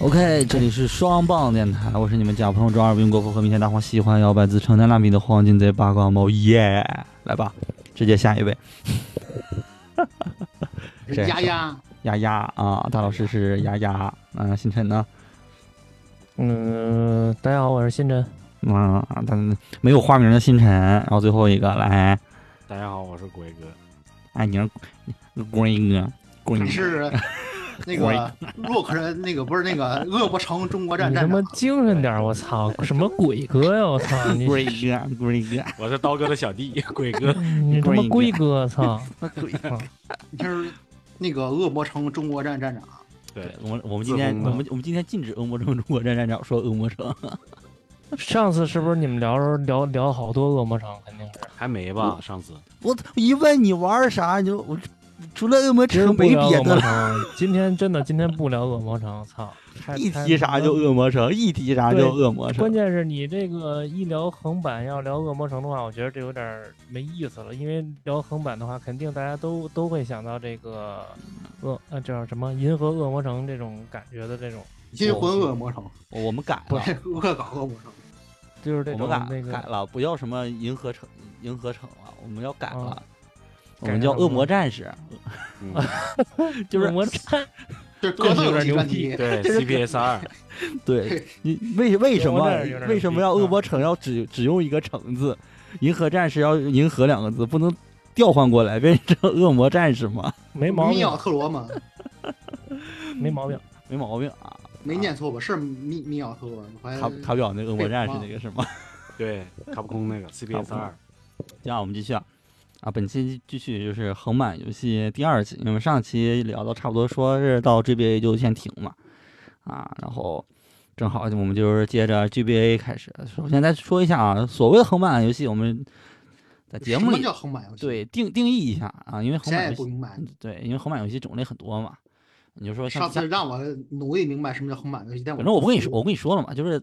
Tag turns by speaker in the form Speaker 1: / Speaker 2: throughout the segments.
Speaker 1: OK，这里是双棒电台，我是你们假朋友中二病国服和明天大话喜欢摇摆自称南蜡笔的黄金贼八卦猫耶来吧，直接下一位谁
Speaker 2: 丫丫，
Speaker 1: 丫丫啊，大老师是丫丫，嗯、星辰呢，
Speaker 3: 嗯，大家好，我是新真。
Speaker 1: 嗯，但没有花名的星辰，然后最后一个来，
Speaker 4: 大家好，我是鬼哥。
Speaker 1: 哎，你是龟哥，龟
Speaker 2: 你
Speaker 1: 哥
Speaker 2: 是那个洛克人，那个不是那个恶不成中国战
Speaker 3: 你他
Speaker 2: 战
Speaker 3: 妈
Speaker 2: 长，
Speaker 3: 精神点儿，我操！什么鬼哥呀，我 操！你
Speaker 1: 龟哥，龟哥，
Speaker 4: 我是刀哥的小弟 鬼哥，
Speaker 3: 你他妈龟 哥，操！
Speaker 2: 你是那个恶魔城中国站站长。
Speaker 4: 对
Speaker 1: 对，我们我们今天
Speaker 4: 自封
Speaker 1: 我
Speaker 4: 的
Speaker 1: 们我们今天禁止恶魔城中国站站长说恶魔城，
Speaker 3: 上次是不是你们聊聊聊好多恶魔城？肯定是
Speaker 4: 还没吧？嗯上次
Speaker 1: 我一问你玩啥，你就我除了恶魔
Speaker 3: 今儿
Speaker 1: 城
Speaker 3: 不
Speaker 1: 没
Speaker 3: 聊
Speaker 1: 别
Speaker 3: 恶
Speaker 1: 的
Speaker 3: 魔
Speaker 1: 了，
Speaker 3: 城，今天真的今天不聊恶魔城， 操！太
Speaker 1: 一
Speaker 3: 太
Speaker 1: 提啥就恶魔城，一提啥就
Speaker 3: 对
Speaker 1: 恶魔
Speaker 3: 关
Speaker 1: 城。
Speaker 3: 键是你这个一聊横版，要聊恶魔城的话，我觉得这有点儿没意思了。因为聊横版的话，肯定大家都都会想到这个恶呃叫什么银河恶魔城这种感觉的这种，
Speaker 2: 阴魂恶魔城，
Speaker 1: 我我们改
Speaker 2: 不
Speaker 1: 了，
Speaker 2: 是恶搞恶魔城，
Speaker 3: 就是这
Speaker 1: 我们
Speaker 3: 种
Speaker 1: 改
Speaker 3: 那
Speaker 1: 改
Speaker 3: 个
Speaker 1: 了，不要什么银河城、银河城了，我们要改
Speaker 3: 嗯
Speaker 1: 了，我
Speaker 3: 改
Speaker 1: 们
Speaker 3: 成
Speaker 1: 叫
Speaker 3: 什么
Speaker 1: 恶魔战士，
Speaker 4: 嗯
Speaker 1: 就是
Speaker 3: 恶魔战
Speaker 2: 就是格斗游戏专
Speaker 3: 有
Speaker 2: 题。
Speaker 4: 对
Speaker 2: 这是
Speaker 4: CPS 二，
Speaker 1: 对你为为什
Speaker 3: 我
Speaker 1: 么
Speaker 3: 那儿有点啊儿
Speaker 1: 为什么要恶魔城要只只用一个城字？银河战士要银河两个字，不能调换过来变成恶魔战士吗？
Speaker 3: 没毛
Speaker 2: 米
Speaker 3: 病
Speaker 2: 奥，特罗吗？
Speaker 3: 没毛病。
Speaker 1: 没毛病啊！
Speaker 2: 没念错吧？是米米奥特罗吗？我还
Speaker 1: 卡卡表那个恶魔战士那个是吗？
Speaker 4: 对卡普空那个 CPS
Speaker 1: 卡
Speaker 4: 二，
Speaker 1: 这样我们继续啊，啊，本期继续就是横版游戏第二期，因为上期聊到差不多，说是到 GBA 就先停嘛，啊，然后正好我们就是接着 GBA 开始。首先再说一下啊，所谓横版游戏，我们在节目
Speaker 2: 什么
Speaker 1: 里
Speaker 2: 叫横版游戏？，
Speaker 1: 对定定义一下啊，因为横
Speaker 2: 谁
Speaker 1: 版
Speaker 2: 也
Speaker 1: 游
Speaker 2: 不
Speaker 1: 戏嗯
Speaker 2: 明白。
Speaker 1: 对，因为横版游戏种类很多嘛，你就说像
Speaker 2: 上次让我努力明白什么叫横版游戏，但我
Speaker 1: 反正我不跟你说，我跟你说了嘛，就是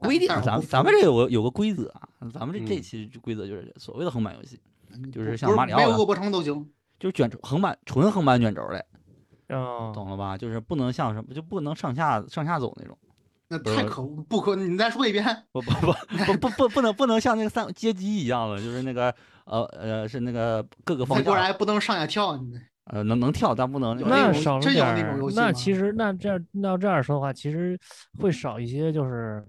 Speaker 2: 规定
Speaker 1: 咱
Speaker 2: 我
Speaker 1: 咱
Speaker 2: 不
Speaker 1: 咱们这有个有个规则啊，咱们这这
Speaker 4: 嗯
Speaker 1: 期规则就是所谓的横版游戏，
Speaker 2: 嗯
Speaker 1: 就是
Speaker 2: 不
Speaker 1: 像
Speaker 2: 不
Speaker 1: 马里奥
Speaker 2: 没有
Speaker 1: 啊
Speaker 2: 恶魔城都行。
Speaker 1: 就是卷轴横版纯横版卷轴类，
Speaker 3: 啊，
Speaker 1: 懂了吧？就是不能像什么，就不能上下上下走那种，
Speaker 2: 那
Speaker 1: 不是
Speaker 2: 太可恶，不可！你再说一遍，
Speaker 1: 不不不不不不不能不能像那个三街机一样的，就是那个呃呃是那个各个方
Speaker 2: 再过
Speaker 1: 向
Speaker 2: 来不能上下跳，你
Speaker 1: 呃能能跳，但不能
Speaker 2: 有
Speaker 3: 那
Speaker 2: 那种
Speaker 3: 少了
Speaker 2: 真有
Speaker 3: 点
Speaker 2: 那种
Speaker 3: 儿
Speaker 2: 游戏
Speaker 3: 那
Speaker 2: 吗
Speaker 3: 其实那这样那要这样说的话，其实会少一些，就是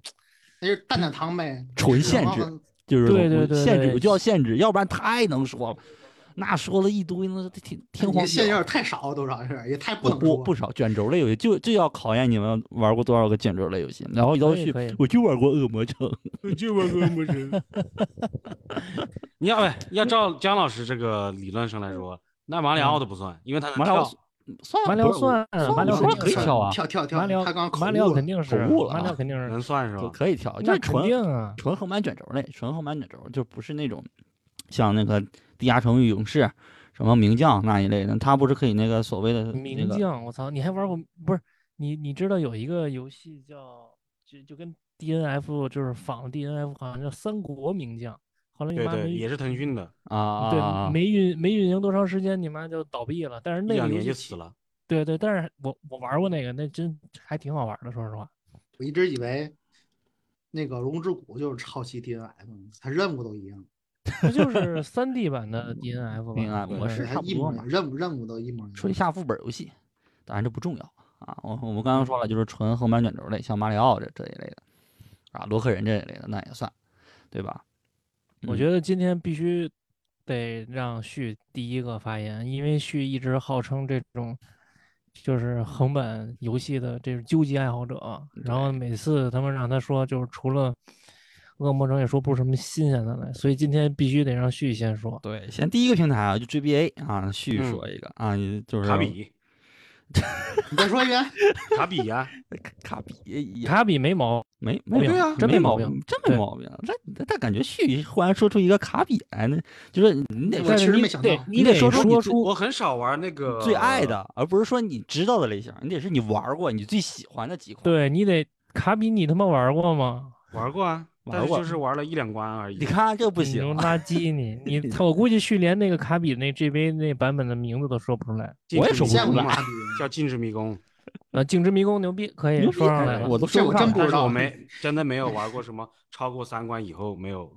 Speaker 2: 那就是蛋蛋汤呗。
Speaker 1: 纯限制就是
Speaker 3: 对对对
Speaker 1: 限制
Speaker 3: 对
Speaker 1: 就要限制，要不然太能说了，那说了一堆那是天天荒
Speaker 2: 你
Speaker 1: 地
Speaker 2: 限制有
Speaker 1: 老。
Speaker 2: 点太少，多少是也太不
Speaker 1: 我
Speaker 2: 能
Speaker 1: 不
Speaker 2: 说。
Speaker 1: 不少卷轴类游戏，就就要考验你们玩过多少个卷轴类游戏。然后一道
Speaker 3: 可以
Speaker 1: 去
Speaker 3: 可以，
Speaker 1: 我就玩过恶魔城，
Speaker 4: 就我恶魔城。 你要不要照姜老师这个理论上来说，那马里奥的不算，因为他能
Speaker 1: 马里奥
Speaker 4: 跳。
Speaker 1: 算了
Speaker 3: 马里
Speaker 1: 不
Speaker 3: 奥
Speaker 1: 是
Speaker 3: 算马里奥
Speaker 1: 我说
Speaker 3: 肯定
Speaker 1: 可以
Speaker 3: 算
Speaker 1: 跳啊，
Speaker 2: 跳跳跳，
Speaker 3: 马里奥
Speaker 2: 他刚刚口
Speaker 3: 马里奥
Speaker 2: 误了
Speaker 3: 肯定是
Speaker 1: 口误了啊
Speaker 3: 马里奥肯定是
Speaker 4: 能算是
Speaker 1: 就
Speaker 4: 吧？
Speaker 1: 可以跳，就
Speaker 3: 那
Speaker 1: 是哦
Speaker 3: 肯
Speaker 1: 纯
Speaker 3: 定啊，
Speaker 1: 纯横版卷轴类，纯横版卷轴就不是那种像那个地下城与勇士、什么名将那一类的，他不是可以那个所谓的嗯那
Speaker 3: 名
Speaker 1: 个
Speaker 3: 将，我操！你还玩过？不是你，你知道有一个游戏叫就就跟 DNF 就是仿 DNF，好像叫《三国名将》，后来你
Speaker 4: 对
Speaker 3: 妈
Speaker 4: 对，
Speaker 3: 没
Speaker 4: 也是腾讯的，
Speaker 1: 啊啊啊
Speaker 3: 对
Speaker 1: 啊
Speaker 3: 没运没运营多长时间，你妈就倒闭了。但是
Speaker 4: 一
Speaker 3: 那
Speaker 4: 两
Speaker 3: 个游
Speaker 4: 年
Speaker 3: 戏
Speaker 4: 就
Speaker 3: 其
Speaker 4: 死了。
Speaker 3: 对对，但是我我玩过那个，那真还挺好玩的，说实 话。
Speaker 2: 我一直以为那个龙之谷就是抄袭 DNF，它任务都一样，
Speaker 3: 不就是三 D 版的 DNF 吧？
Speaker 1: DNF 模
Speaker 3: 对
Speaker 1: 式是
Speaker 2: 它
Speaker 1: 差不
Speaker 2: 一
Speaker 1: 多
Speaker 2: 模
Speaker 1: 嘛
Speaker 2: 任务任务都一模一
Speaker 1: 说一
Speaker 2: 样。
Speaker 1: 下副本游戏，当然这不重要啊。我我们刚刚说了，就是纯横版卷轴类，像马里奥这这一类的啊，洛克人这一类的那也算，对吧？
Speaker 3: 我
Speaker 1: 嗯
Speaker 3: 觉得今天必须得让旭第一个发言，因为旭一直号称这种就是横版游戏的这种究极爱好者，
Speaker 1: 嗯
Speaker 3: 然后每次他们让他说，就是除了恶魔城也说不出什么新鲜的来，所以今天必须得让旭先说。
Speaker 1: 对，先第一个平台啊，就 GBA 啊，旭
Speaker 4: 嗯
Speaker 1: 说一个、啊，你就是
Speaker 4: 卡比，
Speaker 2: 你再 说一遍，
Speaker 4: 卡比呀，
Speaker 1: 卡比也一样。
Speaker 3: 卡比没毛，
Speaker 1: 没
Speaker 3: 没
Speaker 1: 病，
Speaker 3: 病哎啊真
Speaker 1: 没
Speaker 3: 没毛
Speaker 1: 病
Speaker 3: 病，
Speaker 1: 真没
Speaker 3: 对
Speaker 1: 毛病。但但感觉旭忽然说出一个卡比来呢，就是你得
Speaker 2: 我
Speaker 1: 说
Speaker 3: 但
Speaker 2: 其
Speaker 3: 是
Speaker 2: 实
Speaker 3: 你
Speaker 2: 没想
Speaker 3: 得
Speaker 2: 到
Speaker 3: 你
Speaker 1: 得说出你
Speaker 3: 说
Speaker 1: 最
Speaker 3: 出
Speaker 4: 我很少玩那个
Speaker 1: 最爱，的，而不是说你知道的类型，你得是你玩过你最喜欢的几款。，
Speaker 3: 对你得卡比，你他妈玩过吗？
Speaker 4: 玩过啊，但
Speaker 1: 玩
Speaker 4: 是
Speaker 1: 过
Speaker 4: 就是玩了一两关而已
Speaker 1: 你。看这不
Speaker 3: 你
Speaker 1: 行啊
Speaker 3: 牛，垃 圾你你他，我估计旭连那个卡比那 GB 那版本的名字都说不出来。
Speaker 4: 禁
Speaker 1: 我
Speaker 4: 止
Speaker 1: 也说
Speaker 4: 迷
Speaker 1: 不
Speaker 2: 见
Speaker 1: 出
Speaker 2: 过
Speaker 1: 来
Speaker 4: 宫嘛
Speaker 2: 卡比，
Speaker 4: 叫禁止迷宫，
Speaker 3: 呃，《镜之迷宫》牛逼，可以
Speaker 1: 牛逼哎
Speaker 3: 说上来了。
Speaker 1: 我都
Speaker 2: 这
Speaker 1: 说
Speaker 2: 我
Speaker 1: 不上来
Speaker 2: 真不知
Speaker 4: 但是
Speaker 2: 道
Speaker 4: 我没 真的没有玩过什么超过三关以后 没有。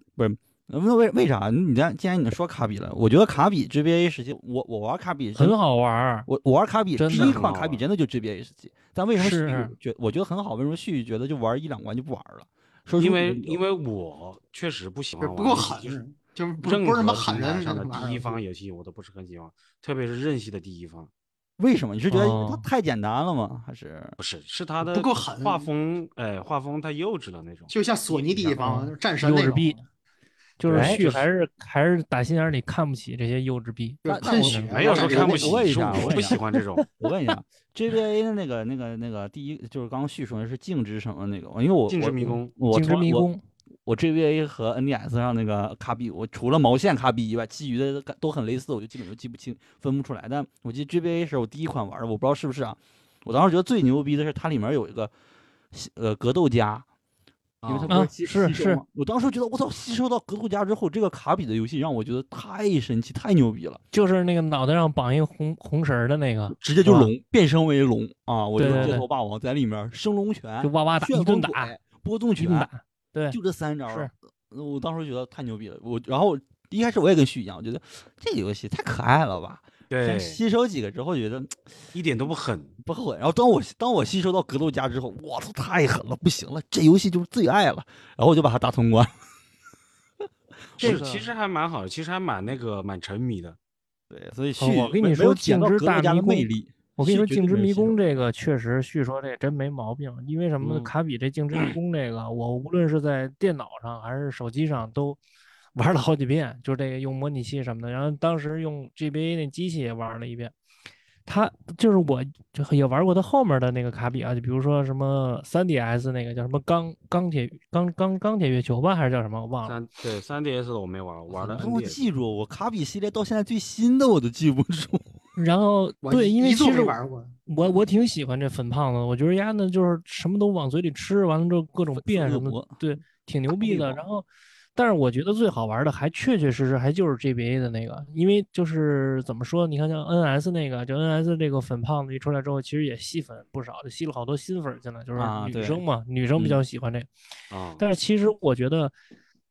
Speaker 1: 那为为啥？你既然既然你说卡比了，我觉得卡比 GBA 时期，我我玩卡比真
Speaker 3: 很好玩儿，
Speaker 1: 我我玩卡比
Speaker 3: 真
Speaker 1: 第
Speaker 3: 的啊
Speaker 1: 一
Speaker 4: 很
Speaker 1: 款
Speaker 4: 好
Speaker 1: 卡比
Speaker 4: 玩
Speaker 1: 真的就 GBA 时期，但为什么
Speaker 3: 是啊
Speaker 1: 旭觉我觉得很好？为什么旭觉得就玩一两关就不玩了？说
Speaker 4: 因为因
Speaker 1: 为
Speaker 4: 为我确实不喜欢
Speaker 2: 就是
Speaker 4: 玩，
Speaker 2: 不够狠
Speaker 4: 就是，
Speaker 2: 就是不
Speaker 4: 任
Speaker 2: 不是什么
Speaker 4: 何
Speaker 2: 狠
Speaker 4: 平台
Speaker 2: 人
Speaker 4: 上
Speaker 2: 那
Speaker 4: 的
Speaker 2: 玩意儿
Speaker 4: 啊第一方游戏我都不是很喜欢，特别是任系的第一方，
Speaker 1: 为什么？你是觉得因为它
Speaker 3: 哦
Speaker 1: 太简单了吗？还是
Speaker 4: 不是是他的
Speaker 2: 不够狠
Speaker 4: 画风，哎，画风太幼稚了那种。
Speaker 2: 就像索尼第一
Speaker 3: 嗯
Speaker 4: 啊
Speaker 2: 方战神
Speaker 3: 幼
Speaker 2: 那
Speaker 3: 稚
Speaker 2: 种，
Speaker 3: 逼，就是
Speaker 4: 哎
Speaker 3: 旭
Speaker 4: 就是
Speaker 3: 还是还是打心眼儿里看不起这些幼稚逼。
Speaker 2: 就
Speaker 1: 那
Speaker 2: 是
Speaker 1: 那
Speaker 2: 喷
Speaker 1: 我
Speaker 2: 血
Speaker 1: 明白
Speaker 4: 没有
Speaker 1: 了
Speaker 4: 说
Speaker 1: 我
Speaker 4: 看不
Speaker 1: 我
Speaker 4: 起，
Speaker 1: 问一
Speaker 4: 是
Speaker 1: 下我
Speaker 4: 我
Speaker 1: 问
Speaker 4: 不
Speaker 1: 一
Speaker 4: 喜
Speaker 1: 下
Speaker 4: 欢这种。
Speaker 1: 我问一下，GBA 的那个那个那个第一就是刚刚旭说的是静之什么那个，因为我
Speaker 4: 禁
Speaker 1: 我
Speaker 4: 之迷宫
Speaker 1: 我
Speaker 3: 镜之
Speaker 1: 从
Speaker 3: 迷
Speaker 1: 我
Speaker 3: 宫》
Speaker 1: 我 GBA 和 NDS 上那个卡比，我除了毛线卡比以外，其余的感都很类似，我就基本就记不清、分不出来。但我记得 GBA 是我第一款玩的，我不知道是不是啊。我当时觉得最牛逼的是它里面有一个呃格斗家，因为它
Speaker 4: 啊
Speaker 1: 不
Speaker 3: 啊
Speaker 1: 吸、
Speaker 3: 是
Speaker 1: 吸收
Speaker 3: 是
Speaker 1: 吗我当时觉得我操，吸收到格斗家之后，这个卡比的游戏让我觉得太神奇、太牛逼了，
Speaker 3: 就是那个脑袋上绑一个红红绳儿的那个，
Speaker 1: 直接就
Speaker 3: 哇
Speaker 1: 龙变身为龙啊！我就
Speaker 3: 对
Speaker 1: 是
Speaker 3: 对
Speaker 1: 街
Speaker 3: 对
Speaker 1: 头霸王在里面生龙拳
Speaker 3: 就、哇哇打
Speaker 1: 旋
Speaker 3: 一
Speaker 1: 风
Speaker 3: 顿打，
Speaker 1: 腿、波动
Speaker 3: 一
Speaker 1: 拳
Speaker 3: 顿、打。对，
Speaker 1: 就这三招
Speaker 3: 是
Speaker 1: 儿，呃我当时觉得太牛逼了。我然后一开始我也跟旭一样，我觉得这个游戏太可爱了吧。
Speaker 4: 对
Speaker 1: 先，吸收几个之后觉得
Speaker 4: 一点都不狠。
Speaker 1: 不后悔。然后当我当我吸收到格斗家之后，我操，太狠了，不行了，这游戏就是最爱了。然后我就把它打通关。
Speaker 3: 这
Speaker 4: 是
Speaker 3: 个
Speaker 4: 其实还蛮好的，其实还蛮那个蛮沉迷的。
Speaker 1: 对，所以旭、
Speaker 3: 哦我跟
Speaker 1: 没
Speaker 3: 你
Speaker 1: 没有
Speaker 3: 说
Speaker 1: 捡
Speaker 3: 竞
Speaker 1: 到
Speaker 3: 争
Speaker 1: 格
Speaker 3: 大
Speaker 1: 斗家
Speaker 3: 迷
Speaker 1: 的魅
Speaker 3: 宫
Speaker 1: 力。
Speaker 3: 我跟你
Speaker 1: 是
Speaker 3: 说，《
Speaker 1: 绝
Speaker 3: 镜
Speaker 1: 对
Speaker 3: 之
Speaker 1: 没有
Speaker 3: 迷
Speaker 1: 吸
Speaker 3: 宫
Speaker 1: 收》
Speaker 3: 这个确实，据说这真没毛病。因为什么呢？
Speaker 1: 嗯
Speaker 3: 卡比这《镜之迷宫》这个，我无论是在电脑上还是手机上都 玩了好几遍，就是这个用模拟器什么的。然后当时用 GBA 那机器也玩了一遍。它就是我就也玩过它后面的那个卡比啊，就比如说什么 3DS 那个叫什么钢钢铁钢钢钢铁月球吧，还是叫什么我
Speaker 2: 啊
Speaker 3: 忘了。
Speaker 4: 三对三 DS 的我没玩，玩的
Speaker 1: 你都
Speaker 4: NDS。
Speaker 1: 记住，我卡比系列到现在最新的我都记不住。
Speaker 3: 然后
Speaker 2: 我
Speaker 3: 对，
Speaker 2: 一
Speaker 3: 因为
Speaker 2: 一座
Speaker 3: 其
Speaker 2: 没
Speaker 3: 实
Speaker 2: 玩过，
Speaker 3: 我我挺喜欢这粉胖子的，我觉得丫呢就是什么都往嘴里吃，完了之后各种
Speaker 1: 粉
Speaker 3: 变
Speaker 1: 粉
Speaker 3: 什
Speaker 1: 恶
Speaker 3: 么
Speaker 1: 魔
Speaker 3: 的，对，挺牛
Speaker 1: 大
Speaker 3: 逼
Speaker 1: 胃
Speaker 3: 的。
Speaker 1: 王
Speaker 3: 然后，但是我觉得最好玩的还确确实实还就是 GBA 的那个，因为就是怎么说，你看像 NS 那个，就 NS 这个粉胖子一出来之后，其实也吸粉不少，就吸了好多新粉儿进来，就是
Speaker 1: 啊
Speaker 3: 女
Speaker 1: 对嗯
Speaker 3: 生嘛，女生比较喜欢这个。
Speaker 4: 啊，
Speaker 3: 但是其实我觉得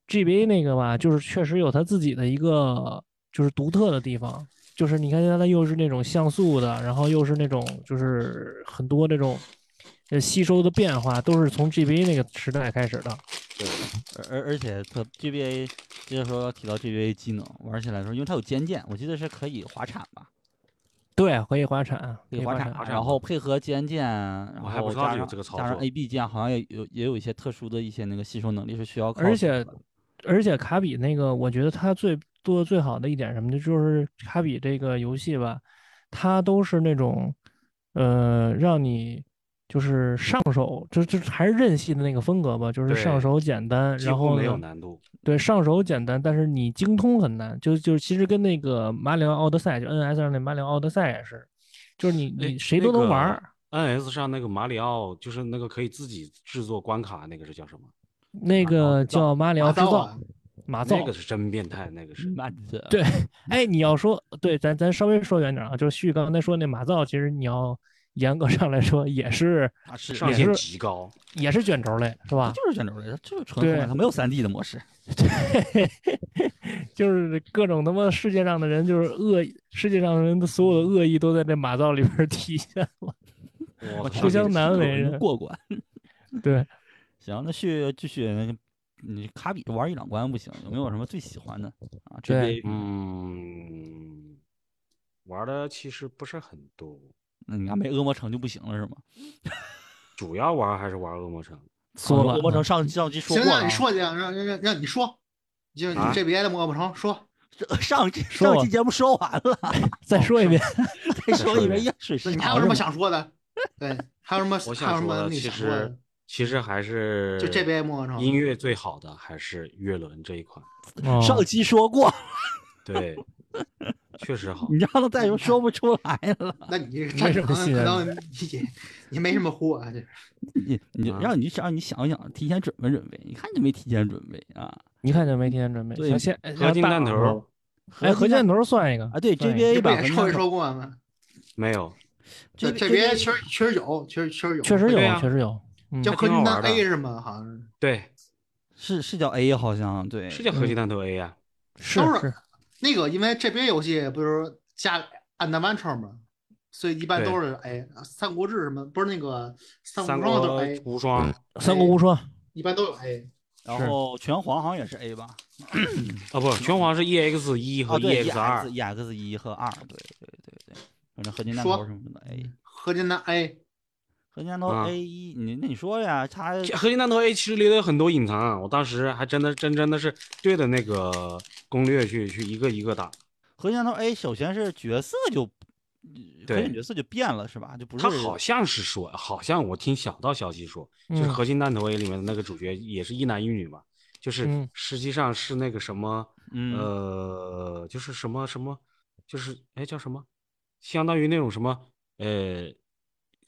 Speaker 3: GBA 那个吧，就是确实有它自己的一个就是独特的地方，就是你看它又是那种像素的，然后又是那种就是很多这种呃吸收的变化，都是从 GBA 那个时代开始的。
Speaker 4: 对，
Speaker 1: 而而而且它 GBA 接着说提到 GBA 机能，玩起来的时候，因为它有肩键，我记得是可以滑铲吧。
Speaker 3: 对，可以滑铲，可
Speaker 1: 对
Speaker 3: 以
Speaker 1: 滑
Speaker 3: 铲哎
Speaker 1: 铲，
Speaker 4: 铲
Speaker 1: 然后配合肩键，然
Speaker 4: 我还不
Speaker 1: 后
Speaker 4: 知道
Speaker 1: 加
Speaker 4: 有
Speaker 1: 上
Speaker 4: 这个操
Speaker 1: 加上
Speaker 4: 作
Speaker 1: A B 键，好像也有也有一些特殊的一些那个吸收能力是需要靠
Speaker 3: 而
Speaker 1: 这
Speaker 3: 且
Speaker 1: 个的
Speaker 3: 而且卡比那个，我觉得它最做的最好的一点是什么呢？就是
Speaker 4: 嗯
Speaker 3: 卡比这个游戏吧，它都是那种，呃，让你就是上手，就就还是任系的那个风格吧，就是
Speaker 4: 对
Speaker 3: 上手简单，
Speaker 4: 几
Speaker 3: 然
Speaker 4: 乎
Speaker 3: 后
Speaker 4: 没有
Speaker 3: 呢，
Speaker 4: 难度。
Speaker 3: 对上手简单，但是你精通很难。就就其实跟那个马里奥奥德赛，就 NS 上那马里奥奥德赛也是，就是你
Speaker 4: 哎
Speaker 3: 你谁都能玩儿。。
Speaker 4: NS 上那个马里奥就是那个可以自己制作关卡，那个是叫什么？
Speaker 3: 那
Speaker 4: 哦
Speaker 3: 个
Speaker 1: 制造
Speaker 3: 叫马里奥
Speaker 2: 马
Speaker 3: 制
Speaker 2: 刀
Speaker 3: 造
Speaker 2: 啊，
Speaker 3: 马造嗯
Speaker 4: 那个是真变态，那个是。
Speaker 1: 妈的，
Speaker 3: 对哎，你要说对，咱咱稍微说远点儿啊，就是旭刚才说那马造，其实你要严格上来说也是
Speaker 1: 它啊是
Speaker 4: 啊上啊
Speaker 3: 也
Speaker 4: 限
Speaker 3: 是
Speaker 4: 极高，
Speaker 3: 也是卷轴类，是
Speaker 1: 它
Speaker 3: 吧？
Speaker 1: 就是卷轴类，它就是纯横
Speaker 3: 对
Speaker 1: 版，它没有三 D 的模式。
Speaker 3: 就是各种他妈世界上的人，就是恶意，世界上的人的所有的恶意都在这马造里边儿体现 了。
Speaker 4: 我
Speaker 1: 我操
Speaker 4: 靠
Speaker 3: 哦互
Speaker 1: 这
Speaker 3: 相
Speaker 1: 个
Speaker 3: 难
Speaker 1: 是有
Speaker 3: 为
Speaker 1: 人
Speaker 3: 人
Speaker 1: 过关。
Speaker 3: 对，
Speaker 1: 行，那续继续那个，你卡比玩一两关不行，有没有什么最喜欢的啊？GBA，
Speaker 3: 对
Speaker 4: 嗯，玩的其实不是很多，
Speaker 1: 那你看没恶魔城就不行了是吗？
Speaker 4: 主要玩还是玩恶魔城。
Speaker 3: 说吧
Speaker 1: 恶魔城上上期说
Speaker 2: 行，
Speaker 1: 过了啊，
Speaker 2: 让你说去，让让让让你说，就
Speaker 4: 啊
Speaker 2: 这别的摸不成，说
Speaker 1: 这 上期
Speaker 3: 说
Speaker 1: 上
Speaker 3: 吧
Speaker 1: 期节目说完 了，
Speaker 3: 再说一遍，
Speaker 1: 再
Speaker 4: 说
Speaker 1: 说
Speaker 4: 一
Speaker 1: 一遍
Speaker 4: 遍
Speaker 1: 呀，水是
Speaker 2: 那你还有什么想说的？对，还有什么
Speaker 4: 我
Speaker 2: 还有
Speaker 4: 想
Speaker 2: 什
Speaker 4: 说
Speaker 2: 么
Speaker 4: 的
Speaker 2: 你
Speaker 4: 其
Speaker 2: 想说的
Speaker 4: 实？其实还是
Speaker 2: 就这边摸不成
Speaker 4: 音乐最好的还是月轮这一款，
Speaker 3: 哦
Speaker 1: 上期说过，
Speaker 4: 对，确实好
Speaker 3: 嗯
Speaker 1: 你。让他
Speaker 4: 嗯
Speaker 1: 再说说不出来了。
Speaker 2: 那你
Speaker 3: 没
Speaker 2: 正
Speaker 3: 什么
Speaker 2: 常
Speaker 3: 信
Speaker 2: 可
Speaker 3: 任
Speaker 2: 能你也也没什么货啊，这是
Speaker 1: 你你
Speaker 4: 啊
Speaker 1: 让你想让你想想，提前准备准备。你看你没提前准备啊？
Speaker 3: 你看就没提前准备。
Speaker 1: 对
Speaker 3: 行，先
Speaker 4: 合金弹头，
Speaker 3: 哎，
Speaker 1: 合
Speaker 3: 合
Speaker 1: 金
Speaker 3: 金
Speaker 1: 弹
Speaker 3: 弹头算一个
Speaker 1: 啊，对
Speaker 3: 算一个
Speaker 1: GBA
Speaker 2: 这不
Speaker 1: 版
Speaker 2: 也
Speaker 1: 和
Speaker 2: 说一
Speaker 1: 那个
Speaker 2: 说过吗？
Speaker 4: 没有
Speaker 2: 这这边确实确实有，确实确实有，啊
Speaker 3: 确实有
Speaker 4: 对呀，
Speaker 3: 确实有。嗯
Speaker 2: 叫
Speaker 4: 还
Speaker 2: 合
Speaker 4: 啊挺
Speaker 2: 金
Speaker 4: 好
Speaker 2: 弹
Speaker 4: 玩的
Speaker 2: A 是吗？好像是
Speaker 4: 对，
Speaker 1: 是是叫 A 好像
Speaker 3: 嗯
Speaker 1: 对，
Speaker 4: 是叫核心弹头 A 呀、
Speaker 3: 是
Speaker 2: 都是
Speaker 3: 是，
Speaker 2: 那个，因为这边游戏不是加按南蛮冲吗？所以一般
Speaker 4: 对
Speaker 2: 都是 A，三国志什么不是那个三
Speaker 4: 三
Speaker 2: 国都
Speaker 4: 国
Speaker 2: 是 A，
Speaker 4: 无
Speaker 3: 嗯
Speaker 4: 双啊
Speaker 3: 三国无双
Speaker 2: 一般都有 A。
Speaker 1: 然后拳皇好像也是 A 吧？
Speaker 4: 啊不，拳皇是 EX 一
Speaker 1: 啊，
Speaker 4: 和
Speaker 1: 对
Speaker 4: EX 二、
Speaker 1: EX 一和二，对对对对，反正合金弹头
Speaker 2: 说
Speaker 1: 什么的 A，
Speaker 2: 合金弹 A，
Speaker 1: 合金弹头
Speaker 4: 嗯啊
Speaker 1: A 一，你那你说呀，它
Speaker 4: 这合金弹头 A 其实里头有很多隐藏啊，我当时还真的真真的是对着那个攻略去去一个一个打，
Speaker 1: 合金弹头 A 首先是角色就，
Speaker 4: 对
Speaker 1: 核心角色就变了是吧？就不是
Speaker 4: 他好像是说，好像我听小道消息说，就是
Speaker 3: 嗯
Speaker 4: 核心弹头 A 里面的那个主角也是一男一女嘛，就是
Speaker 3: 嗯
Speaker 4: 实际上是那个什么，
Speaker 1: 嗯
Speaker 4: 呃，就是什么什么，就是哎叫什么，相当于那种什么呃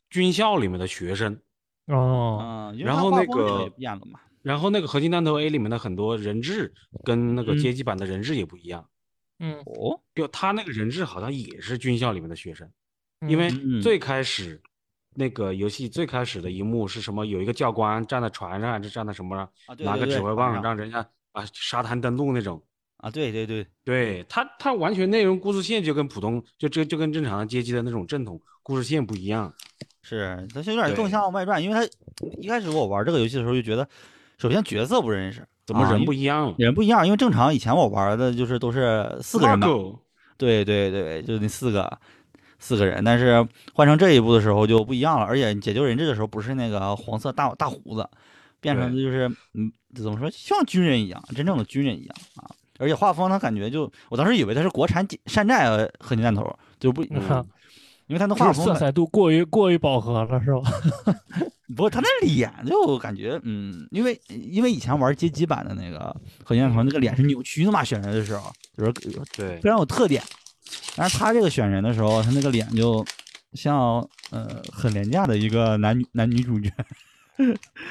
Speaker 4: 军校里面的学生，
Speaker 3: 哦，
Speaker 1: 啊，因为
Speaker 4: 然
Speaker 1: 它
Speaker 4: 后
Speaker 1: 画
Speaker 4: 那
Speaker 1: 风这
Speaker 4: 个
Speaker 1: 也变了嘛，
Speaker 4: 然后那个合金弹头 A 里面的很多人质跟那个
Speaker 3: 嗯
Speaker 4: 街机版的人质也不一样，
Speaker 3: 嗯，
Speaker 1: 哦，
Speaker 4: 就他那个人质好像也是军校里面的学生。因为
Speaker 1: 嗯
Speaker 4: 最开始那个游戏最开始的一幕是什么？有一个教官站在船上还是站在什么上，
Speaker 1: 啊对
Speaker 4: 拿
Speaker 1: 对
Speaker 4: 个
Speaker 1: 对
Speaker 4: 指挥
Speaker 1: 船
Speaker 4: 棒
Speaker 1: 上
Speaker 4: 让人家啊沙滩登陆那种。
Speaker 1: 啊，对对对，
Speaker 4: 对他，他完全内容故事线就跟普通就这就跟正常街机的那种正统故事线不一样。
Speaker 1: 是，它就有点
Speaker 4: 对
Speaker 1: 更像外传，因为它一开始我玩这个游戏的时候就觉得，首先角色不认识，
Speaker 4: 怎么
Speaker 1: 啊
Speaker 4: 人
Speaker 1: 因
Speaker 4: 不一样了？
Speaker 1: 人不一样，因为正常以前我玩的就是都是四个人嘛，
Speaker 4: Marco，
Speaker 1: 对对对，就那四个四个人，但是换成这一步的时候就不一样了，而且你解救人质的时候不是那个黄色大大胡子，变成的就是嗯，怎么说像军人一样，真正的军人一样啊，而且画风他感觉就，我当时以为他是国产山寨呃合金弹头，就不，
Speaker 4: 嗯
Speaker 3: 哈
Speaker 1: 因为他那
Speaker 3: 就
Speaker 1: 画
Speaker 3: 是
Speaker 1: 风
Speaker 3: 色
Speaker 1: 感
Speaker 3: 彩度过于过于饱和了，是吧？
Speaker 1: 不，他那脸就感觉，嗯，因为因为以前玩街机版的那个合金弹头，那个脸是扭曲的嘛，选人的时候就是
Speaker 4: 对
Speaker 1: 非常有特点。但是他这个选人的时候，他那个脸就像呃很廉价的一个男女男女主角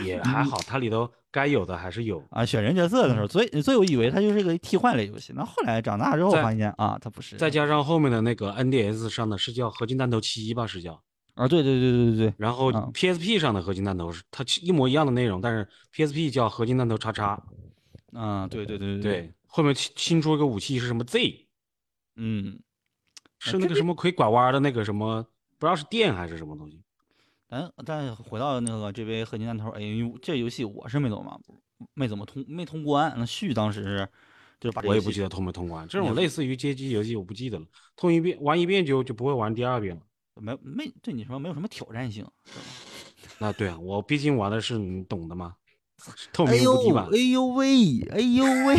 Speaker 4: 也还好，它里头该有的还是有。
Speaker 1: 啊，选人角色
Speaker 4: 嗯
Speaker 1: 的时候，所以所以我以为他就是个替换类游戏。那后来长大之后
Speaker 4: 在
Speaker 1: 发现啊，他不是。
Speaker 4: 再加上后面的那个 NDS 上的是叫合金弹头七吧，是叫。
Speaker 1: 啊，对对对对对对，
Speaker 4: 然后
Speaker 1: 嗯
Speaker 4: PSP 上的合金弹头是它一模一样的内容，但是 PSP 叫合金弹头叉叉，
Speaker 1: 啊，对对对对，
Speaker 4: 对，后面新新出一个武器是什么 Z，
Speaker 1: 嗯，
Speaker 4: 是那个什么可以拐弯的那个什么，不知道是电还是什么东西。
Speaker 1: 咱但回到那个这杯合金弹头，哎，因为这游戏我是没怎么没怎么通没通关。那旭当时是就是把这
Speaker 4: 我也
Speaker 1: 游
Speaker 4: 不
Speaker 1: 戏
Speaker 4: 记得通没通关，这
Speaker 1: 也
Speaker 4: 种
Speaker 1: 不
Speaker 4: 类似于街机游戏我不记得了，通一遍玩一遍就就不会玩第二遍了。
Speaker 1: 没没对你说没有什么挑战性。
Speaker 4: 那对啊，我毕竟玩的是你懂的嘛，是透
Speaker 1: 哎
Speaker 4: 明无
Speaker 1: 呦
Speaker 4: 敌版。
Speaker 1: 哎呦喂哎呦喂，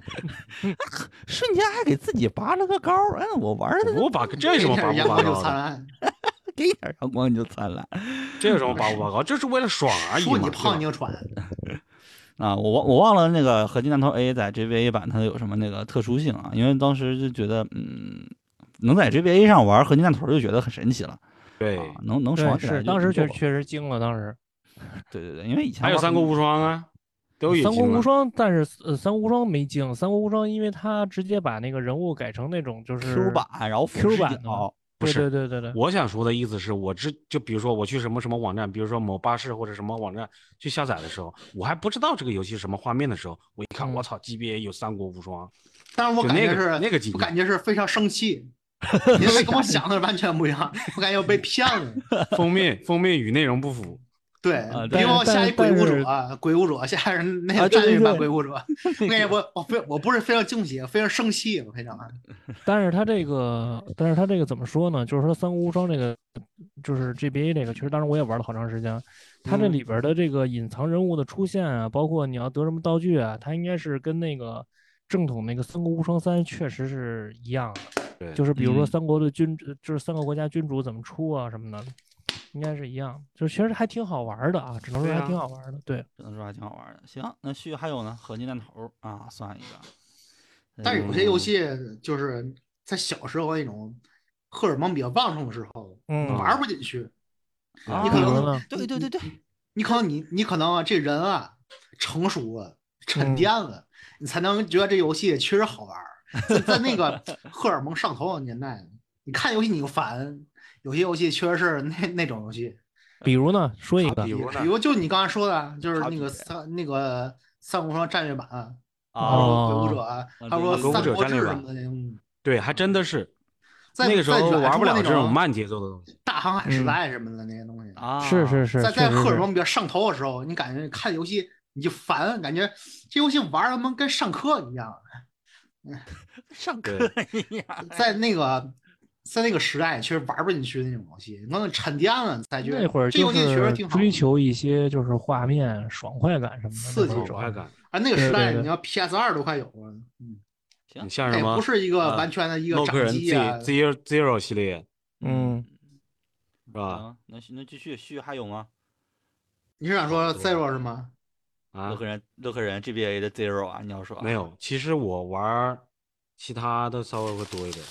Speaker 1: 瞬间还给自己拔了个高儿。哎，我玩的
Speaker 4: 我把这有 什么拔
Speaker 2: 点阳
Speaker 4: 不拔
Speaker 2: 光就
Speaker 4: 高
Speaker 2: 灿
Speaker 4: 的？
Speaker 2: 烂，
Speaker 1: 给一点阳光你就灿烂
Speaker 4: 这有什么拔不拔高？这是为了爽而已
Speaker 2: 说
Speaker 4: 嘛。
Speaker 2: 你
Speaker 4: 对吧
Speaker 2: 胖你就喘。
Speaker 1: 啊！我忘我忘了那个合金弹头 A 在 GBA 版它有什么那个特殊性啊？因为当时就觉得嗯，能在 GBA 上玩合金弹头就觉得很神奇了。
Speaker 4: 对，
Speaker 1: 啊，能能
Speaker 3: 对，
Speaker 1: 爽起来
Speaker 3: 是
Speaker 1: 就
Speaker 3: 当时
Speaker 1: 就
Speaker 3: 确确实惊了，当时
Speaker 1: 对对对，因为以前
Speaker 4: 还有
Speaker 1: 玩
Speaker 4: 三国无双啊，都有啊
Speaker 3: 三国
Speaker 4: 进
Speaker 3: 无
Speaker 4: 了
Speaker 3: 双，但是呃，三国无双没惊，三国无双因为他直接把那个人物改成那种就是
Speaker 1: Q 版，然后俯
Speaker 3: Q
Speaker 1: 视
Speaker 3: 版啊的
Speaker 1: 角，
Speaker 4: 不
Speaker 3: 对
Speaker 4: 是
Speaker 3: 对对对对，
Speaker 4: 我想说的意思是我知就比如说我去什么什么网站，比如说某巴士或者什么网站去下载的时候，我还不知道这个游戏是什么画面的时候，我一看，
Speaker 3: 嗯
Speaker 4: 我操，GBA 有三国无双，
Speaker 2: 但是我
Speaker 4: 就
Speaker 2: 感
Speaker 4: 那
Speaker 2: 觉
Speaker 4: 个
Speaker 2: 是
Speaker 4: 那个级
Speaker 2: 我
Speaker 4: 别
Speaker 2: 感觉是非常生气，因为跟我想的完全不一样，我感觉我被骗了。
Speaker 4: 封面封面与内容不符，
Speaker 2: 对
Speaker 1: 啊，
Speaker 2: 比
Speaker 1: 但
Speaker 2: 如我
Speaker 3: 但
Speaker 2: 下一鬼
Speaker 3: 但
Speaker 2: 舞
Speaker 3: 是
Speaker 2: 者啊，鬼舞者下人那
Speaker 1: 啊
Speaker 2: 个
Speaker 1: 对
Speaker 2: 战
Speaker 1: 对
Speaker 2: 略版
Speaker 1: 对
Speaker 2: 鬼舞者，我感觉 我我非我不是非常惊喜，非常生气，我非常
Speaker 4: 嗯
Speaker 3: 但是他这个，但是他这个怎么说呢？就是说三国无双这个，就是 GBA 这个，其实当时我也玩了好长时间。它这
Speaker 4: 嗯
Speaker 3: 里边儿的这个隐藏人物的出现啊，包括你要得什么道具啊，它应该是跟那个正统那个《三国无双三》确实是一样的。
Speaker 4: 对
Speaker 3: 就是比
Speaker 1: 嗯
Speaker 3: 如说三国的君，就是三个国家君主怎么出啊什么的，应该是一样。就是其实还挺好玩儿的啊，只能说
Speaker 4: 对
Speaker 3: 还
Speaker 4: 啊
Speaker 3: 挺好玩儿的。对，
Speaker 1: 只能说还挺好玩的。行，那续还有呢，合金弹头啊，算一个。
Speaker 2: 但是有些
Speaker 1: 嗯
Speaker 2: 游戏就是在小时候那种荷尔蒙比较旺盛的时候，
Speaker 3: 嗯
Speaker 2: 玩不进去。
Speaker 4: 啊
Speaker 2: 你
Speaker 3: 比
Speaker 2: 可
Speaker 3: 如
Speaker 2: 能
Speaker 3: 呢，
Speaker 1: 对对对对，
Speaker 2: 你可能你你可能啊，这人啊成熟了，沉
Speaker 3: 嗯
Speaker 2: 淀了，你才能觉得这游戏确实 好玩儿。在在那个荷尔蒙上头的年代，你看游戏你就烦，有些游戏确实是那那种游戏，
Speaker 3: 比如呢，说一
Speaker 4: 好
Speaker 3: 个
Speaker 4: 比，
Speaker 2: 比
Speaker 4: 如呢
Speaker 2: 比如就你刚才说的，啊就是
Speaker 1: 好
Speaker 2: 那
Speaker 1: 比
Speaker 2: 个三那个三国双战略版，他
Speaker 1: 啊
Speaker 3: 哦
Speaker 2: 说鬼武者啊，他说
Speaker 1: 对
Speaker 2: 三
Speaker 4: 鬼武
Speaker 2: 国志
Speaker 4: 者战略
Speaker 2: 什
Speaker 4: 版
Speaker 2: 么的，嗯，
Speaker 4: 对，还真的是
Speaker 2: 再
Speaker 4: 那个时
Speaker 2: 再
Speaker 4: 候
Speaker 2: 远
Speaker 4: 玩
Speaker 2: 处
Speaker 4: 不了
Speaker 2: 那
Speaker 4: 这种慢节奏的东西。
Speaker 2: 大航海时
Speaker 3: 嗯
Speaker 2: 代什么的那些东西，
Speaker 1: 啊，
Speaker 3: 是是是，
Speaker 2: 在
Speaker 3: 确
Speaker 2: 在
Speaker 3: 实
Speaker 2: 荷尔
Speaker 3: 是
Speaker 2: 蒙比较上头的时候，你感觉看游戏你就烦，感觉这游戏玩儿他妈跟上课一样。
Speaker 1: 上
Speaker 4: 对
Speaker 1: 课 一样，
Speaker 2: 在那个在那个时代，确实玩不进去那种游戏，能沉淀了才觉得
Speaker 3: 那会儿
Speaker 2: 这
Speaker 3: 就
Speaker 2: 游戏确实
Speaker 3: 是
Speaker 2: 挺好。
Speaker 3: 追求一些就是画面爽快感什么的
Speaker 2: 刺激
Speaker 3: 那
Speaker 4: 爽
Speaker 3: 种
Speaker 4: 快感，
Speaker 2: 啊，那个
Speaker 3: 对
Speaker 2: 时代
Speaker 3: 对对
Speaker 2: 你要 PS 二都快有了，嗯，
Speaker 1: 嗯
Speaker 4: 你像
Speaker 2: 它
Speaker 4: 什
Speaker 2: 也
Speaker 4: 么
Speaker 2: 哎不是一个
Speaker 4: 呃
Speaker 2: 完全的一个
Speaker 4: 洛克
Speaker 2: 掌
Speaker 4: 人
Speaker 2: 机
Speaker 4: Z
Speaker 2: 啊，
Speaker 4: Zero Zero 系列
Speaker 3: 嗯，
Speaker 4: 是吧？
Speaker 1: 行，能能继续续还有吗？
Speaker 2: 你是想说
Speaker 4: 对
Speaker 2: Zero 是吗？
Speaker 4: 啊
Speaker 1: 乐，呵人乐呵人 GBA 的 Zero 啊，你要说啊
Speaker 4: 没有。其实我玩儿其他的稍微会多一点，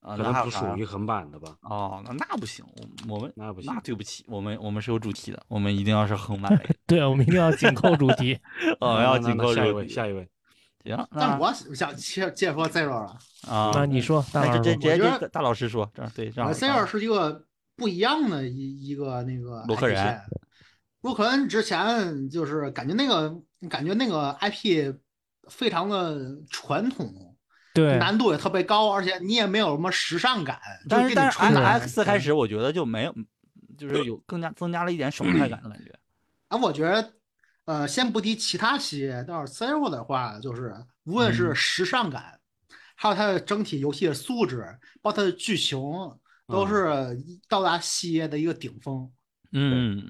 Speaker 1: 啊，
Speaker 4: 可
Speaker 1: 那
Speaker 4: 能
Speaker 1: 还有
Speaker 4: 不
Speaker 1: 啥
Speaker 4: 属
Speaker 1: 呀
Speaker 4: 于横版的吧。
Speaker 1: 哦，那那不行，我我们
Speaker 4: 那不
Speaker 1: 那
Speaker 4: 行
Speaker 1: 对不起，我们我们是有主题的，我们一定要是横版 类
Speaker 3: 对，我们一定要紧扣主题。
Speaker 1: 的，哦，
Speaker 4: 那
Speaker 1: 要
Speaker 4: 那
Speaker 1: 紧
Speaker 4: 那
Speaker 1: 扣
Speaker 4: 下一
Speaker 1: 主
Speaker 4: 位，
Speaker 1: 题
Speaker 4: 下一位。
Speaker 1: 行，那
Speaker 2: 但我想接接着说 Zero 了
Speaker 1: 啊，
Speaker 3: 那你说，大
Speaker 1: 那
Speaker 3: 老
Speaker 1: 就
Speaker 3: 师
Speaker 1: 直
Speaker 3: 说
Speaker 1: 直接
Speaker 2: 我觉
Speaker 1: 就
Speaker 2: 得
Speaker 1: 大大老师说，这样对，这样
Speaker 2: 啊
Speaker 1: 好
Speaker 2: ，Zero 是一个不一样的一一个那个
Speaker 1: 洛克
Speaker 2: IP
Speaker 1: 人
Speaker 2: 线。洛克人之前就是感觉那个感觉那个 IP 非常的传统，
Speaker 3: 对，
Speaker 2: 难度也特别高，而且你也没有什么时尚感。就
Speaker 1: 但
Speaker 2: 给
Speaker 1: 是
Speaker 2: 你
Speaker 1: 但是
Speaker 2: 冲
Speaker 1: X
Speaker 2: 着
Speaker 1: X
Speaker 4: 嗯
Speaker 1: 开始，我觉得就没有，就是有更加增加了一点爽快感的感觉。
Speaker 2: 啊，我觉得，呃，先不提其他系列，但是 Zero 的话，就是无论
Speaker 1: 嗯
Speaker 2: 是时尚感，还有它的整体游戏的素质，包括它的剧情，都是一到达系列的一个顶峰。
Speaker 1: 嗯，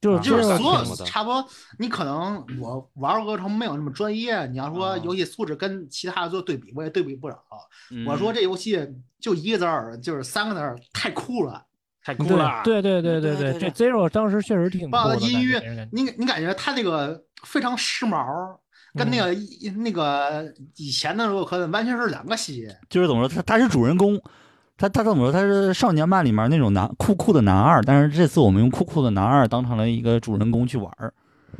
Speaker 3: 就是
Speaker 4: 啊
Speaker 2: 就是
Speaker 4: 这个
Speaker 2: 所
Speaker 4: 挺好
Speaker 2: 有
Speaker 4: 的
Speaker 2: 差不多，你可能我玩儿过程没有那么专业，你要说
Speaker 1: 啊
Speaker 2: 游戏素质跟其他的做对比，我也对比不了。
Speaker 1: 嗯
Speaker 2: 我说这游戏就一个字儿，就是三个字儿，太酷了。
Speaker 4: 太酷了！
Speaker 3: 对对对对
Speaker 1: 对
Speaker 3: 对
Speaker 1: 对
Speaker 3: 对，这 Zero 当时确实挺酷
Speaker 2: 包括
Speaker 3: 的，
Speaker 2: 音
Speaker 3: 感觉
Speaker 2: 乐
Speaker 3: 给人感觉
Speaker 2: 你你感觉它那个非常时髦儿，跟那
Speaker 3: 嗯
Speaker 2: 个一、那个以前的时候可能完全是两个系列。
Speaker 1: 就是怎么说，他他是主人公，他他怎么说，他是少年漫里面那种男酷酷的男二，但是这次我们用酷酷的男二当成了一个主人公去玩儿。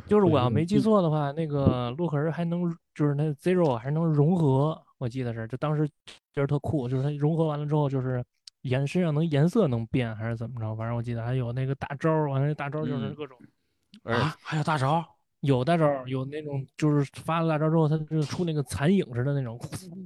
Speaker 3: 就是我要
Speaker 1: 嗯
Speaker 3: 没记错的话，那个洛克人还能就是那 Zero 还能融合，我记得是，就当时觉得特酷，就是它融合完了之后，就是颜身上能颜色能变还是怎么着，反正我记得还有那个大招儿，完了那大招儿就是
Speaker 1: 嗯
Speaker 3: 各种、
Speaker 1: 而且
Speaker 4: 啊，还有大招，
Speaker 3: 有大招儿，有那种就是发了大招之后，他就出那个残影似的那种，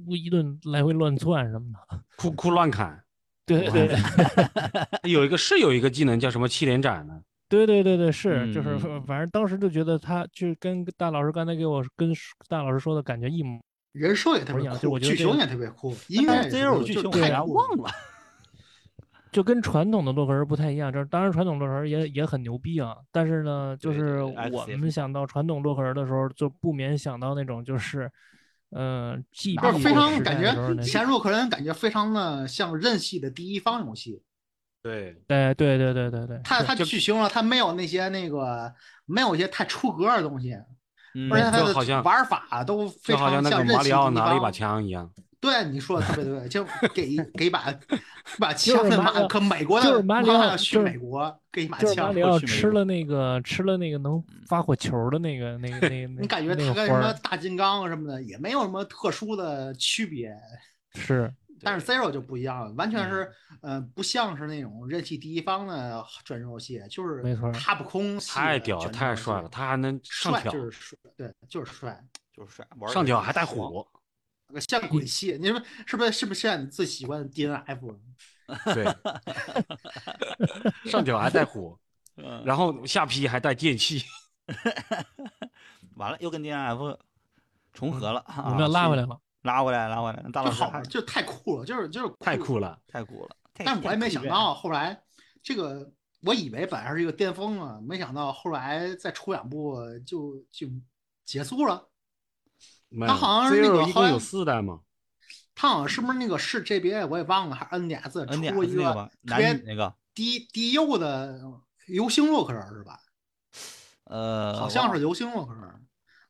Speaker 3: 呼一顿来回乱窜什么的。
Speaker 4: 酷酷乱砍。
Speaker 3: 对对对
Speaker 4: 有一个是有一个技能叫什么七连斩的，
Speaker 3: 对对对对，是就是
Speaker 1: 嗯嗯
Speaker 3: 反正当时就觉得他就跟大老师刚才给我跟大老师说的感觉一模
Speaker 2: 人设也特
Speaker 3: 不是
Speaker 2: 别
Speaker 3: 一样就
Speaker 2: 酷，
Speaker 3: 我觉得
Speaker 2: 剧
Speaker 3: 这
Speaker 2: 情
Speaker 3: 个
Speaker 2: 也特别酷，音乐
Speaker 1: 但是
Speaker 2: 也特别
Speaker 1: Zero
Speaker 2: 酷
Speaker 1: 剧
Speaker 2: 就啊
Speaker 1: 情我
Speaker 2: 太
Speaker 1: 还然啊
Speaker 2: 酷
Speaker 1: 忘了。
Speaker 3: 就跟传统的洛克人不太一样，这当然传统洛克人也也很牛逼啊，但是呢，就
Speaker 1: 对对
Speaker 3: 是
Speaker 1: 对，X
Speaker 3: 我
Speaker 1: 也
Speaker 3: 们想到传统洛克人的时候，就不免想到那种就是，呃，G
Speaker 2: 就
Speaker 3: B
Speaker 2: 是非常感觉
Speaker 3: 那
Speaker 2: 以前洛克人感觉非常的像任系的第一方游戏，
Speaker 4: 对，
Speaker 3: 对对对对对对，
Speaker 2: 它
Speaker 3: 是
Speaker 2: 它剧情了，它没有那些那个没有一些太出格的东西，
Speaker 1: 嗯
Speaker 2: 而且
Speaker 4: 就好
Speaker 2: 它的
Speaker 4: 像
Speaker 2: 玩法都非
Speaker 4: 就好
Speaker 2: 常
Speaker 4: 像那个
Speaker 2: 任
Speaker 4: 马
Speaker 2: 系
Speaker 4: 里
Speaker 2: 的
Speaker 4: 奥
Speaker 2: 第一
Speaker 4: 拿了一把
Speaker 2: 方
Speaker 4: 枪一样。
Speaker 2: 对，你说的特别对，就给 一给一把把枪
Speaker 3: 就是
Speaker 2: 的
Speaker 3: 马
Speaker 2: 马，
Speaker 3: 里奥
Speaker 2: 可美国
Speaker 3: 就
Speaker 2: 的
Speaker 3: 是马里
Speaker 2: 妈
Speaker 3: 奥
Speaker 2: 妈要去
Speaker 3: 就是
Speaker 2: 美国给一把
Speaker 3: 就是马
Speaker 2: 枪
Speaker 3: 里，奥
Speaker 1: 去美
Speaker 3: 吃
Speaker 1: 国
Speaker 3: 了那个吃了那个能发火球的那个那 个那那，
Speaker 2: 你感觉
Speaker 3: 那
Speaker 2: 他
Speaker 3: 个
Speaker 2: 跟
Speaker 3: 花
Speaker 2: 什么
Speaker 3: 儿
Speaker 2: 大金刚什么的也没有什么特殊的区别，
Speaker 3: 是
Speaker 2: 但是 Zero 就不一样了，完
Speaker 4: 嗯
Speaker 2: 全是呃不像是那种任系第一方的卷轴游戏，就是
Speaker 3: 没错儿
Speaker 2: 踏不空系
Speaker 4: 太
Speaker 2: 的
Speaker 4: 屌了，
Speaker 2: 卷轴
Speaker 4: 太
Speaker 2: 游
Speaker 4: 帅
Speaker 2: 戏
Speaker 4: 了，他还能上
Speaker 2: 帅
Speaker 4: 挑，
Speaker 2: 就是帅，对，就是帅，
Speaker 1: 就是帅，玩儿
Speaker 4: 上
Speaker 1: 的
Speaker 4: 挑
Speaker 1: 时
Speaker 4: 还带
Speaker 1: 候
Speaker 4: 火。
Speaker 2: 呃像
Speaker 1: 嗯
Speaker 2: 鬼戏，你说是不是？是不是像你最喜欢的 DNF？
Speaker 4: 对，上挑还带火，
Speaker 1: 嗯，
Speaker 4: 然后下劈还带电器。
Speaker 1: 完了又跟 DNF 重合了，
Speaker 3: 我
Speaker 1: 我
Speaker 3: 们要拉回来，了，
Speaker 1: 拉回来，拉回来，大
Speaker 2: 就
Speaker 1: 老师
Speaker 2: 好
Speaker 1: 还
Speaker 2: 玩，就太酷了，就是就是
Speaker 4: 太酷了，
Speaker 1: 太酷了，太
Speaker 2: 但我也没想，
Speaker 1: 太酷了
Speaker 2: 到后来这个，我以为本来是一个巅峰啊，没想到后来再出两部就就结束了。
Speaker 4: 没
Speaker 2: 他
Speaker 4: 有
Speaker 2: 好像是那个
Speaker 4: Zero 一
Speaker 2: 好
Speaker 4: 共
Speaker 2: 像
Speaker 4: 有四代嘛，
Speaker 2: 他好像是不是那个是 GBA 我也忘了，还是 NDS 出
Speaker 1: NDS
Speaker 2: 过一
Speaker 1: 那个吧
Speaker 2: 特
Speaker 1: 男
Speaker 2: 别
Speaker 1: 女那个
Speaker 2: 低低幼的流星洛克人是吧？
Speaker 1: 呃，嗯
Speaker 2: 好像
Speaker 1: 忘
Speaker 2: 是
Speaker 1: 了
Speaker 2: 流星洛克人。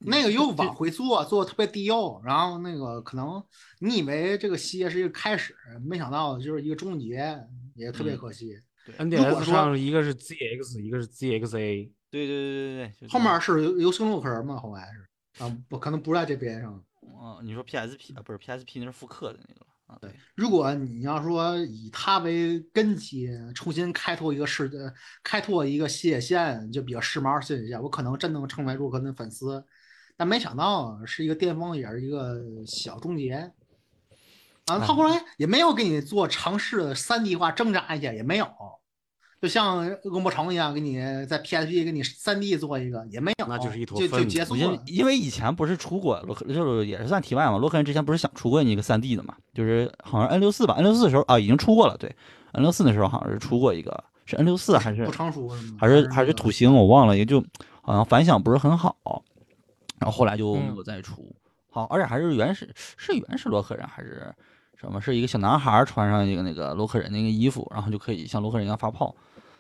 Speaker 2: 那个又往回做，做的特别低幼，然后那个可能你以为这个系列是一个开始，没想到就是一个终结，也特别
Speaker 1: 嗯
Speaker 2: 可惜。如果
Speaker 4: NDS
Speaker 2: 说
Speaker 4: 上一个是 ZX，一个是 ZXA，
Speaker 1: 对对对对对，就
Speaker 2: 后
Speaker 1: 是
Speaker 2: 面是流流星洛克人嘛，后来是啊，不可能不在这边上。
Speaker 1: 嗯哦，你说 PSP 啊，不是 PSP，那是复刻的那个了
Speaker 2: 对，如果你要说以它为根基，重新开拓一个世界，开拓一个新野线，就比较时髦新野线，我可能真能成为入坑的粉丝。但没想到是一个巅峰，也是一个小终结。啊，他后来也没有给你做尝试三 D 化挣扎一下，也没有。就像恶魔城一样，给你在 PSP 给你三 D 做一个，也没有，
Speaker 4: 那就是一坨
Speaker 2: 就
Speaker 4: 粪
Speaker 2: 就结束
Speaker 1: 因为
Speaker 2: 了。
Speaker 1: 因为以前不是出过洛克，就是也是算题外嘛。洛克人之前不是想出过一个三 D 的嘛，就是好像 N 六四吧，N 六四的时候啊已经出过了，对，N 六四那时候好像是出过一个，是 N 六四还是
Speaker 2: 不成熟嗯什么的
Speaker 1: 还是还是土星，我忘了，也就好像反响不是很好，然后后来就没
Speaker 3: 嗯
Speaker 1: 有再出。好，而且还是原始是原始洛克人还是什么？是一个小男孩穿上一个那个洛克人那个衣服，然后就可以像洛克人一样发炮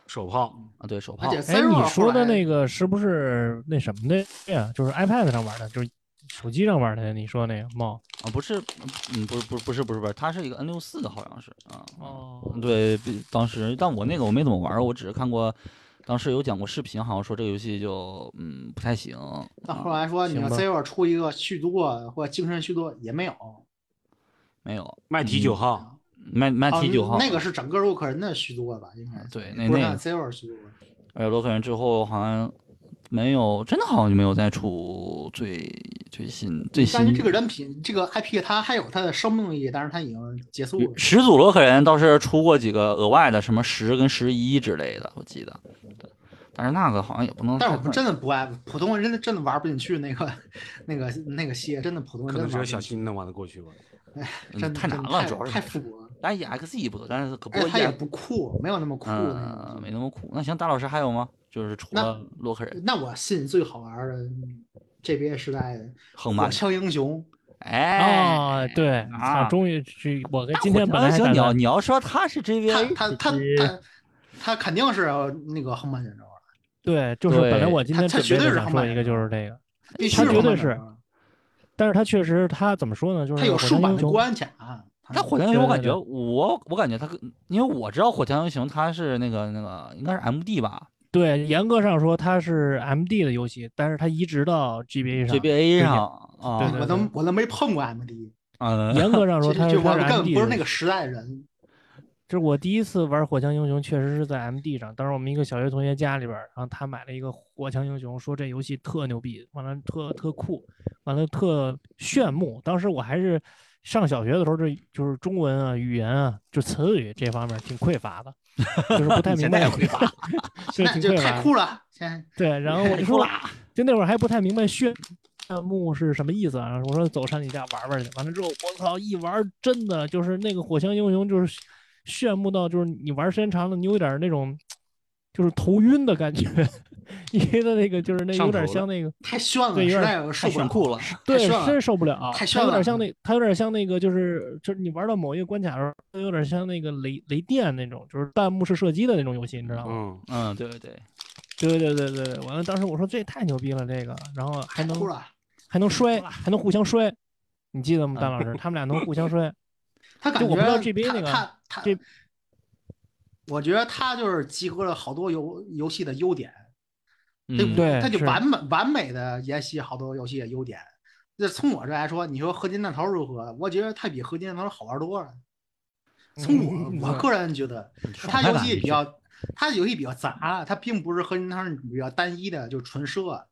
Speaker 4: 手炮，
Speaker 1: 啊，对手
Speaker 2: 而
Speaker 1: 炮
Speaker 2: 且。
Speaker 3: 哎，
Speaker 2: Zero
Speaker 3: 你说的
Speaker 2: 后来
Speaker 3: 那个是不是那什么的呀？就是 iPad 上玩的，就是手机上玩的。你说那个帽？
Speaker 1: 啊，不是，嗯，不是，不是，不是，不是，不是，它是一个 N 六四的，好像是啊。
Speaker 3: 哦
Speaker 1: 对，比当时，但我那个我没怎么玩儿，我只是看过，当时有讲过视频，好像说这个游戏就嗯不太行。
Speaker 2: 那
Speaker 1: 啊
Speaker 2: 后来说你
Speaker 3: 行
Speaker 2: 要
Speaker 3: 吧
Speaker 2: Zero 出一个续作或精神续作也没有，
Speaker 1: 没有
Speaker 4: 麦提九号，
Speaker 1: 麦麦
Speaker 2: 啊
Speaker 1: 提九号、
Speaker 2: 那个是整个洛克人的续作吧？应该
Speaker 1: 啊对
Speaker 2: 是
Speaker 1: 那
Speaker 2: 不是
Speaker 1: 那
Speaker 2: 按
Speaker 1: 个
Speaker 2: Zero 续作。
Speaker 1: 而且洛克人之后好像没有，真的好像就没有再出最最新最
Speaker 2: 但是
Speaker 1: 新。
Speaker 2: 这个人品，这个 IP 它还有它的生命力，但是它已经结束了。
Speaker 1: 始祖洛克人倒是出过几个额外的，什么十跟十一之类的，我记得。对但是那个好像也不能太
Speaker 2: 但是
Speaker 1: 算。
Speaker 2: 我们真的不爱，普通人真的真的玩不进去那个、那个、嗯那个系列，真的普通人
Speaker 4: 可
Speaker 2: 真
Speaker 4: 能
Speaker 2: 的
Speaker 4: 只有
Speaker 2: 玩
Speaker 4: 小
Speaker 2: 不进去
Speaker 4: 新能玩得过去吧。
Speaker 1: 嗯
Speaker 2: 真的
Speaker 1: 太
Speaker 2: 真
Speaker 1: 难
Speaker 2: 的
Speaker 1: 了，主要是
Speaker 2: 太复古了，
Speaker 1: 但 EXE 不错，但是可不
Speaker 2: 而且
Speaker 1: 过
Speaker 2: 它也
Speaker 1: EX
Speaker 2: 不酷，没有那么酷。那
Speaker 1: 嗯，
Speaker 2: 个
Speaker 1: 没那么酷。那行，大老师还有吗？就是除
Speaker 2: 那嗯
Speaker 1: 了洛克人、
Speaker 2: 那我信最好玩的 GBA 时代的
Speaker 1: 横
Speaker 2: 火
Speaker 1: 版，
Speaker 2: 枪英雄，
Speaker 1: 哎，
Speaker 3: 哦，对，
Speaker 1: 啊
Speaker 3: 啊，终于这我跟
Speaker 1: 那
Speaker 3: 今天
Speaker 1: 火
Speaker 3: 本
Speaker 1: 箭
Speaker 3: 来
Speaker 1: 行，你
Speaker 3: 还打
Speaker 1: 要
Speaker 3: 算
Speaker 1: 你要说他是
Speaker 2: 他
Speaker 1: JVA，
Speaker 2: 他他他他肯定是那个横版卷轴，
Speaker 3: 对，就是本来
Speaker 1: 对
Speaker 3: 我今
Speaker 2: 他
Speaker 3: 天
Speaker 2: 他
Speaker 3: 准
Speaker 2: 绝
Speaker 3: 备
Speaker 2: 对
Speaker 3: 的
Speaker 2: 是
Speaker 3: 想
Speaker 2: 横
Speaker 3: 说
Speaker 2: 版
Speaker 3: 一个
Speaker 2: 的
Speaker 3: 就是这个，
Speaker 2: 必须
Speaker 3: 他
Speaker 2: 是
Speaker 3: 绝
Speaker 2: 横
Speaker 3: 对
Speaker 2: 版卷
Speaker 3: 是
Speaker 2: 轴。
Speaker 3: 但是他确实他怎么说呢？就是
Speaker 2: 它有
Speaker 3: 火
Speaker 2: 竖
Speaker 3: 箭
Speaker 2: 版
Speaker 3: 英
Speaker 2: 的
Speaker 3: 雄
Speaker 2: 关卡，啊它
Speaker 1: 但火箭英雄，我
Speaker 3: 对
Speaker 1: 感
Speaker 3: 对
Speaker 1: 觉我我感觉他跟，因为我知道火箭英雄他是那个那个应该是 MD 吧
Speaker 3: 对，严格上说它是 MD 的游戏，但是它移植到 GBA 上。
Speaker 1: ，JBA
Speaker 3: 对
Speaker 1: 上
Speaker 3: 对
Speaker 1: 啊，
Speaker 3: 对
Speaker 2: 我都我都没碰过 MD，
Speaker 1: 嗯，
Speaker 3: 严格上
Speaker 2: 其
Speaker 3: 说
Speaker 2: 实
Speaker 3: 它是
Speaker 2: 就
Speaker 3: 它
Speaker 2: 我
Speaker 3: 是
Speaker 2: 根
Speaker 3: MD
Speaker 2: 本
Speaker 3: 的
Speaker 2: 不是
Speaker 3: 游
Speaker 2: 那个
Speaker 3: 戏
Speaker 2: 时代人，
Speaker 3: 这是我第一次玩火枪英雄，确实是在 MD 上。当时我们一个小学同学家里边儿，然后他买了一个火枪英雄，说这游戏特牛逼，完了特特酷，完了特炫目。当时我还是上小学的时候，这就是中文啊、语言啊，就词语这方面挺匮乏的，就是不太
Speaker 1: 现
Speaker 3: 明
Speaker 1: 在
Speaker 3: 白。
Speaker 1: 也匮乏，
Speaker 3: 对，
Speaker 2: 那
Speaker 3: 挺
Speaker 2: 就
Speaker 3: 匮
Speaker 2: 太
Speaker 3: 乏。
Speaker 2: 酷了。现在
Speaker 3: 对，然后我就
Speaker 1: 哭
Speaker 3: 说
Speaker 1: 了，
Speaker 3: 就那会儿还不太明白炫幕是什么意思啊。我说走山底下玩玩去，完了之后我操，一玩儿真的就是那个火枪英雄，就是炫目到就是你玩儿时间长了，你有点儿那种就是头晕的感觉， 因为它那个就是那
Speaker 4: 上
Speaker 3: 有点儿
Speaker 4: 头
Speaker 3: 像那个
Speaker 2: 太炫了，
Speaker 3: 对有
Speaker 2: 时
Speaker 3: 点
Speaker 2: 代我受
Speaker 1: 太
Speaker 2: 不
Speaker 1: 炫
Speaker 2: 了
Speaker 1: 酷了，
Speaker 3: 对
Speaker 2: 炫了，
Speaker 3: 真受不了，
Speaker 2: 太
Speaker 3: 它
Speaker 2: 炫
Speaker 3: 有
Speaker 2: 了嗯
Speaker 3: 点像那它有点像那个就是就是你玩到某一个关卡的时候，它有点像那个雷雷电那种，就是弹幕式射击的那种游戏，你知道吗？
Speaker 4: 嗯，
Speaker 1: 嗯，对对对，
Speaker 3: 对对对对对，完了当时我说这也太牛逼了，这个，然后还
Speaker 2: 太
Speaker 3: 能
Speaker 2: 酷了。
Speaker 3: 还能摔，还能互相摔，你记得吗，丹老师？他们俩能互相摔。
Speaker 2: 他感
Speaker 3: 就
Speaker 2: 觉
Speaker 3: 我不知道 GBA
Speaker 2: 他
Speaker 3: 那个
Speaker 2: 他他
Speaker 3: 这
Speaker 2: 我觉得他就是集合了好多游游戏的优点，
Speaker 1: 嗯
Speaker 3: 对
Speaker 2: 他就是完美完美的沿袭好多游戏的优点。那从我这来说，你说合金弹头如何？我觉得它比合金弹头好玩多了。从
Speaker 1: 嗯
Speaker 2: 我我个人 觉得，它游戏比较，它游戏比较杂，它并不是合金弹头比较单一的，就纯射，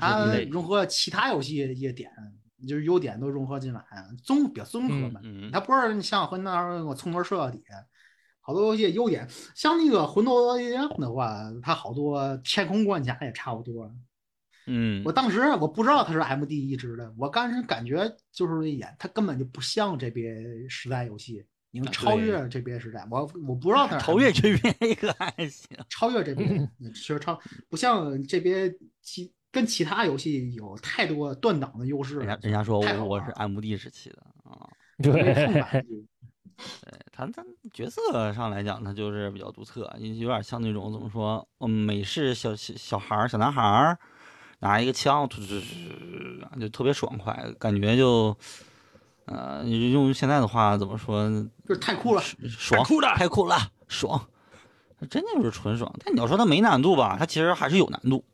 Speaker 2: 它
Speaker 1: 一类
Speaker 2: 融合其他游戏一些点，就是优点都融合进来，综比较综合嘛。
Speaker 1: 嗯，
Speaker 2: 它不是像魂那儿我从头射到底，好多游戏优点，像那个魂斗罗一样的话，它好多天空关卡也差不多。
Speaker 1: 嗯，
Speaker 2: 我当时我不知道它是 MD 移植的，我当时感觉就是一眼，它根本就不像这边时代游戏，已经超越这边时代。我我不知道它是
Speaker 1: 啊 超越 JVA 可还行，
Speaker 2: 超越 这边，其实超不像这边其跟其他游戏有太多断档的优势
Speaker 1: 人。家人家说
Speaker 2: 太
Speaker 1: 我
Speaker 2: 好
Speaker 1: 我
Speaker 2: 玩
Speaker 1: 是
Speaker 2: 了
Speaker 1: MD 时期的啊，
Speaker 2: 没
Speaker 3: 对
Speaker 2: 空吧
Speaker 1: 对他他角色上来讲，他就是比较独特，有有点像那种怎么说，嗯，美式小小小孩儿、小男孩儿拿一个枪，突突突突突就特别爽快，感觉就，呃，你用现在的话怎么说，
Speaker 2: 就是太酷了。
Speaker 1: 爽，
Speaker 4: 太酷了
Speaker 1: 太酷了，爽，真的就是纯爽。但你要说它没难度吧，它其实还是有难度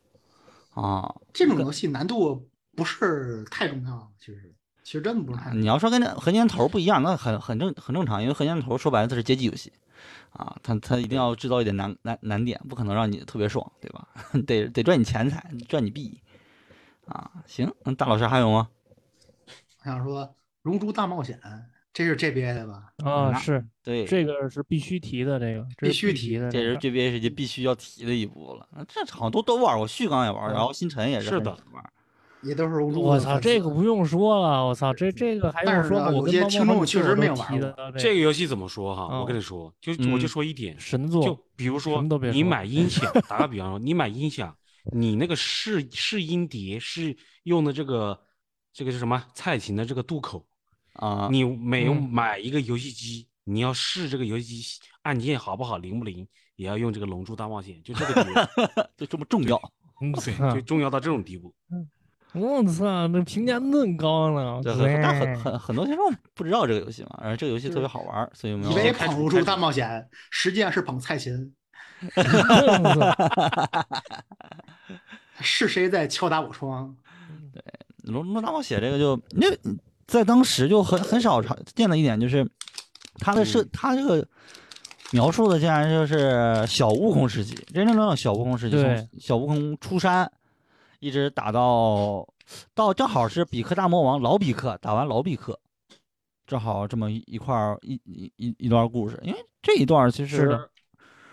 Speaker 1: 啊。
Speaker 2: 这种游戏难度不是太重要，其实。其实真的不是太难。
Speaker 1: 啊你要说跟这核心头不一样，那很很正很正常，因为核心头说白了它是街机游戏，啊，它它一定要制造一点难难难点，不可能让你特别爽，对吧？ 得得赚你钱财，赚你币，啊，行，那大老师还有吗？
Speaker 2: 我想说《龙珠大冒险》，这是 GBA 的吧？
Speaker 3: 啊
Speaker 1: 那，
Speaker 3: 是
Speaker 1: 对，
Speaker 3: 这个是必须提的，这个这
Speaker 2: 必
Speaker 3: 是
Speaker 2: 须提
Speaker 3: 提的，
Speaker 1: 这是 GBA 世界必须要提的一步了。那这好像都都玩过，旭刚也玩，
Speaker 3: 嗯
Speaker 1: 然后星辰也是
Speaker 4: 是
Speaker 1: 很
Speaker 4: 的
Speaker 1: 喜欢玩。
Speaker 2: 也都是龙珠。
Speaker 3: 我操，这个不用说了，我操，这这个还
Speaker 2: 但
Speaker 3: 用
Speaker 2: 是
Speaker 3: 说
Speaker 2: 呢
Speaker 3: 吗？
Speaker 2: 有
Speaker 3: 我
Speaker 2: 些
Speaker 3: 跟猫
Speaker 2: 听
Speaker 3: 猫
Speaker 2: 众
Speaker 3: 们
Speaker 2: 确
Speaker 3: 室
Speaker 2: 实
Speaker 3: 友
Speaker 2: 没
Speaker 3: 都
Speaker 2: 有玩
Speaker 3: 提
Speaker 2: 过
Speaker 3: 的
Speaker 4: 这
Speaker 3: 个
Speaker 4: 个游戏怎么说哈？我跟你说，就我
Speaker 1: 嗯
Speaker 4: 就说一点，
Speaker 3: 神
Speaker 4: 就
Speaker 3: 作，
Speaker 4: 比如
Speaker 3: 什
Speaker 4: 说
Speaker 3: 么都别
Speaker 4: 你
Speaker 3: 说
Speaker 4: 买音响，打个比方说，你买音响，你那个试试音碟是用的这个这个是什么蔡琴的这个渡口，
Speaker 1: 啊，
Speaker 4: 你每
Speaker 3: 嗯
Speaker 4: 买一个游戏机，你要试这个游戏机按键好不好，灵不灵，也要用这个《龙珠大冒险》，就这个碟
Speaker 1: 就这么重要。
Speaker 3: 嗯
Speaker 4: 对，
Speaker 3: 操
Speaker 4: 就重要到这种地步。
Speaker 3: 我操，这评价那高呢，
Speaker 1: 对，很但
Speaker 3: 对
Speaker 1: 很很很多听众不知道这个游戏嘛，然后这个游戏特别好玩，所以我们
Speaker 2: 以
Speaker 1: 要
Speaker 2: 为
Speaker 4: 开
Speaker 2: 捧
Speaker 4: 除
Speaker 2: 龙
Speaker 4: 开
Speaker 2: 珠
Speaker 4: 除
Speaker 2: 大冒险，实际上是捧蔡琴。
Speaker 3: 我操
Speaker 2: 是谁在敲打我窗？
Speaker 1: 《龙珠大冒险》这个就那在当时就很很少常见的一点就是，它的设
Speaker 4: 嗯
Speaker 1: 它这个描述的竟然就是小悟空时期，真正的小悟空时期，
Speaker 3: 对
Speaker 1: 从小悟空出山一直打到到正好是比克大魔王老比克打完老比克，正好这么一一块儿一一一一段故事，因为这一段其
Speaker 3: 是
Speaker 1: 实
Speaker 3: 的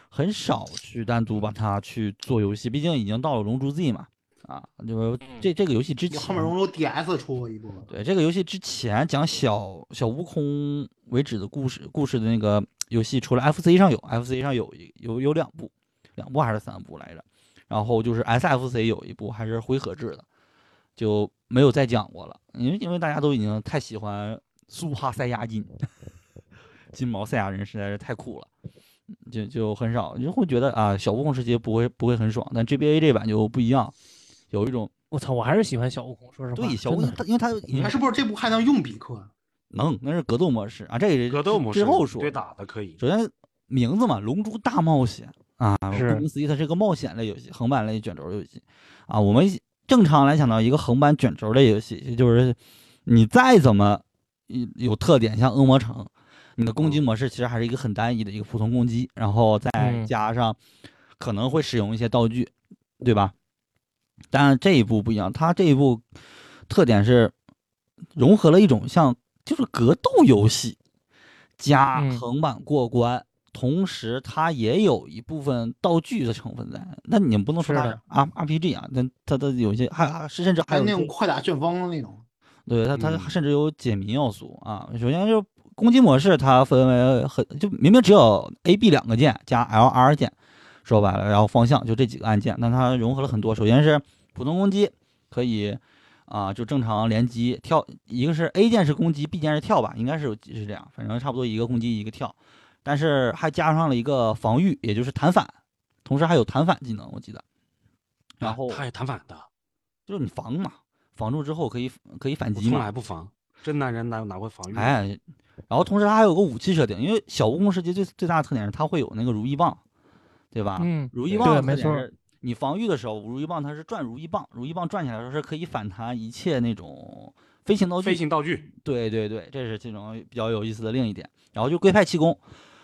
Speaker 1: 很少去单独把它去做游戏，毕竟已经到了龙珠 Z 嘛。啊，就是
Speaker 3: 嗯
Speaker 1: 这这个游戏之前，
Speaker 2: 后面龙珠 DS 出过一部，
Speaker 1: 对这个游戏之前讲小小悟空为止的故事，故事的那个游戏除了 FC 上有，FC 上有一有有两部，两部还是三部来着，然后就是 SFC 有一部还是回合制的，就没有再讲过了，因为因为大家都已经太喜欢苏哈塞亚金， 金毛赛亚人实在是太酷了。就就很少，你就会觉得啊，小悟空时期不会不会很爽，但 GBA 这版就不一样，有一种
Speaker 3: 我操，我还是喜欢小悟空，说实话，
Speaker 1: 对小
Speaker 3: 真
Speaker 1: 悟空
Speaker 3: 的，
Speaker 1: 它因为它
Speaker 3: 嗯
Speaker 1: 已经
Speaker 2: 哎他是不是这部还能用比克？
Speaker 1: 能，那是格斗模式啊，这个
Speaker 4: 格斗模式
Speaker 1: 之后说
Speaker 4: 对
Speaker 1: 的。
Speaker 4: 打的可以，
Speaker 1: 首先名字嘛，《龙珠大冒险》啊，
Speaker 3: 是
Speaker 1: 顾名思义，它是个冒险类游戏，横版类卷轴游戏啊。我们正常来讲到一个横版卷轴类游戏，也就是你再怎么有有特点，像恶魔城，你的
Speaker 4: 嗯
Speaker 1: 攻击模式其实还是一个很单一的一个普通攻击，然后再
Speaker 3: 嗯
Speaker 1: 加上可能会使用一些道具，对吧？但这一部不一样，它这一部特点是融合了一种像就是格斗游戏加
Speaker 3: 嗯
Speaker 1: 横版过关，同时它也有一部分道具的成分在。那你不能说它
Speaker 3: 是
Speaker 1: 是 R R P G 啊，但它的有一些还还甚至还
Speaker 2: 还
Speaker 1: 有
Speaker 2: 有
Speaker 1: 一
Speaker 2: 那
Speaker 1: 些
Speaker 2: 种快打旋风那种，
Speaker 1: 对它，它
Speaker 4: 嗯
Speaker 1: 甚至有解谜要素啊。首先就是攻击模式，它分为很就明明只有 A、B 两个键加 L、R 键，说白了，然后方向就这几个按键，但它融合了很多。首先是普通攻击，可以啊、就正常连击跳，一个是 A 键是攻击，B 键是跳吧，应该是有是这样，反正差不多一个攻击一个跳，但是还加上了一个防御，也就是弹反，同时还有弹反技能，我记得。然后
Speaker 4: 他也啊弹反的，
Speaker 1: 就是你防嘛，防住之后可以可以反
Speaker 4: 我
Speaker 1: 击
Speaker 4: 从
Speaker 1: 嘛
Speaker 4: 来。不防，真男人哪哪会防御？啊
Speaker 1: 哎，然后同时它还有个武器设定，因为小悟空世界最最大的特点是它会有那个如意棒，对吧？
Speaker 3: 嗯，
Speaker 1: 如意
Speaker 4: 对
Speaker 1: 棒的
Speaker 3: 没
Speaker 1: 特点
Speaker 3: 错
Speaker 1: 是你防御的时候，如意棒它是转如意棒，如意棒转起来的时候是可以反弹一切那种飞行道具。
Speaker 4: 飞行道具，
Speaker 1: 对对对，这是这种比较有意思的另一点。然后就龟派气功，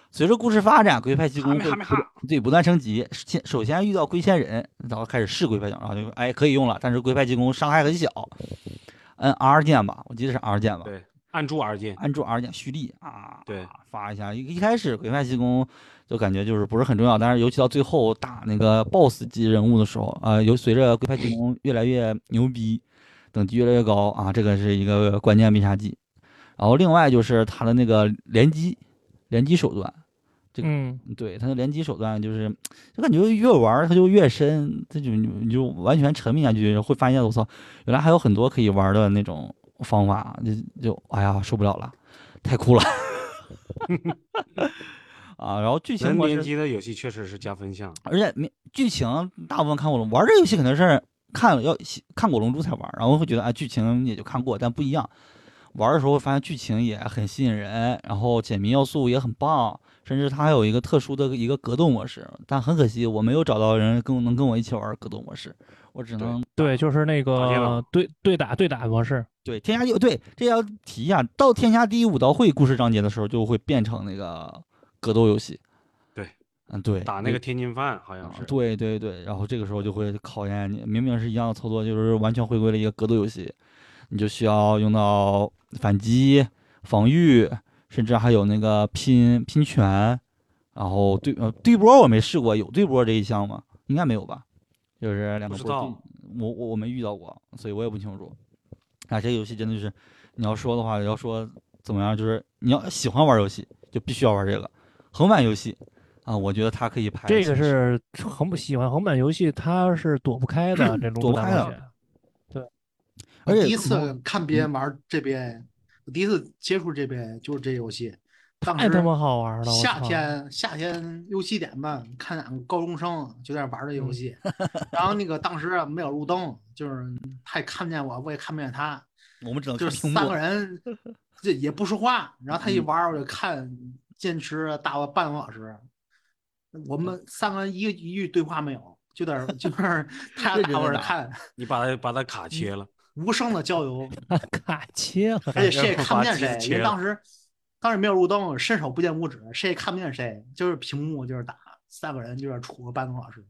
Speaker 1: 随着故事发展，龟派气功
Speaker 4: 哈密
Speaker 1: 会
Speaker 4: 哈密哈
Speaker 1: 不对不断升级。先首先遇到龟仙人，然后开始试龟派气功，然后就哎可以用了，但是龟派气功伤害很小，摁 R 键吧，我记得是 R 键吧。
Speaker 4: 对，按住 R 键，
Speaker 1: 按住 R 键蓄力啊，
Speaker 4: 对，
Speaker 1: 发一下。一一开始鬼派气功就感觉就是不是很重要，但是尤其到最后打那个 BOSS 级人物的时候，啊，由随着鬼派气功越来越牛逼，等级越来越高啊，这个是一个关键必杀技。然后另外就是他的那个连击，连击手段，这个
Speaker 3: 嗯，
Speaker 1: 对他的连击手段就是，就感觉越玩儿它就越深，这就你你就完全沉迷下去，会发现我操，原来还有很多可以玩儿的那种方法，就就哎呀受不了了，太酷了， 啊！然后剧情
Speaker 4: 人
Speaker 1: 模
Speaker 4: 联
Speaker 1: 式，
Speaker 4: 机的游戏确实是加分项，
Speaker 1: 而且没剧情大部分看过了，玩儿这游戏哎肯定是看要看过《龙珠》才玩儿，然后会觉得啊、剧情也就看过，但不一样。玩的时候会发现剧情也很吸引人，然后解谜要素也很棒，甚至它还有一个特殊的一个格斗模式。但很可惜，我没有找到人跟我能跟我一起玩格斗模式，我只能
Speaker 3: 对，就是那
Speaker 4: 天了
Speaker 3: 个对对打对打模式，
Speaker 1: 对天下第对这要提一下，到天下第一武道会故事章节的时候，就会变成那个格斗游戏。
Speaker 4: 对，
Speaker 1: 嗯，对，
Speaker 4: 打那个天津饭好像是。
Speaker 1: 啊对对对，然后这个时候就会考验你，明明是一样的操作，就是完全回归了一个格斗游戏，你就需要用到反击、防御，甚至还有那个拼拼拳，然后对呃对波我没试过，有对波这一项吗？应该没有吧？就是两
Speaker 4: 不
Speaker 1: 个
Speaker 4: 知
Speaker 1: 波对
Speaker 4: 道
Speaker 1: 我我我没遇到过，所以我也不清楚。啊，这个游戏真的是，你要说的话，要说怎么样，就是你要喜欢玩游戏，就必须要玩这个横版游戏啊。我觉得它可以排
Speaker 3: 这个
Speaker 1: 前十
Speaker 3: 是横版喜欢横版游戏，它是躲不开 的这种
Speaker 1: 躲不
Speaker 3: 大
Speaker 1: 开
Speaker 3: 冒
Speaker 1: 的
Speaker 3: 险。
Speaker 1: 而且
Speaker 2: 第一次
Speaker 3: 嗯
Speaker 2: 看别人玩这边，我第一次接触这边就是这游戏，当
Speaker 3: 太他
Speaker 2: 时
Speaker 3: 妈好玩了！我
Speaker 2: 夏
Speaker 3: 操
Speaker 2: 天夏天六七点吧，看两个高中生就在那玩这
Speaker 3: 嗯
Speaker 2: 游 戏，然后那个当时啊没有路灯，就是他也看不见我，我也看不见他，
Speaker 1: 我们
Speaker 3: 哦
Speaker 1: 只能
Speaker 2: 就
Speaker 1: 看
Speaker 2: 是
Speaker 1: 屏幕
Speaker 2: 三个 人这也不说话，然后他一
Speaker 3: 嗯
Speaker 2: 玩儿我就看，坚持大概半个小时，我们
Speaker 3: 嗯
Speaker 2: 三个人一个一句对话没有，就在那儿就是 他
Speaker 1: 认真
Speaker 2: 俩
Speaker 1: 地
Speaker 2: 我这
Speaker 1: 打
Speaker 2: 看，
Speaker 4: 你把它把它
Speaker 1: 嗯
Speaker 4: 卡切了，
Speaker 2: 无声的交流，
Speaker 3: 卡 切了，
Speaker 2: 而且谁也看不见
Speaker 4: 把
Speaker 2: 谁，
Speaker 4: 机器
Speaker 2: 因为
Speaker 4: 切
Speaker 2: 当时当时没有路灯，伸手不见五指，谁也看不见谁，就是屏幕就是打，三个人就是杵了半个多小时。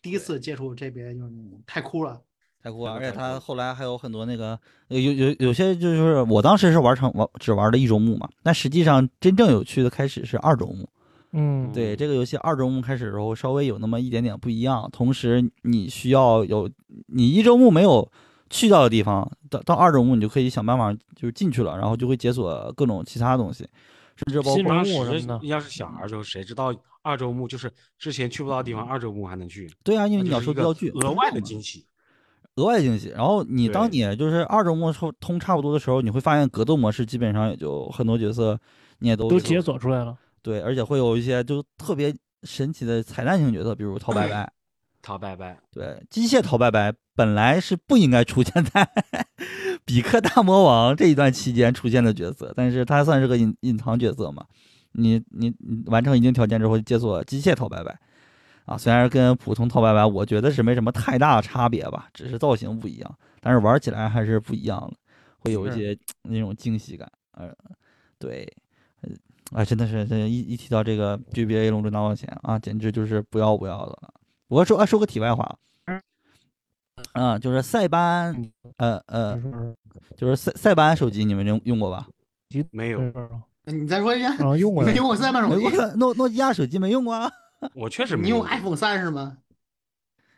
Speaker 2: 第一次接触这边就是那种太酷了，
Speaker 1: 太酷了，
Speaker 4: 那
Speaker 1: 而
Speaker 4: 个
Speaker 1: 且
Speaker 4: 太
Speaker 1: 它
Speaker 4: 酷
Speaker 1: 后来还有很多那个有有有些就是我当时是玩成玩只玩了一周目嘛，但实际上真正有趣的开始是二周目。
Speaker 3: 嗯，
Speaker 1: 对
Speaker 4: 嗯
Speaker 1: 这个游戏二周目开始的时候稍微有那么一点点不一样，同时你需要有你一周目没有去到的地方，到到二周目你就可以想办法就是进去了，然后就会解锁各种其他东西，甚至包
Speaker 3: 新
Speaker 1: 括
Speaker 3: 人
Speaker 4: 当
Speaker 3: 物什
Speaker 4: 时
Speaker 3: 么的
Speaker 4: 要是小孩儿时候，谁知道二周目就是之前去不到的地方，二周目还能去，
Speaker 1: 对嗯啊，因为
Speaker 4: 那
Speaker 1: 你
Speaker 4: 就
Speaker 1: 要
Speaker 4: 是
Speaker 1: 收
Speaker 4: 一
Speaker 1: 集
Speaker 4: 个
Speaker 1: 道具，
Speaker 4: 额 外的
Speaker 1: 金。
Speaker 4: 惊喜。
Speaker 1: 额外惊喜。然后你当
Speaker 4: 对
Speaker 1: 你就是二周目通通差不多的时候，你会发现格斗模式基本上也就很多角色你也都
Speaker 3: 都解锁出来了。
Speaker 1: 对，而且会有一些就特别神奇的彩蛋型角色，比如陶白白，
Speaker 4: 陶白白，
Speaker 1: 对，机械陶白白本来是不应该出现在 比克大魔王这一段期间出现的角色，但是它算是个隐隐藏角色嘛。你你你完成一定条件之后，解锁机械陶白白啊，虽然跟普通陶白白我觉得是没什么太大的差别吧，只是造型不一样，但是玩起来还是不一样的，会有一
Speaker 3: 是
Speaker 1: 些那种惊喜感。呃，对，呃啊，真的是，这一一提到这个 GBA《龙之大冒险》啊，简直就是不要不要的了。我说啊，说个题外话，啊，就是塞班，呃呃，
Speaker 3: 就是
Speaker 1: 就是塞塞班手机，你们用用过吧？
Speaker 4: 没有，
Speaker 1: 嗯
Speaker 3: 是吧
Speaker 2: 你再说一遍，
Speaker 3: 然后用过
Speaker 2: 没
Speaker 3: 来
Speaker 2: 嗯用过三万手
Speaker 1: 哎哦没
Speaker 2: 机
Speaker 1: 过，的诺诺基亚手机没用过啊，
Speaker 4: 我确实没
Speaker 2: 你用
Speaker 4: 过
Speaker 2: iPhone 三是吗？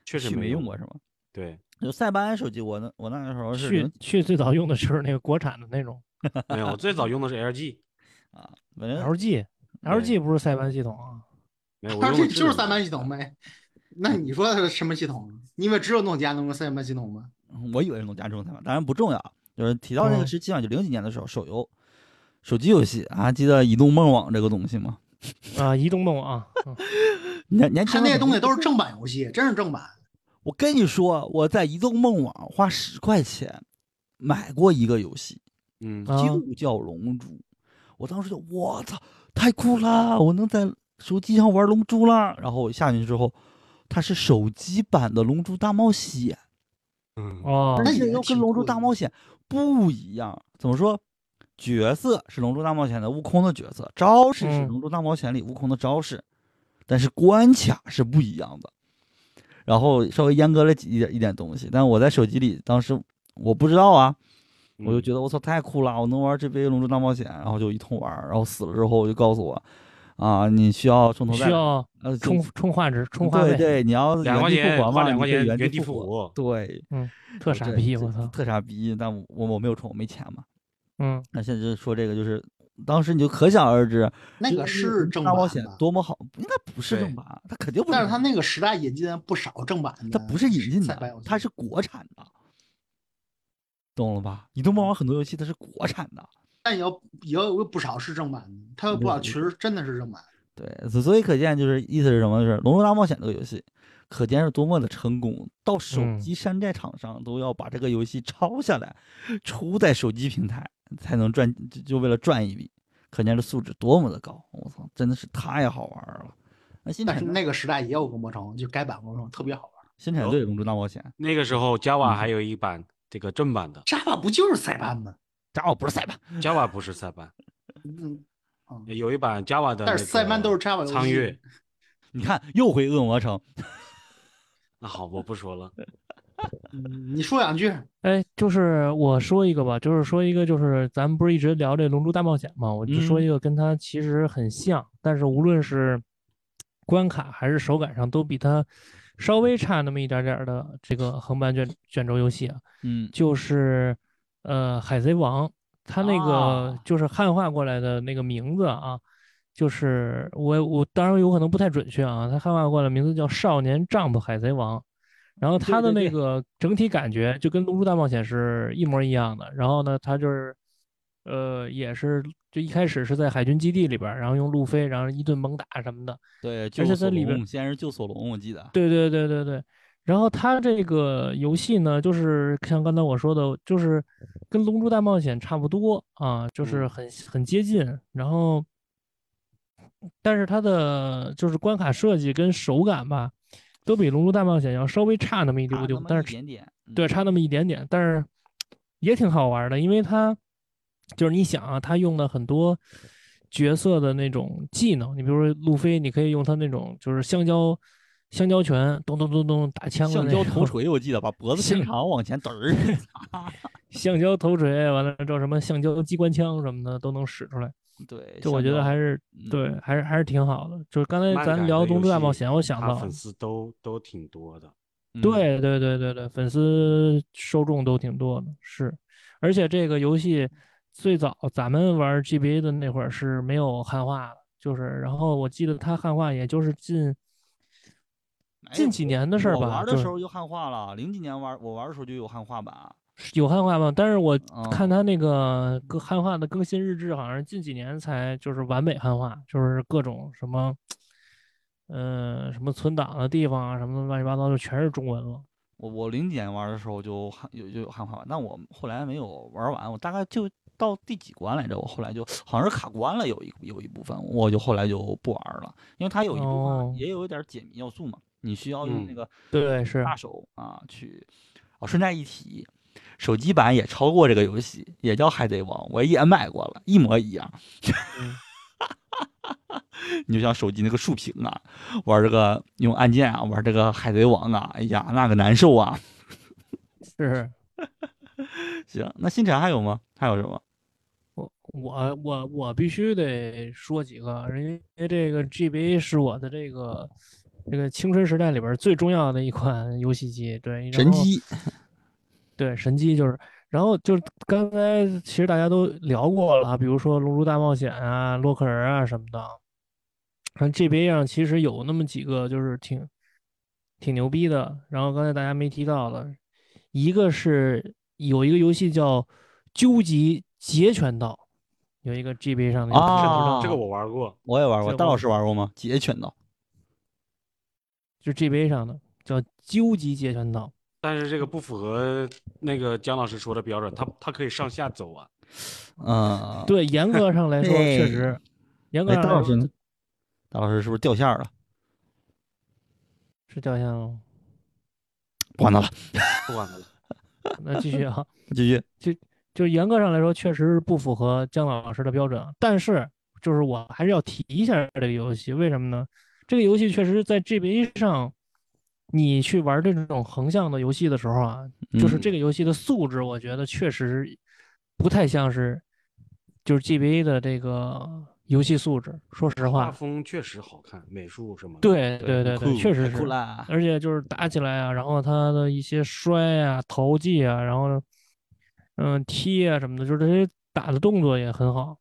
Speaker 4: 确实
Speaker 1: 去没
Speaker 4: 用
Speaker 1: 过。是吗？
Speaker 4: 对，
Speaker 1: 就塞班手机，我那我那时候是
Speaker 3: 去
Speaker 1: 零
Speaker 3: 去最早用的就是那个国产的那种
Speaker 4: 没有，我最早用的是 LG，
Speaker 1: 啊，反正
Speaker 3: LG，LG 不是塞班系统啊，
Speaker 4: 没有，我
Speaker 2: 他
Speaker 4: 用
Speaker 2: 这
Speaker 4: 的
Speaker 2: 就是
Speaker 4: 三
Speaker 2: 三班系统呗。那你说的是什么系统？因为只有诺基亚能用三班系统吗？
Speaker 1: 我以为是农家中餐嘛，当然不重要。就是提到这个
Speaker 3: 嗯
Speaker 1: 时期啊，就零几年的时候，手游、手机游戏啊，还记得移动梦网这个东西吗？
Speaker 3: 啊，移动动啊， 嗯
Speaker 1: 年年
Speaker 2: 他
Speaker 1: 轻
Speaker 2: 那些
Speaker 1: 人
Speaker 2: 东西都是正版游戏，真是正版。
Speaker 1: 我跟你说，我在移动梦网花十块钱买过一个游戏，
Speaker 4: 嗯，
Speaker 3: 啊
Speaker 1: 就叫《龙珠》。我当时就我操，太酷啦！我能在手机上玩《龙珠》啦。然后我下去之后，它是手机版的《龙珠大冒险》，
Speaker 4: 嗯，
Speaker 3: 哦，
Speaker 1: 但
Speaker 2: 也
Speaker 1: 是又
Speaker 2: 哎挺
Speaker 1: 跟《龙珠
Speaker 2: 酷
Speaker 1: 大
Speaker 2: 的
Speaker 1: 冒险》不一样。怎么说？角色是《龙珠大冒险》的悟空的角色，招式是《
Speaker 3: 嗯
Speaker 1: 龙珠大冒险》里悟空的招式，但是关卡是不一样的。然后稍微阉割了几一点一点东西，但我在手机里当时我不知道啊，我
Speaker 4: 嗯
Speaker 1: 就觉得我操太酷了，我能玩这杯《龙珠大冒险》，然后就一通玩儿，然后死了之后就告诉我，啊，你需要从头再
Speaker 3: 需要
Speaker 1: 呃
Speaker 3: 充
Speaker 1: 就
Speaker 3: 充画值，充话
Speaker 1: 对
Speaker 3: 费，
Speaker 1: 对，你要
Speaker 4: 两
Speaker 1: 原
Speaker 4: 块
Speaker 1: 地复
Speaker 4: 钱
Speaker 1: 活
Speaker 4: 花
Speaker 1: 嘛，
Speaker 4: 两
Speaker 1: 你
Speaker 4: 块
Speaker 1: 可以
Speaker 4: 钱
Speaker 1: 原
Speaker 4: 原
Speaker 1: 地
Speaker 4: 地
Speaker 1: 复
Speaker 4: 复活
Speaker 1: 对，
Speaker 3: 特傻
Speaker 1: 这
Speaker 3: 逼，
Speaker 1: 这
Speaker 3: 我操，
Speaker 1: 特傻逼，但我我没有充，我没钱嘛。
Speaker 3: 嗯，
Speaker 1: 那现在就是说这个就是。当时你就可想而知，
Speaker 2: 那
Speaker 1: 这
Speaker 2: 个
Speaker 1: 《
Speaker 2: 是正
Speaker 1: 大
Speaker 2: 版
Speaker 1: 冒险
Speaker 2: 吧？
Speaker 1: 多么好，应该不是
Speaker 4: 对
Speaker 1: 正版，啊它肯定不是正版。
Speaker 2: 但是他那个时代引进了不少正版的，
Speaker 1: 它不是引进
Speaker 2: 塞班游
Speaker 1: 的，
Speaker 2: 戏
Speaker 1: 它是国产的，懂了吧？移动梦网很多游戏它是国产的，
Speaker 2: 但也有也有不少是正版的，他有不少
Speaker 1: 对
Speaker 2: 其实真的是正版。
Speaker 1: 对，所所以可见就是意思是什么？就是《龙珠大冒险》这个游戏，可见是多么的成功，到手
Speaker 3: 嗯
Speaker 1: 机山寨厂商都要把这个游戏抄下来，出在手机平台，才能赚，就就为了赚一笔，可见这素质多么的高！我操，真的是太好玩了。那新
Speaker 2: 但是
Speaker 1: 产
Speaker 2: 那个时代也有个魔城，就改版魔城特别好玩。
Speaker 1: 新产队《龙珠大冒险》
Speaker 4: 那个时候 Java
Speaker 1: 嗯
Speaker 4: 还有一版这个正版的
Speaker 2: Java 不就是塞班吗？
Speaker 1: ，Java 不是塞吧？
Speaker 4: ，Java 不是塞班，
Speaker 2: 嗯，嗯
Speaker 4: 有一版 Java 的那个苍月，
Speaker 2: 但是塞班都是 Java 游戏
Speaker 4: 苍月。
Speaker 1: 你看又回恶魔城，
Speaker 4: 那好，我不 说了。
Speaker 2: 嗯你说两句，
Speaker 3: 哎，就是我说一个吧，就是说一个，就是咱们不是一直聊这《龙珠大冒险》嘛，我就说一个跟它其实很像，但是无论是关卡还是手感上，都比它稍微差那么一点点儿的这个横版卷卷轴游戏啊，
Speaker 1: 嗯
Speaker 3: 就是呃《海贼王》，它那个
Speaker 2: 啊
Speaker 3: 就是汉化过来的那个名字啊，就是我我当然有可能不太准确啊，它汉化过来的名字叫《少年 Jump 海贼王》，然后它
Speaker 1: 对
Speaker 3: 的
Speaker 1: 对
Speaker 3: 那
Speaker 1: 对
Speaker 3: 个整体感觉就跟《龙珠大冒险》是一模一样的，然后呢，它就是。呃，也是，就一开始是在海军基地里边儿，然后用路飞，然后一顿猛打什么的，
Speaker 1: 对，
Speaker 3: 而
Speaker 1: 救
Speaker 3: 且
Speaker 1: 索
Speaker 3: 在里边
Speaker 1: 隆，先是救索隆，我记得。
Speaker 3: 对对对对对。然后它这个游戏呢，就是像刚才我说的，就是跟《龙珠大冒险》差不多啊，就是
Speaker 4: 嗯
Speaker 3: 很很接近。然后，但是它的就是关卡设计跟手感吧，都比《龙珠大冒险》要稍微差那么一
Speaker 1: 差
Speaker 3: 丢
Speaker 1: 啊那
Speaker 3: 丢，
Speaker 1: 么
Speaker 3: 但
Speaker 1: 一
Speaker 3: 是
Speaker 1: 点点，嗯
Speaker 3: 对，差那么一点点，但是也挺好玩的，因为它就是你想啊，它用了很多角色的那种技能，你比如说路飞，你可以用他那种就是橡胶橡胶拳，咚咚咚咚打枪的
Speaker 1: 橡
Speaker 3: 那
Speaker 1: 胶
Speaker 3: 种
Speaker 1: 头锤，我记得把脖子伸
Speaker 3: 橡
Speaker 1: 长往前嘚 儿，
Speaker 3: 橡胶头锤，完了之后什么橡胶机关枪什么的都能使出来，
Speaker 1: 对，
Speaker 3: 就我觉得还是
Speaker 1: 嗯
Speaker 3: 对，还是还是挺好的。就是刚才
Speaker 4: 漫
Speaker 3: 咱
Speaker 4: 改
Speaker 3: 聊
Speaker 4: 的
Speaker 3: 《龙
Speaker 4: 游
Speaker 3: 珠大冒
Speaker 4: 戏
Speaker 3: 险》，我想
Speaker 4: 他
Speaker 3: 到
Speaker 4: 粉丝都都挺多的。
Speaker 1: 对
Speaker 3: 对对对对对，粉丝受众都挺多的，是。而且这个游戏最早咱们玩 GBA 的那会儿是没有汉化的，就是，然后我记得它汉化也就是近近几年的事儿
Speaker 1: 哎我
Speaker 3: 吧，
Speaker 1: 玩
Speaker 3: 就
Speaker 1: 的时
Speaker 3: 是
Speaker 1: 候就汉化了，零几年玩我玩的时候就有汉化版。
Speaker 3: 有汉化吧。但是我
Speaker 1: 哦
Speaker 3: 看它那个更汉化的更新日志，好像是近几年才就是完美汉化，就是各种什么，呃，什么存档的地方啊，什么乱七八糟，就全是中文了。
Speaker 1: 我我零几年玩的时候就汉有就有汉化版，但我后来没有玩完，我大概就到第几关来着？我后来就好像是卡关了，有一有一部分，我就后来就不玩了，因为它有一部
Speaker 3: 哦
Speaker 1: 分也有一点解谜要素嘛，你需要用那
Speaker 4: 嗯
Speaker 1: 个
Speaker 3: 对，是
Speaker 1: 大手啊去。哦，顺带一提，手机版也超过这个游戏，也叫《海贼王》，我也买过了，一模一样。
Speaker 3: 嗯
Speaker 1: 你就像手机那个竖屏啊，玩这个用按键啊，玩这个《海贼王》啊，哎呀，那个难受啊。
Speaker 3: 是。
Speaker 1: 行，那新产还有吗？还有什么？
Speaker 3: 我我我我必须得说几个，因为这个 GBA 是我的这个这个青春时代里边儿最重要的一款游戏机，对，然
Speaker 1: 神
Speaker 3: 后
Speaker 1: 机，
Speaker 3: 对，神机就是，然后就是刚才其实大家都聊过了啊，比如说《龙珠大冒险》啊、洛克人啊什么的。然后 GBA 上其实有那么几个就是挺挺牛逼的，然后刚才大家没提到的，一个是有一个游戏叫《究极截拳道》，有一个 GBA 上的游戏，
Speaker 4: 这
Speaker 1: 啊
Speaker 4: 个这个我玩过，
Speaker 1: 我也玩过，
Speaker 3: 这
Speaker 1: 大
Speaker 3: 我
Speaker 1: 老师玩过吗？截拳道。
Speaker 3: 就是 GBA 上的叫《究极截拳道》。
Speaker 4: 但是这个不符合那个姜老师说的标准，它它可以上下走啊。
Speaker 1: 嗯，。
Speaker 3: 对，严格上来说确
Speaker 1: 嘿
Speaker 3: 实，严格
Speaker 1: 哎，
Speaker 3: 上
Speaker 1: 大
Speaker 3: 来
Speaker 1: 老师
Speaker 3: 说
Speaker 1: 呢？大老师是不是掉线儿了？
Speaker 3: 是掉线了吗。
Speaker 1: 不管他了，
Speaker 4: 不管它了，
Speaker 3: 那继续啊。
Speaker 1: 继续。
Speaker 3: 就是严格上来说，确实是不符合姜老师的标准啊。但是，就是我还是要提一下这个游戏，为什么呢？这个游戏确实在 GBA 上，你去玩这种横向的游戏的时候啊，就是
Speaker 1: 嗯
Speaker 3: 这个游戏的素质，我觉得确实不太像是就是 GBA 的这个游戏素质。说实
Speaker 4: 画
Speaker 3: 话，
Speaker 4: 风确实好看，美术什么的。，
Speaker 3: 对对对
Speaker 1: 很
Speaker 3: 对，
Speaker 1: 酷
Speaker 3: 确实
Speaker 1: 很酷
Speaker 3: 是。
Speaker 1: 啦。
Speaker 3: 而且就是打起来啊，然后他的一些摔啊、投技啊，然后嗯踢啊什么的，就是这些打的动作也很好。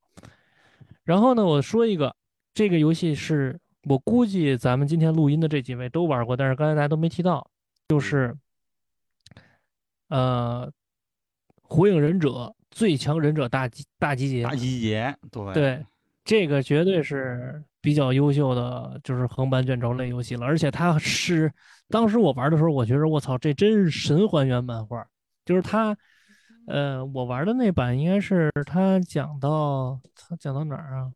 Speaker 3: 然后呢，我说一个，这个游戏是我估计咱们今天录音的这几位都玩过，但是刚才大家都没提到，就是呃，《火影忍者》最强忍者大集大集结
Speaker 1: 大，集结，对，
Speaker 3: 对，这个绝对是比较优秀的，就是横版卷轴类游戏了。而且它是当时我玩的时候，我觉得我操，这真是神还原漫画儿，就是它呃，我玩的那版应该是他讲到他讲到哪儿啊？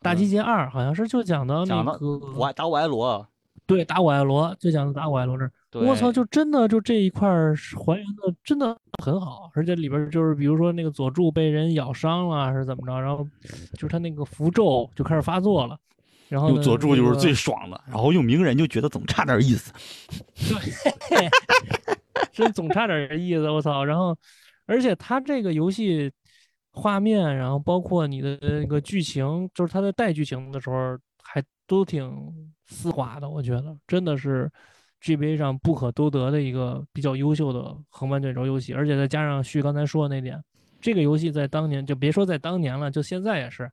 Speaker 3: 打击节二好像是就讲到
Speaker 1: 嗯
Speaker 3: 那
Speaker 1: 讲到
Speaker 3: 个
Speaker 1: 我爱打我爱罗，
Speaker 3: 对打我爱罗，就讲到打我爱罗这儿。我操，
Speaker 1: 对
Speaker 3: 就真的就这一块儿是还原的真的很好，而且里边儿就是比如说那个佐助被人咬伤了啊还是怎么着，然后就是他那个符咒就开始发作了，然后
Speaker 1: 用
Speaker 3: 呢
Speaker 1: 佐助
Speaker 3: 那
Speaker 1: 就是
Speaker 3: 个
Speaker 1: 最爽的，然后用鸣人就觉得总差点意思。
Speaker 3: 真总差点儿意思，我操！然后，而且它这个游戏画面，然后包括你的那个剧情，就是它在带剧情的时候，还都挺丝滑的。我觉得真的是 GBA 上不可多得的一个比较优秀的横版卷轴游戏，而且再加上旭刚才说的那点，这个游戏在当年就别说在当年了，就现在也是，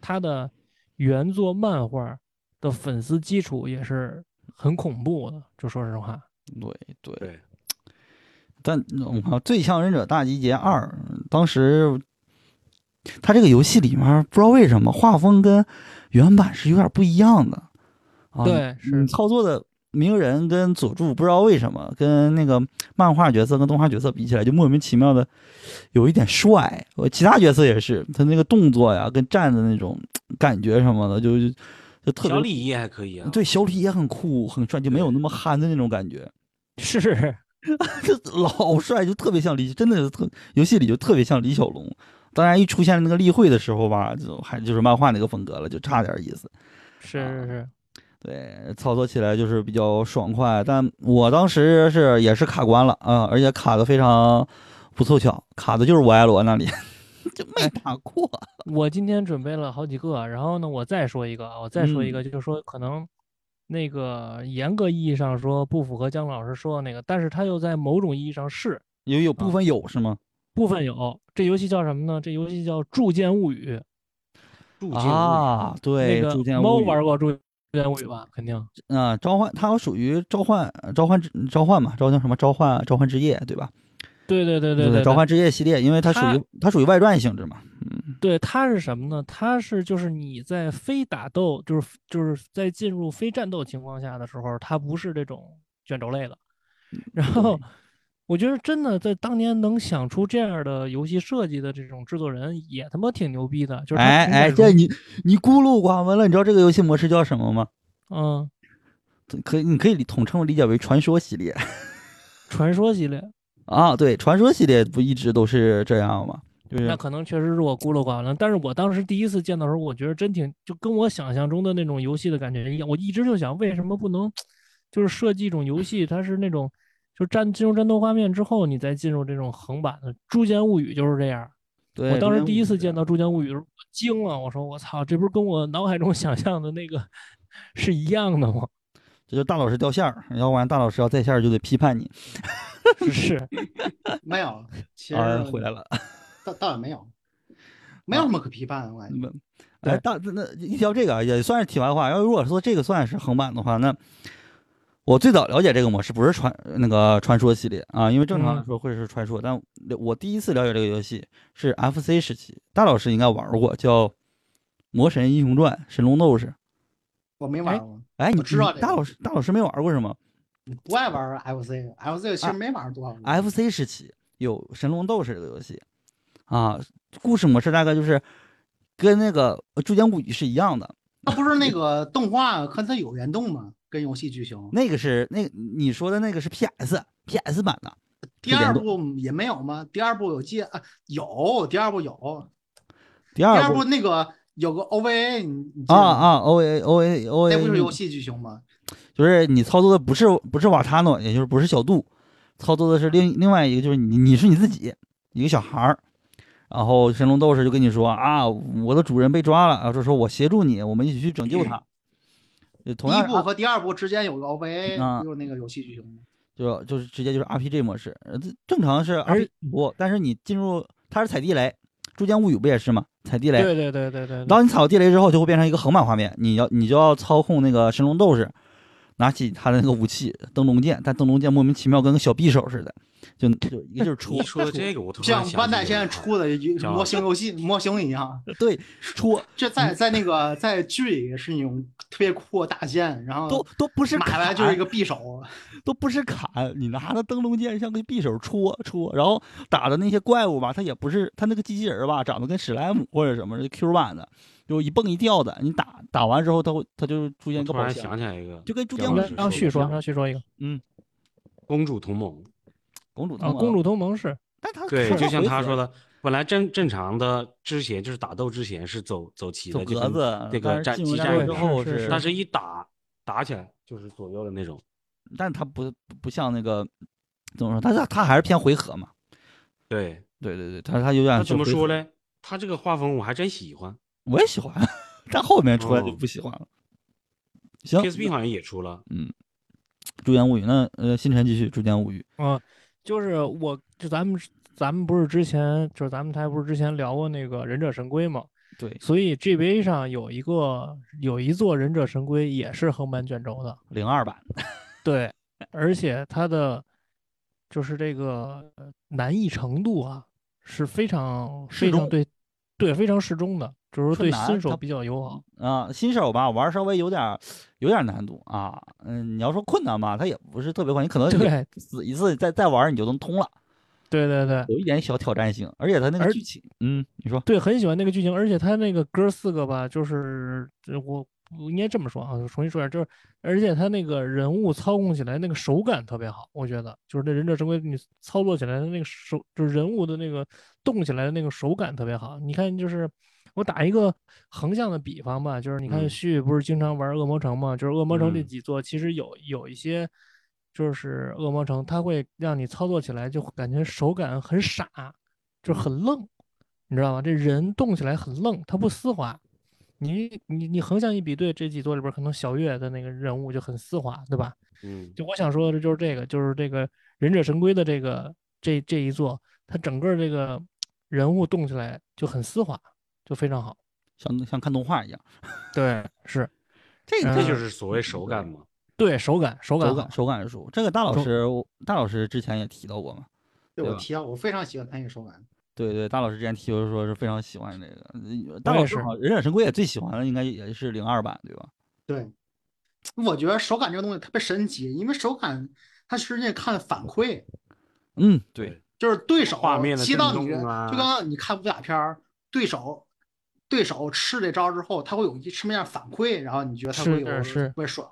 Speaker 3: 它的原作漫画的粉丝基础也是很恐怖的，就说实话。
Speaker 1: 对对
Speaker 4: 对，
Speaker 1: 但我靠，《最强忍者大集结二》当时，它这个游戏里面不知道为什么画风跟原版是有点不一样的啊。
Speaker 3: 对是
Speaker 1: 你操作的鸣人跟佐助不知道为什么跟那个漫画角色跟动画角色比起来，就莫名其妙的有一点帅。我其他角色也是，他那个动作呀，跟站的那种感觉什么的，就就就特
Speaker 4: 小
Speaker 1: 别。
Speaker 4: 李也还可以啊。
Speaker 1: 对，小李也很酷很帅，就没有那么憨的那种感觉。
Speaker 3: 是，
Speaker 1: 就老帅，就特别像李，真的是特游戏里就特别像李小龙。当然，一出现那个例会的时候吧，就还就是漫画那个风格了，就差点意思。
Speaker 3: 是
Speaker 1: 啊
Speaker 3: 是是，
Speaker 1: 对，操作起来就是比较爽快，但我当时是也是卡关了啊、而且卡的非常不凑巧，卡的就是我爱罗那里， 就没打过。
Speaker 3: 我今天准备了好几个，然后呢，我再说一个，啊，我再说一
Speaker 1: 嗯
Speaker 3: 个，就是说可能那个严格意义上说不符合姜老师说的那个，但是它又在某种意义上是
Speaker 1: 有有
Speaker 3: 啊
Speaker 1: 部分有是吗？
Speaker 3: 部分有。这游戏叫什么呢？这游戏叫《铸剑物语》，
Speaker 4: 入境
Speaker 1: 啊，对，
Speaker 3: 那
Speaker 1: 铸
Speaker 3: 个
Speaker 1: 剑
Speaker 3: 猫
Speaker 1: 物语
Speaker 3: 玩过《铸剑物语》吧？肯定
Speaker 1: 啊、召唤它属于召唤召唤之召唤嘛，召唤什么召唤召唤之夜对吧？
Speaker 3: 对对对
Speaker 1: 对
Speaker 3: 对，
Speaker 1: 召唤之夜系列，因为它属于它属于外传性质嘛。
Speaker 3: 对，它是什么呢？它是就是你在非打斗，就是就是在进入非战斗情况下的时候，它不是这种卷轴类的。
Speaker 1: 嗯
Speaker 3: 然后，我觉得真的在当年能想出这样的游戏设计的这种制作人，也他妈挺牛逼的。就是他
Speaker 1: 哎
Speaker 3: 出
Speaker 1: 哎，
Speaker 3: 这
Speaker 1: 这
Speaker 3: 种
Speaker 1: 你你孤陋寡闻了。你知道这个游戏模式叫什么吗？
Speaker 3: 嗯，
Speaker 1: 可以，你可以统称理解为传说系列
Speaker 3: 传说系列，
Speaker 1: 啊。对，传说系列不一直都是这样吗？就是
Speaker 3: 那可能确实是啊我孤陋寡闻了。但是我当时第一次见到的时候，我觉得真挺就跟我想象中的那种游戏的感觉一样。我一直就想，为什么不能就是设计一种游戏，它是那种就战进入战斗画面之后，你再进入这种横版的《诛仙物语》就是这样。
Speaker 1: 对
Speaker 3: 我当时第一次见到《诛仙物语》啊的时候，我惊了，我说我操，这不是跟我脑海中 想象的那个是一样的吗？
Speaker 1: 这就大老师掉线儿，要不然大老师要在线儿就得批判你。
Speaker 3: 是，
Speaker 2: 没 有，其实
Speaker 1: 啊，回来了，
Speaker 2: 倒倒也没有，没有什么可批判的，我感觉。
Speaker 1: 没哎，大那那一条这个啊也算是题外话。要如果说这个算是横版的话，那我最早了解这个模式不是传那个传说系列啊，因为正常来
Speaker 3: 嗯
Speaker 1: 说会是传说，但我第一次了解这个游戏是 FC 时期，大老师应该玩过，叫《魔神英雄传》《神龙斗士》。
Speaker 2: 我没玩过，
Speaker 1: 哎，你
Speaker 2: 我知道
Speaker 1: 你
Speaker 2: 这个嗯
Speaker 1: 大老师大老师没玩过是吗
Speaker 2: 不爱玩 FC，FC
Speaker 1: 啊
Speaker 2: 其实没玩多少个。
Speaker 1: ？FC 时期有《神龙斗士》这个游戏啊，故事模式大概就是跟那个《诛仙物语》是一样的，
Speaker 2: 那不是那个动画和它有联动吗？跟游戏剧情
Speaker 1: 那个是那你说的那个是 PS PS 版的。
Speaker 2: 第二部也没有吗？第二部有接啊，有第二部有
Speaker 1: 第
Speaker 2: 第
Speaker 1: 二
Speaker 2: 二部那个有个 OVA，你你记得
Speaker 1: 啊
Speaker 2: 吗，
Speaker 1: 啊，O A O A O
Speaker 2: 那
Speaker 1: A，
Speaker 2: 不是游戏剧情吗？
Speaker 1: 就是你操作的不是不是瓦塔诺，也就是不是小度，操作的是另另外一个，就是你你是你自己一个小孩儿，然后神龙斗士就跟你说啊，我的主人被抓了，然后就说我协助你，我们一起去拯救他。就
Speaker 2: 嗯第
Speaker 1: 同
Speaker 2: 一
Speaker 1: 样
Speaker 2: 部和第二部之间有个 OVA，、
Speaker 1: 啊
Speaker 2: 就是那个游戏剧情吗？
Speaker 1: 就就是直接就是 RPG 模式，呃这正常是
Speaker 3: 而
Speaker 1: RPG 不，但是你进入它是踩地雷，《诛仙物语》不也是吗？踩地雷，
Speaker 3: 对对对对对对，
Speaker 1: 当你踩到地雷之后，就会变成一个横版画面，你要你就要操控那个神龙斗士，拿起他的那个武器灯笼剑，但灯笼剑莫名其妙跟个小匕首似的，就就一个劲儿戳
Speaker 4: 一说到这个，我突然
Speaker 2: 像
Speaker 4: 想起
Speaker 2: 万代现在
Speaker 4: 有一款
Speaker 2: 出的一
Speaker 4: 叫
Speaker 2: 模型游 戏模型一样，
Speaker 1: 对戳，
Speaker 2: 这在
Speaker 4: 嗯
Speaker 2: 在那个在剧里是那种特别酷的大剑，然后
Speaker 1: 都
Speaker 4: 嗯
Speaker 1: 都不是
Speaker 2: 买
Speaker 1: 砍
Speaker 2: 来就是一个匕首，
Speaker 1: 都不是砍，你拿那灯笼剑像个匕首戳戳，然后打的那些怪物吧，它也不是它那个机器人儿吧，长得跟史莱姆或者什么的 Q 版的，就一蹦一跳的，你打打完之后，它会它就出现
Speaker 4: 我
Speaker 1: 一个
Speaker 4: 突
Speaker 1: 宝
Speaker 4: 然想
Speaker 1: 箱，
Speaker 4: 起来一个，
Speaker 1: 就跟朱
Speaker 4: 杨
Speaker 1: 建
Speaker 4: 老
Speaker 1: 国
Speaker 4: 师
Speaker 3: 让
Speaker 4: 说
Speaker 3: 旭
Speaker 4: 的
Speaker 3: 说，
Speaker 4: 像
Speaker 3: 让旭说一个
Speaker 4: 公主同盟，
Speaker 1: 公主
Speaker 3: 啊，
Speaker 1: 同
Speaker 3: 公主，同盟是
Speaker 1: 但 它
Speaker 4: 对，
Speaker 1: 它
Speaker 4: 就像
Speaker 1: 回
Speaker 4: 他
Speaker 1: 合
Speaker 4: 说的，本来正正常的之前就是打斗之前是走走棋
Speaker 1: 走
Speaker 4: 的，就
Speaker 1: 格
Speaker 4: 跟
Speaker 1: 子，
Speaker 4: 那个
Speaker 1: 但
Speaker 4: 战
Speaker 1: 是进入
Speaker 4: 激
Speaker 1: 战之
Speaker 4: 战
Speaker 3: 是
Speaker 1: 后
Speaker 3: 是
Speaker 4: 但是一打打起来就是左右的那种，
Speaker 1: 但它不不像那个怎么说，它它它还是偏回合嘛，
Speaker 4: 对，
Speaker 1: 对对对，它它有点
Speaker 4: 那
Speaker 1: 是
Speaker 4: 怎么
Speaker 1: 啊回
Speaker 4: 说
Speaker 1: 合？
Speaker 4: 嘞？他这个画风我还真喜欢
Speaker 1: 我也喜欢，但后面出来就
Speaker 4: 哦
Speaker 1: 不喜欢了。行，
Speaker 4: ，PSP 好像也出了，
Speaker 1: 《朱元物语》那呃，星辰继续《朱元物语
Speaker 3: 啊，就是我就咱们咱们不是之前就是咱们台不是之前聊过那个忍者神龟嘛，》，
Speaker 1: 对，
Speaker 3: 所以 GBA 上有一个有一座忍者神龟也是横版卷轴的，
Speaker 1: 零二版，
Speaker 3: 对，而且它的就是这个呃难易程度啊是非常
Speaker 1: 适
Speaker 3: 非常
Speaker 1: 中
Speaker 3: 对对非常适中的，就是说
Speaker 1: 说
Speaker 3: 对
Speaker 1: 难
Speaker 3: 新手
Speaker 1: 它
Speaker 3: 比较友好。
Speaker 1: 啊、新手吧玩儿稍微有点儿有点儿难度啊，嗯，你要说困难吧，它也不是特别困难，你可能你
Speaker 3: 对
Speaker 1: 死一次再再玩儿你就能通了，
Speaker 3: 对对对
Speaker 1: 有一点小挑战性，而且它那个
Speaker 3: 而
Speaker 1: 剧情，嗯，你说，
Speaker 3: 对，很喜欢那个剧情，而且它那个哥四个吧，就是呃我我应该这么说啊，我重新说一下，就是而且它那个人物操控起来那个手感特别好，我觉得就是那忍者神龟你操作起来的那个手，就是人物的那个动起来的那个手感特别好。你看，就是我打一个横向的比方吧，就是你看
Speaker 4: 嗯
Speaker 3: 旭不是经常玩恶魔城嘛，就是恶魔城这
Speaker 4: 嗯
Speaker 3: 几座其实有有一些。就是恶魔城，它会让你操作起来就感觉手感很傻，就是很愣，你知道吗？这人动起来很愣，它不丝滑。你你你横向一比对，这几座里边儿可能小月的那个人物就很丝滑，对吧？
Speaker 4: 嗯，
Speaker 3: 就我想说的就是这个，就是这个忍者神龟的这个这这一座，它整个这个人物动起来就很丝滑，就非常好。
Speaker 1: 像像看动画一样，
Speaker 3: 对，是
Speaker 1: 这个
Speaker 3: 嗯
Speaker 4: 这就是所谓手感嘛。
Speaker 3: 对手感手感
Speaker 1: 手
Speaker 3: 好
Speaker 1: 感手感是输，这个大老
Speaker 3: 手
Speaker 1: 师我大老师之前也提到过嘛，
Speaker 2: 对
Speaker 1: 对
Speaker 2: 我
Speaker 1: 吧
Speaker 2: 提到我非常喜欢它那个手感，
Speaker 1: 对对，大老师之前提就是说是非常喜欢这个，呃大
Speaker 3: 我也
Speaker 1: 老师
Speaker 3: 是
Speaker 1: 好像忍者神龟也最喜欢的应该也是零二版对吧？
Speaker 2: 对，我觉得手感这个东西特别神奇，因为手感它是那看反馈，
Speaker 1: 嗯，对
Speaker 4: 对，
Speaker 2: 就是对手
Speaker 4: 画面的
Speaker 2: 接到
Speaker 4: 震
Speaker 2: 你的，
Speaker 4: 动啊
Speaker 2: 就刚刚你看武打片儿，对手对手吃这招之后，他会有一什么样的反馈，然后你觉得他
Speaker 3: 是
Speaker 2: 会有
Speaker 3: 是
Speaker 2: 会爽。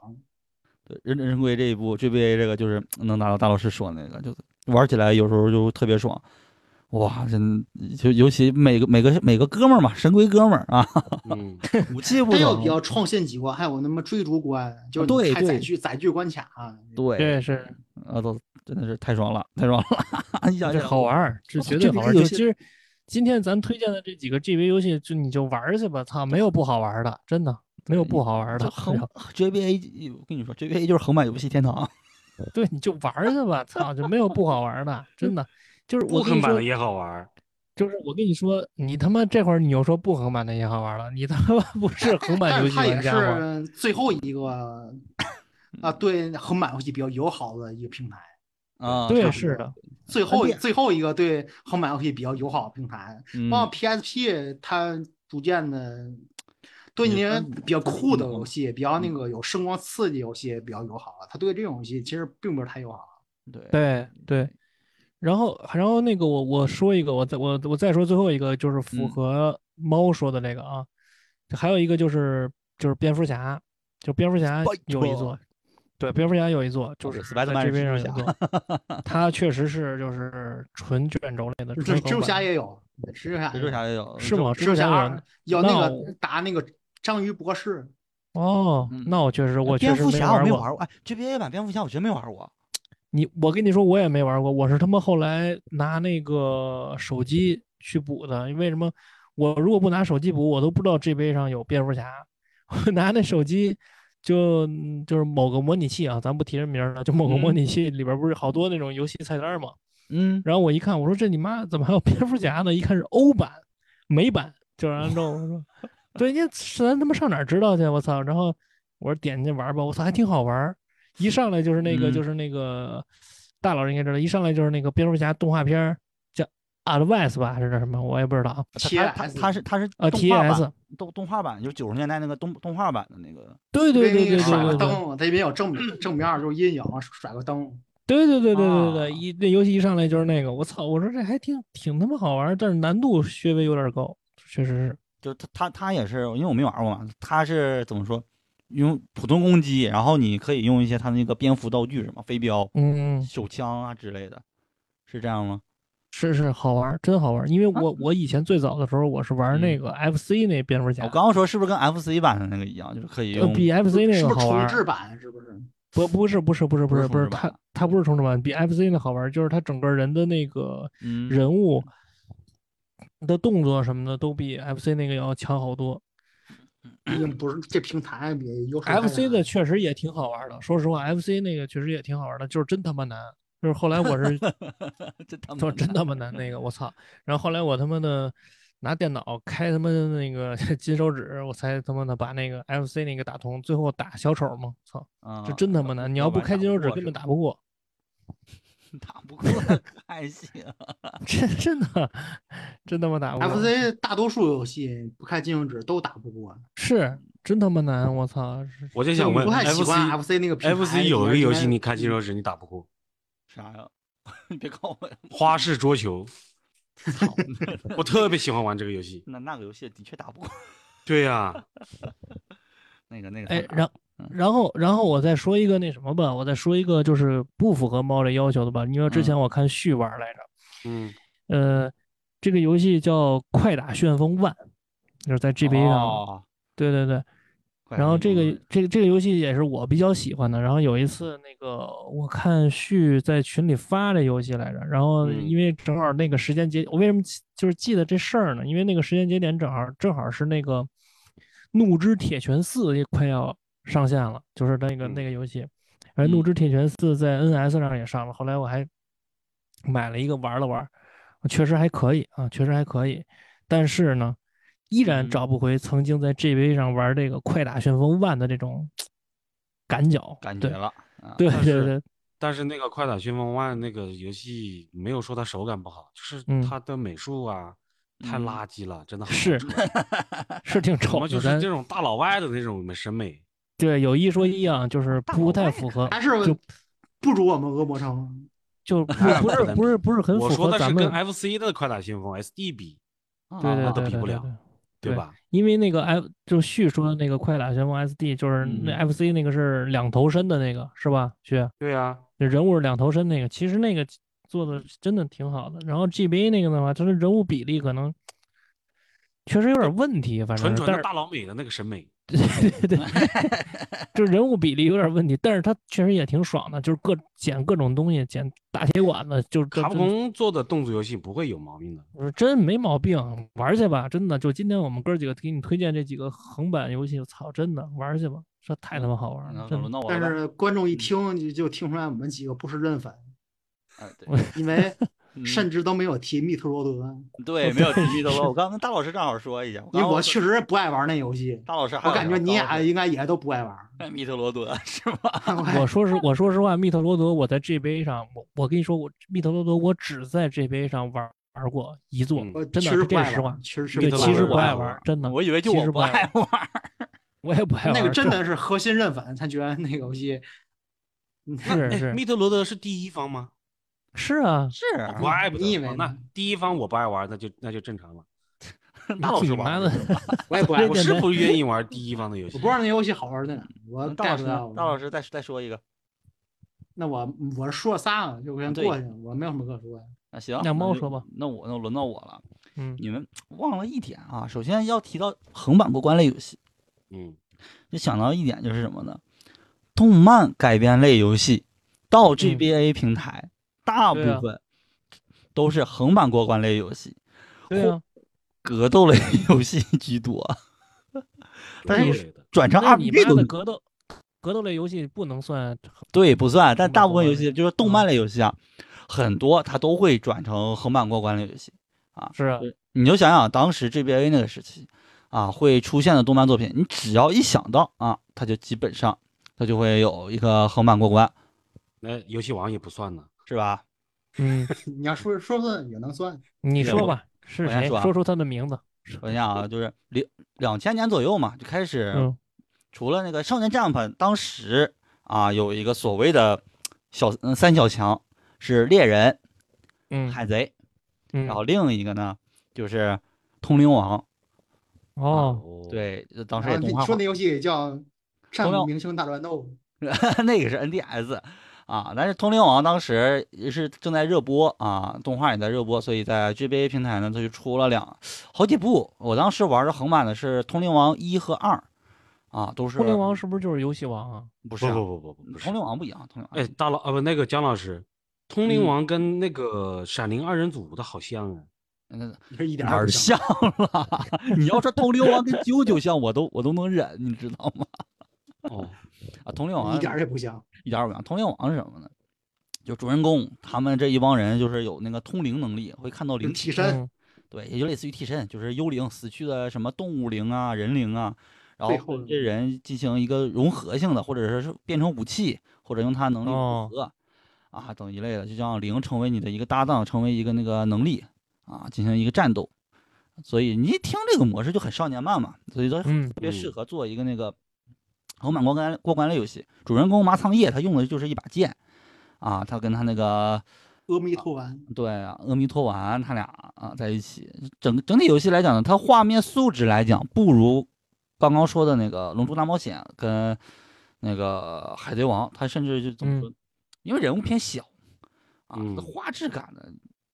Speaker 1: 对，忍者神龟这一部 GBA 这个就是能达到大老师说的那个，就是玩起来有时候就特别爽，哇，真就尤其每个每个每个哥们儿嘛，神龟哥们儿 啊，
Speaker 4: 嗯，
Speaker 1: 武器不
Speaker 2: 它有
Speaker 1: 同
Speaker 2: 比，较创新几关，还有那么追逐关，就是
Speaker 1: 对
Speaker 2: 你开载
Speaker 1: 对
Speaker 2: 具载具关卡，
Speaker 1: 对，
Speaker 3: 对是
Speaker 1: 啊，都真的是太爽了，太爽了，一想
Speaker 3: 这
Speaker 1: 想
Speaker 3: 好玩，儿，这
Speaker 1: 哦
Speaker 3: 绝
Speaker 1: 这
Speaker 3: 对
Speaker 1: 个
Speaker 3: 好玩儿。
Speaker 1: 游
Speaker 3: 就
Speaker 1: 戏
Speaker 3: 其实今天咱推荐的这几个 GB 游戏，就你就玩儿去吧，操，没有不好玩儿的，真的没有不好玩儿
Speaker 1: 这
Speaker 3: 的。哎
Speaker 1: 横 GBA，我跟你说，GBA 就是横版游戏天堂，
Speaker 3: 对，你就玩儿去吧，操，就没有不好玩儿的，真的。就是
Speaker 4: 不
Speaker 3: 我跟你
Speaker 4: 横版
Speaker 3: 说
Speaker 4: 的，也好玩儿，
Speaker 3: 就是我跟你说，你他妈这会儿你又说不横版的也好玩儿了，你他妈不是横版
Speaker 2: 但
Speaker 3: 游
Speaker 2: 是
Speaker 3: 戏
Speaker 2: 它也
Speaker 3: 玩家吗？
Speaker 2: 是最后一
Speaker 1: 嗯
Speaker 2: 个啊，对横版游戏比较友好的一个平台，
Speaker 1: 啊，
Speaker 3: 对，
Speaker 1: 是
Speaker 3: 是的，
Speaker 2: 最后
Speaker 1: 啊对
Speaker 2: 最后一个对横版游戏比较友好的平台，
Speaker 1: 嗯
Speaker 2: 包括 PSP 它逐渐的对
Speaker 1: 也
Speaker 2: 那些
Speaker 1: 分
Speaker 2: 比较酷的
Speaker 1: 嗯
Speaker 2: 游戏、比较那个有声光刺激游戏比较友好，它对这种游戏其实并不是太友好。
Speaker 1: 对
Speaker 3: 对对。然后，然后那个我我说一个，我再我我再说最后一个，就是符
Speaker 1: 嗯
Speaker 3: 合猫说的那个啊，还有一个就是就是蝙蝠侠，就蝙蝠侠有一座，对，蝙蝠侠有一座，就
Speaker 1: 对
Speaker 3: 是在
Speaker 1: Spider-Man 是
Speaker 3: GBA 上
Speaker 1: 蜘
Speaker 3: 有一
Speaker 1: 蛛
Speaker 3: 座，它确实是就是纯卷轴类的，
Speaker 2: 蜘
Speaker 3: 纯
Speaker 2: 蜘蛛
Speaker 3: 横版
Speaker 2: 侠也有，蜘蛛侠也
Speaker 1: 蜘蛛
Speaker 2: 有
Speaker 1: 侠也有
Speaker 3: 是吗？？
Speaker 2: 蜘
Speaker 3: 蜘
Speaker 2: 蛛
Speaker 3: 蛛
Speaker 2: 侠
Speaker 3: 侠有
Speaker 2: 二有那
Speaker 3: 那
Speaker 2: 个
Speaker 3: 我
Speaker 2: 打那个章鱼博士，
Speaker 3: 哦
Speaker 1: 嗯，
Speaker 3: 那我确实我确
Speaker 1: 蝙
Speaker 3: 实
Speaker 1: 蝠侠我
Speaker 3: 玩
Speaker 1: 没
Speaker 3: 过。
Speaker 1: 玩过，哎，GBA 版蝙蝠侠我真没玩过，
Speaker 3: 你我跟你说，我也没玩过，我是他妈后来拿那个手机去补的。因为什么？我如果不拿手机补，我都不知道 GBA 上有蝙蝠侠。我拿那手机就嗯就是某个模拟器啊，咱不提人名儿了，就某个模
Speaker 1: 嗯
Speaker 3: 拟器里边儿不是好多那种游戏菜单儿嘛。
Speaker 1: 嗯，
Speaker 3: 然后我一看，我说这你妈怎么还有蝙蝠侠呢？一看是欧版、美版，就是按照我说， 对，你咱他妈上哪儿知道去？我操！然后我说点进去玩儿吧，我操，还挺好玩儿。一上来就是那个，
Speaker 1: 嗯
Speaker 3: 就是那个大佬应该知道，一上来就是那个蝙蝠侠动画片儿叫 Advice 吧，还是叫什么？我也不知道啊。
Speaker 1: 他他他是他是
Speaker 3: 呃
Speaker 1: 动画版
Speaker 3: ，TS，
Speaker 1: 动动画版，就是九十年代那个动动画版的那个。
Speaker 3: 对对对对对对
Speaker 2: 甩
Speaker 3: 对
Speaker 2: 个
Speaker 3: 对
Speaker 2: 灯，它里面有正面正面就是阴影，甩个灯。
Speaker 3: 对对对对对
Speaker 1: 啊
Speaker 3: 对，一那游戏一上来就是那个，我操！我说这还挺挺他妈好玩儿，但是难度稍微有点高，确实是。
Speaker 1: 就他他他也是，因为我没玩过嘛，他是怎么说？用普通攻击，然后你可以用一些他那个蝙蝠道具，什么飞镖、
Speaker 3: 嗯，嗯
Speaker 1: 手枪啊之类的，是这样吗？
Speaker 3: 是是好玩儿，真好玩儿。因
Speaker 2: 啊
Speaker 3: 为我我以前最早的时候，我是玩儿
Speaker 2: 嗯
Speaker 3: 那个 FC 那蝙蝠侠
Speaker 1: 我，刚刚说是不是跟 FC 版的那个一样，就是可以
Speaker 3: 呃
Speaker 1: 用
Speaker 3: 比 FC 那
Speaker 2: 是
Speaker 3: 个
Speaker 2: 不是
Speaker 3: 好
Speaker 2: 重
Speaker 3: 玩儿。
Speaker 2: 置版？是不是？
Speaker 3: 不不是不是不是
Speaker 1: 不
Speaker 3: 不
Speaker 1: 是
Speaker 3: 是不
Speaker 1: 重
Speaker 3: 是
Speaker 1: 置版
Speaker 3: 它它不是重置版，比 FC 那好玩儿，就是它整个人的那个
Speaker 1: 嗯
Speaker 3: 人物
Speaker 2: 嗯
Speaker 3: 的动作什么的都比 FC 那个要强好多。
Speaker 2: 毕竟嗯不是这平台也优势太大了。
Speaker 3: FC 的确实也挺好玩儿的，说实话，FC 那个确实也挺好玩儿的，就是真他妈难。就是后来我是
Speaker 1: 这 他
Speaker 3: 说
Speaker 1: 妈
Speaker 3: 真他妈难那个，我操！然后后来我他妈的拿电脑开他妈的那个 金手指，我才他妈的把那个 FC 那个打通，最后打小丑嘛，操，
Speaker 1: 啊，
Speaker 3: 这真他妈难！你要不开金手指根本打不过，
Speaker 1: 打不过，还行。
Speaker 3: 真真的 真他妈打不过，
Speaker 2: FC 大多数游戏不开金手指都打不过，
Speaker 3: 是真他妈难！我操，是
Speaker 4: 我就
Speaker 2: 就
Speaker 4: 想问
Speaker 2: 不太习惯
Speaker 4: FC
Speaker 2: FC 那个平台
Speaker 4: FC 有一个游戏你开金手
Speaker 2: 指，
Speaker 4: 指你打不过，
Speaker 1: 啥呀？你别告我呀！
Speaker 4: 花式桌球，
Speaker 1: 操，
Speaker 4: 我特别喜欢玩这个游戏。
Speaker 1: 那那个游戏的确打不过
Speaker 4: 对呀、
Speaker 1: 那个那个太
Speaker 3: 哎
Speaker 1: 难，了。
Speaker 3: 然
Speaker 1: 嗯
Speaker 3: 然后然后我再说一个那什么吧，我再说一个就是不符合猫的要求的吧，因为之前我看旭玩儿来着。
Speaker 4: 嗯，
Speaker 3: 呃，这个游戏叫《快打旋风万》，就是在 GBA 上的。
Speaker 1: 哦
Speaker 3: 对对对，
Speaker 1: 怪
Speaker 3: 然后
Speaker 1: 不
Speaker 3: 这
Speaker 1: 得
Speaker 3: 个这个这个游戏也是我比较喜欢的。然后有一次那个我看旭在群里发这游戏来着，然后
Speaker 4: 嗯
Speaker 3: 因为正好那个时间节，我为什么记就是记得这事儿呢？因为那个时间节点正好正好是那个《怒之铁拳四》也快要上线了，就是那个、那个游戏。而《
Speaker 1: 嗯
Speaker 3: 怒之铁拳四》在 NS 上也上了，后来我还买了一个玩了玩，确实还可以啊，确实还可以。但是呢，依然
Speaker 1: 嗯
Speaker 3: 找不回曾经在 GB 上玩这个《快打旋风万》的这种感脚
Speaker 1: 感觉
Speaker 3: 对
Speaker 1: 了，啊
Speaker 3: 对
Speaker 4: 但
Speaker 3: 对
Speaker 4: 是
Speaker 3: 对，
Speaker 4: 但是那个《快打旋风万》那个游戏没有说它手感不好，就是
Speaker 3: 嗯
Speaker 4: 它的美术啊、太
Speaker 1: 嗯
Speaker 4: 垃圾了，真 的很
Speaker 3: 是
Speaker 4: 难看
Speaker 3: 是挺
Speaker 4: 我
Speaker 3: 丑
Speaker 4: 们
Speaker 3: 的。
Speaker 4: 就是嗯
Speaker 3: 咱
Speaker 4: 这种大老外的那种审美。
Speaker 3: 对有一说一啊，就是不太符合，
Speaker 2: 还是
Speaker 3: 就
Speaker 2: 不如我们恶魔城。
Speaker 3: 就不
Speaker 4: 那
Speaker 3: 不
Speaker 4: 不
Speaker 3: 是
Speaker 4: 能
Speaker 3: 不是不是很符
Speaker 4: 我说
Speaker 3: 合
Speaker 4: 的
Speaker 3: 咱
Speaker 4: 是
Speaker 3: 们
Speaker 4: 跟。FC 的《快打旋风》SD 比，
Speaker 1: 啊
Speaker 3: 对对
Speaker 4: 那
Speaker 3: 对
Speaker 4: 都
Speaker 3: 对
Speaker 4: 比不
Speaker 3: 对
Speaker 4: 了
Speaker 3: 对
Speaker 4: 对
Speaker 3: 对
Speaker 4: 吧？
Speaker 3: 因为那个 F 就旭说的那个快打旋风 SD，就是
Speaker 4: 嗯
Speaker 3: 那 FC 那个是两头身的那个、是吧？旭，
Speaker 4: 对呀、啊，
Speaker 3: 那人物是两头身那个，其实那个做的真的挺好的。然后 GBA 那个的话，它的人物比例可能确实有点问题，反
Speaker 4: 纯纯
Speaker 3: 正但
Speaker 4: 的
Speaker 3: 是
Speaker 4: 大老美的那个审美。
Speaker 3: 对对， 就是人物比例有点问题，但是它确实也挺爽的，就是各捡各种东西，捡大铁管子，就是这
Speaker 4: 卡普
Speaker 3: 这
Speaker 4: 空做的动作游戏不会有毛病的。
Speaker 3: 我说真没毛病，玩儿去吧，真的。就今天我们哥儿几个给你推荐这几个横版游戏，我操，真的玩儿去吧，这太他妈好玩儿
Speaker 1: 那
Speaker 3: 了，
Speaker 1: 可
Speaker 3: 真
Speaker 1: 轮
Speaker 3: 的。
Speaker 1: 到我了嗯
Speaker 2: 但
Speaker 1: 吧。
Speaker 2: 是观众一听你就听出来我们几个不是认粉，
Speaker 1: 哎对
Speaker 2: 因为
Speaker 1: 嗯
Speaker 2: 甚至都没有提密特罗德，
Speaker 1: 对，没 有提议的了。我刚跟大老师正好说一下，
Speaker 2: 因为
Speaker 1: 刚
Speaker 2: 我确实不爱玩那游戏。
Speaker 1: 大老师还有
Speaker 2: 我
Speaker 1: 聊，
Speaker 2: 感觉你
Speaker 1: 大
Speaker 2: 俩
Speaker 1: 老师
Speaker 2: 应该也都不 爱玩。
Speaker 1: 密特罗德是 吧？
Speaker 3: 我说实我说实话，密特罗德我在 GBA 上，我我跟你说，我密特罗德我只在 GBA 上玩儿玩儿过一座，
Speaker 4: 嗯
Speaker 2: 我
Speaker 3: 真
Speaker 2: 确
Speaker 3: 的
Speaker 2: 呃实
Speaker 3: 是
Speaker 2: 不
Speaker 3: 这
Speaker 2: 爱
Speaker 3: 是实
Speaker 2: 玩
Speaker 3: 话。，
Speaker 2: 确实
Speaker 3: 对，
Speaker 4: 特
Speaker 2: 确
Speaker 4: 罗
Speaker 2: 实
Speaker 3: 其
Speaker 4: 德
Speaker 3: 实
Speaker 4: 我
Speaker 3: 不
Speaker 4: 爱
Speaker 3: 爱
Speaker 4: 玩
Speaker 3: 玩
Speaker 4: 儿
Speaker 3: 儿，真的，
Speaker 1: 我以为就
Speaker 3: 其
Speaker 1: 我
Speaker 3: 实
Speaker 1: 不
Speaker 3: 不爱
Speaker 1: 爱玩 儿，
Speaker 3: 我也不爱玩儿。
Speaker 2: 那个真
Speaker 3: 的
Speaker 2: 的是核心认粉，他觉得那个游戏
Speaker 3: 是
Speaker 4: 哎
Speaker 3: 是
Speaker 4: 密特罗德是第一方吗？
Speaker 3: 是啊，
Speaker 1: 是
Speaker 4: 我不爱不得
Speaker 2: 你以为呢
Speaker 4: 哦那第一方我不爱玩，那就那就正常了。
Speaker 1: 大老师
Speaker 3: 你妈
Speaker 1: 玩
Speaker 3: 的
Speaker 1: 儿的。，
Speaker 2: 我也不爱
Speaker 3: 这
Speaker 4: 我
Speaker 2: 玩。
Speaker 3: 简
Speaker 4: 是
Speaker 3: 单
Speaker 4: 不愿意玩第一方的游戏。
Speaker 2: 我不知道那游戏好玩在哪，我
Speaker 1: 大老
Speaker 2: get
Speaker 1: 师
Speaker 2: 不
Speaker 1: 呢
Speaker 2: 到。，
Speaker 1: 大老师再再说一个。
Speaker 2: 那我我说仨了，就先
Speaker 1: 对
Speaker 2: 过去了，我没有什么可说的。
Speaker 1: 那啊行，
Speaker 3: 那猫
Speaker 1: 就
Speaker 3: 说吧。
Speaker 1: 那我那轮到我了。
Speaker 3: 嗯，
Speaker 1: 你们忘了一点啊，首先要提到横版过关类游戏，
Speaker 4: 嗯，
Speaker 1: 就想到一点就是什么呢？动漫改编类游戏到 GBA 平台，大部
Speaker 3: 嗯对啊
Speaker 1: 分都是横版过关类游戏，
Speaker 3: 对啊，
Speaker 1: 格斗类游戏居多，但
Speaker 4: 我
Speaker 1: 是
Speaker 4: 也觉得
Speaker 1: 转成
Speaker 3: 那
Speaker 1: 二
Speaker 3: 你
Speaker 1: B
Speaker 3: 妈
Speaker 1: 都
Speaker 3: 的格斗格斗类游戏不能算
Speaker 1: 对不算，但
Speaker 3: 横版
Speaker 1: 大
Speaker 3: 过
Speaker 1: 部分游
Speaker 3: 关类
Speaker 1: 戏就是动
Speaker 3: 嗯
Speaker 1: 漫类游戏啊，很多它都会转成横版过关类游戏。
Speaker 3: 是啊，
Speaker 1: 你就想想当时 GBA 那个时期啊，会出现的动漫作品，你只要一想到啊，它就基本上它它就会有一个横版过关，
Speaker 4: 那游戏王也不算呢。
Speaker 1: 是吧？
Speaker 3: 嗯，
Speaker 2: 你要说说算也能算，
Speaker 3: 你
Speaker 1: 对
Speaker 3: 说
Speaker 1: 我
Speaker 3: 吧，是
Speaker 1: 我先
Speaker 3: 谁？
Speaker 1: 说啊
Speaker 3: 说出他的名字。
Speaker 1: 我想啊，就是两两千年左右嘛，就开始、
Speaker 3: 嗯
Speaker 1: 除了那个少年 Jump，当时啊有一个所谓的小嗯三小强是猎人、
Speaker 3: 嗯，
Speaker 1: 海贼，
Speaker 3: 嗯
Speaker 1: 然后另一个呢就是通灵王。啊
Speaker 4: 啊
Speaker 3: 哦，
Speaker 1: 对，就当时也
Speaker 2: 然后
Speaker 1: 动
Speaker 2: 你
Speaker 1: 画
Speaker 2: 说
Speaker 1: 化
Speaker 2: 那游戏叫《战
Speaker 1: 同样
Speaker 2: 无明星大乱斗》，
Speaker 1: 那个是 NDS 啊，但是通灵王当时也是正在热播啊，动画也在热播，所以在 GBA 平台呢，它就出了两好几部。我当时玩的横版的是通灵王一和二啊，都是
Speaker 3: 通灵王是不是就是游戏王啊？
Speaker 1: 不是
Speaker 4: 不
Speaker 1: 啊、
Speaker 4: 不不不不不是
Speaker 1: 通。灵王不一样，通灵王
Speaker 4: 哎，大佬啊，不，那个姜老师，通灵
Speaker 1: 嗯
Speaker 4: 王跟那个闪灵二人组的好像啊。
Speaker 1: 嗯
Speaker 2: 这一点
Speaker 1: 哪
Speaker 2: 儿
Speaker 1: 儿
Speaker 2: 不
Speaker 1: 像了？ 你要说通灵王跟啾啾像，我都我都能忍，你知道吗？
Speaker 4: 哦，
Speaker 1: 啊，通灵王
Speaker 2: 一点儿也不像。
Speaker 1: 一点儿不像。通灵王是什么呢？就主人公他们这一帮人就是有那个通灵能力，会看到
Speaker 2: 有
Speaker 1: 灵体
Speaker 2: 替身，
Speaker 3: 嗯
Speaker 1: 对，也就类似于替身，就是幽灵、死去的什么动物灵啊、人灵啊，然后
Speaker 2: 背后
Speaker 1: 跟
Speaker 2: 的
Speaker 1: 这人进行一个融合性的，或者是变成武器，或者用他能力
Speaker 3: 哦
Speaker 1: 组合、啊等一类的，就让灵成为你的一个搭档，成为一个那个能力啊，进行一个战斗。所以你一听这个模式就很少年漫嘛，所以说特
Speaker 3: 嗯
Speaker 1: 别适
Speaker 4: 嗯
Speaker 1: 合做一个那个横版过关过关类游戏。主人公麻仓叶他用的就是一把剑啊，他跟他那个
Speaker 2: 阿弥陀丸，
Speaker 1: 对啊，阿弥陀丸他俩啊在一起，整整体游戏来讲呢，它画面素质来讲不如刚刚说的那个《龙珠大冒险》跟那个《海贼王》，它甚至就怎么说，因为人物偏小啊，它
Speaker 4: 嗯
Speaker 1: 画质感呢，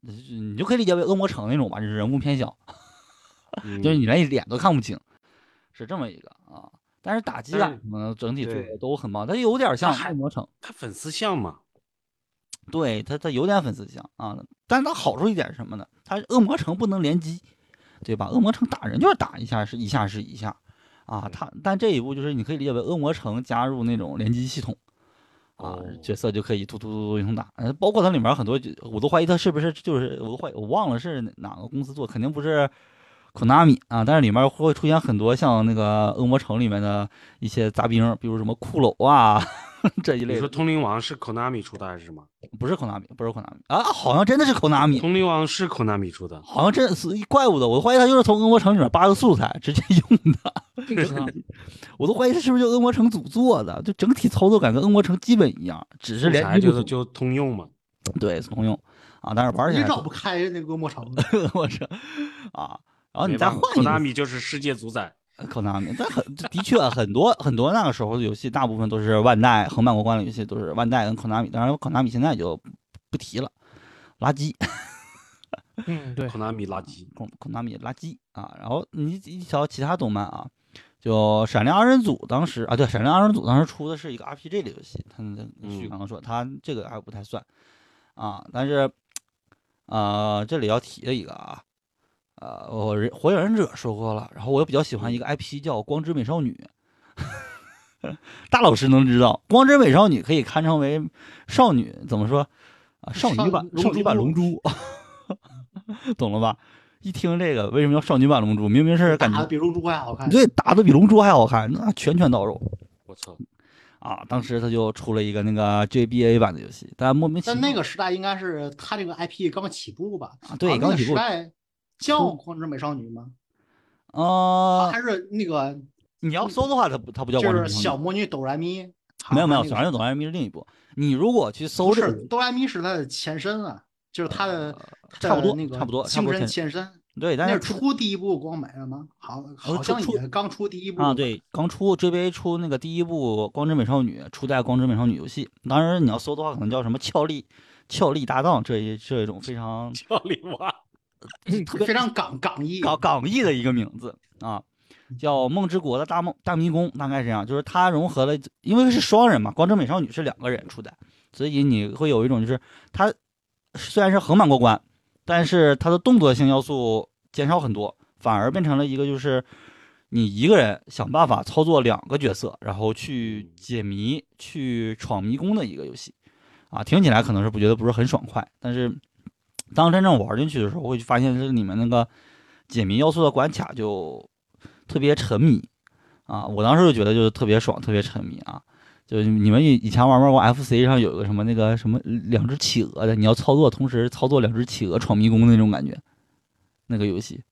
Speaker 1: 就是你就可以理解为恶魔城那种吧，就是人物偏小，
Speaker 4: 嗯
Speaker 1: 就是你连脸都看不清，是这么一个啊。但是打击啊
Speaker 4: 但是
Speaker 1: 什么的，整体做
Speaker 4: 对
Speaker 1: 的都很棒，它有点像
Speaker 4: 还
Speaker 1: 恶魔城。
Speaker 4: 他粉丝像嘛。
Speaker 1: 对他，他有点粉丝像啊，但是他好处一点是什么呢？他恶魔城不能联机，对吧？恶魔城打人就是打一下是一下是一下，啊，他但这一步就是你可以理解为恶魔城加入那种联机系统，啊，
Speaker 4: 哦
Speaker 1: 角色就可以突突突突英雄打，呃包括它里面很多就，我都怀疑它是不是就是我都怀疑我忘了是哪哪个公司做，肯定不是 Konami 啊，但是里面会出现很多像那个恶魔城里面的一些杂兵，比如什么骷髅啊 这一
Speaker 4: 你
Speaker 1: 类
Speaker 4: 说
Speaker 1: 的，
Speaker 4: 通灵王是 Konami 出的还是什么？
Speaker 1: 不是 Konami，不是 Konami 啊，好像真的是 Konami。
Speaker 4: 通灵王是 Konami 出的。
Speaker 1: 好像这是一怪物的，我怀疑他就是从恶魔城里面扒个素材直接用的，
Speaker 3: 这个啊
Speaker 1: 我都怀疑他是不是就恶魔城组做的，就整体操作感跟恶魔城基本一样，只是
Speaker 4: 素材
Speaker 1: 连
Speaker 4: 就是就通用嘛。
Speaker 1: 对通用啊，但是玩起
Speaker 2: 你
Speaker 1: 来
Speaker 2: 绕不开那个恶魔城，
Speaker 1: 恶魔城啊，然后你
Speaker 4: 没
Speaker 1: 再
Speaker 4: 办
Speaker 1: 换
Speaker 4: 法
Speaker 1: 一个
Speaker 4: ，Konami 就是世界主宰。
Speaker 1: 口袋名，但很的确很多很多那个时候的游戏，大部分都是万代横版过关的游戏，都是万代跟口袋米，当然口袋米现在就不提了，垃圾。
Speaker 3: 嗯，对，
Speaker 4: Konami 垃圾。
Speaker 1: 孔孔纳米垃圾啊。然后你一条其他动漫啊，就《闪亮二人组》当时啊，对，《闪亮二人组》当时出的是一个 RPG 的游戏，他那个旭
Speaker 4: 嗯
Speaker 1: 刚刚说他这个还不太算啊，但是啊、呃这里要提的一个啊。呃，我人《火影忍者》说过了，然后我又比较喜欢一个 IP 叫《光之美少女》， 大老师能知道，《光之美少女》可以堪称为少女怎么说啊，少
Speaker 2: 少
Speaker 1: 女版
Speaker 2: 龙
Speaker 1: 少女版
Speaker 2: 珠
Speaker 1: 龙珠， 懂了吧？一听这个，为什么叫少女版龙珠？明明是感
Speaker 2: 打的
Speaker 1: 觉
Speaker 2: 比龙珠还好看。
Speaker 1: 对打的比龙珠还好看，那拳拳到肉
Speaker 4: 我 操！
Speaker 1: 啊！当时他就出了一个那个 JBA 版的游戏，但莫名其
Speaker 2: 但
Speaker 1: 妙
Speaker 2: 那个时代应该是他这个 IP 刚起步吧？
Speaker 1: 啊对
Speaker 2: 然后那
Speaker 1: 刚
Speaker 2: 个
Speaker 1: 起步
Speaker 2: 时，代叫
Speaker 1: 出
Speaker 2: 《光之美少女》吗？啊
Speaker 1: 呃，
Speaker 2: 还是那个
Speaker 1: 你要搜的话，它不它不叫
Speaker 2: 就
Speaker 1: 光之
Speaker 2: 是
Speaker 1: 美
Speaker 2: 小
Speaker 1: 少女，
Speaker 2: 魔女哆来咪？
Speaker 1: 没有没有，
Speaker 2: 好
Speaker 1: 小
Speaker 2: 像那
Speaker 1: 人
Speaker 2: 个
Speaker 1: 懂人迷是另一部。你如果去搜
Speaker 2: 不
Speaker 1: 这
Speaker 2: 是
Speaker 1: 个，
Speaker 2: 哆来咪是他的前身啊，就是他的
Speaker 1: 呃差不
Speaker 2: 的
Speaker 1: 多
Speaker 2: 那个
Speaker 1: 差不多差
Speaker 2: 精
Speaker 1: 不多
Speaker 2: 神
Speaker 1: 前
Speaker 2: 前身。
Speaker 1: 对，但
Speaker 2: 那
Speaker 1: 是呃
Speaker 2: 是出第一部光美了吗？好，好
Speaker 1: 出
Speaker 2: 像
Speaker 1: 出
Speaker 2: 也刚出第一部
Speaker 1: 啊，对，刚出 GBA 出那个第一部《光之美少女》，初代《光之美少女》游戏。当然，你要搜的话，可能叫什么“俏丽”“俏丽搭档”这一这一种非 常
Speaker 4: 叫里娃。
Speaker 1: 特别
Speaker 2: 非常港港一。
Speaker 1: 港港译的一个名字啊，叫《梦之国的大梦大迷宫》，大概是这样。就是它融合了，因为是双人嘛，《光之美少女》是两个人初代，所以你会有一种就是它虽然是横版过关，但是它的动作性要素减少很多，反而变成了一个就是你一个人想办法操作两个角色，然后去解谜、去闯迷宫的一个游戏。啊，听起来可能是不觉得不是很爽快，但是当真正玩进去的时候，会发现这里面那个解谜要素的关卡就特别沉迷啊！我当时就觉得就是特别爽，特别沉迷啊！就你们以以前玩没玩过 FC 上有个什么那个什么两只企鹅的，你要操作同时操作两只企鹅闯迷宫那种感觉，那个游戏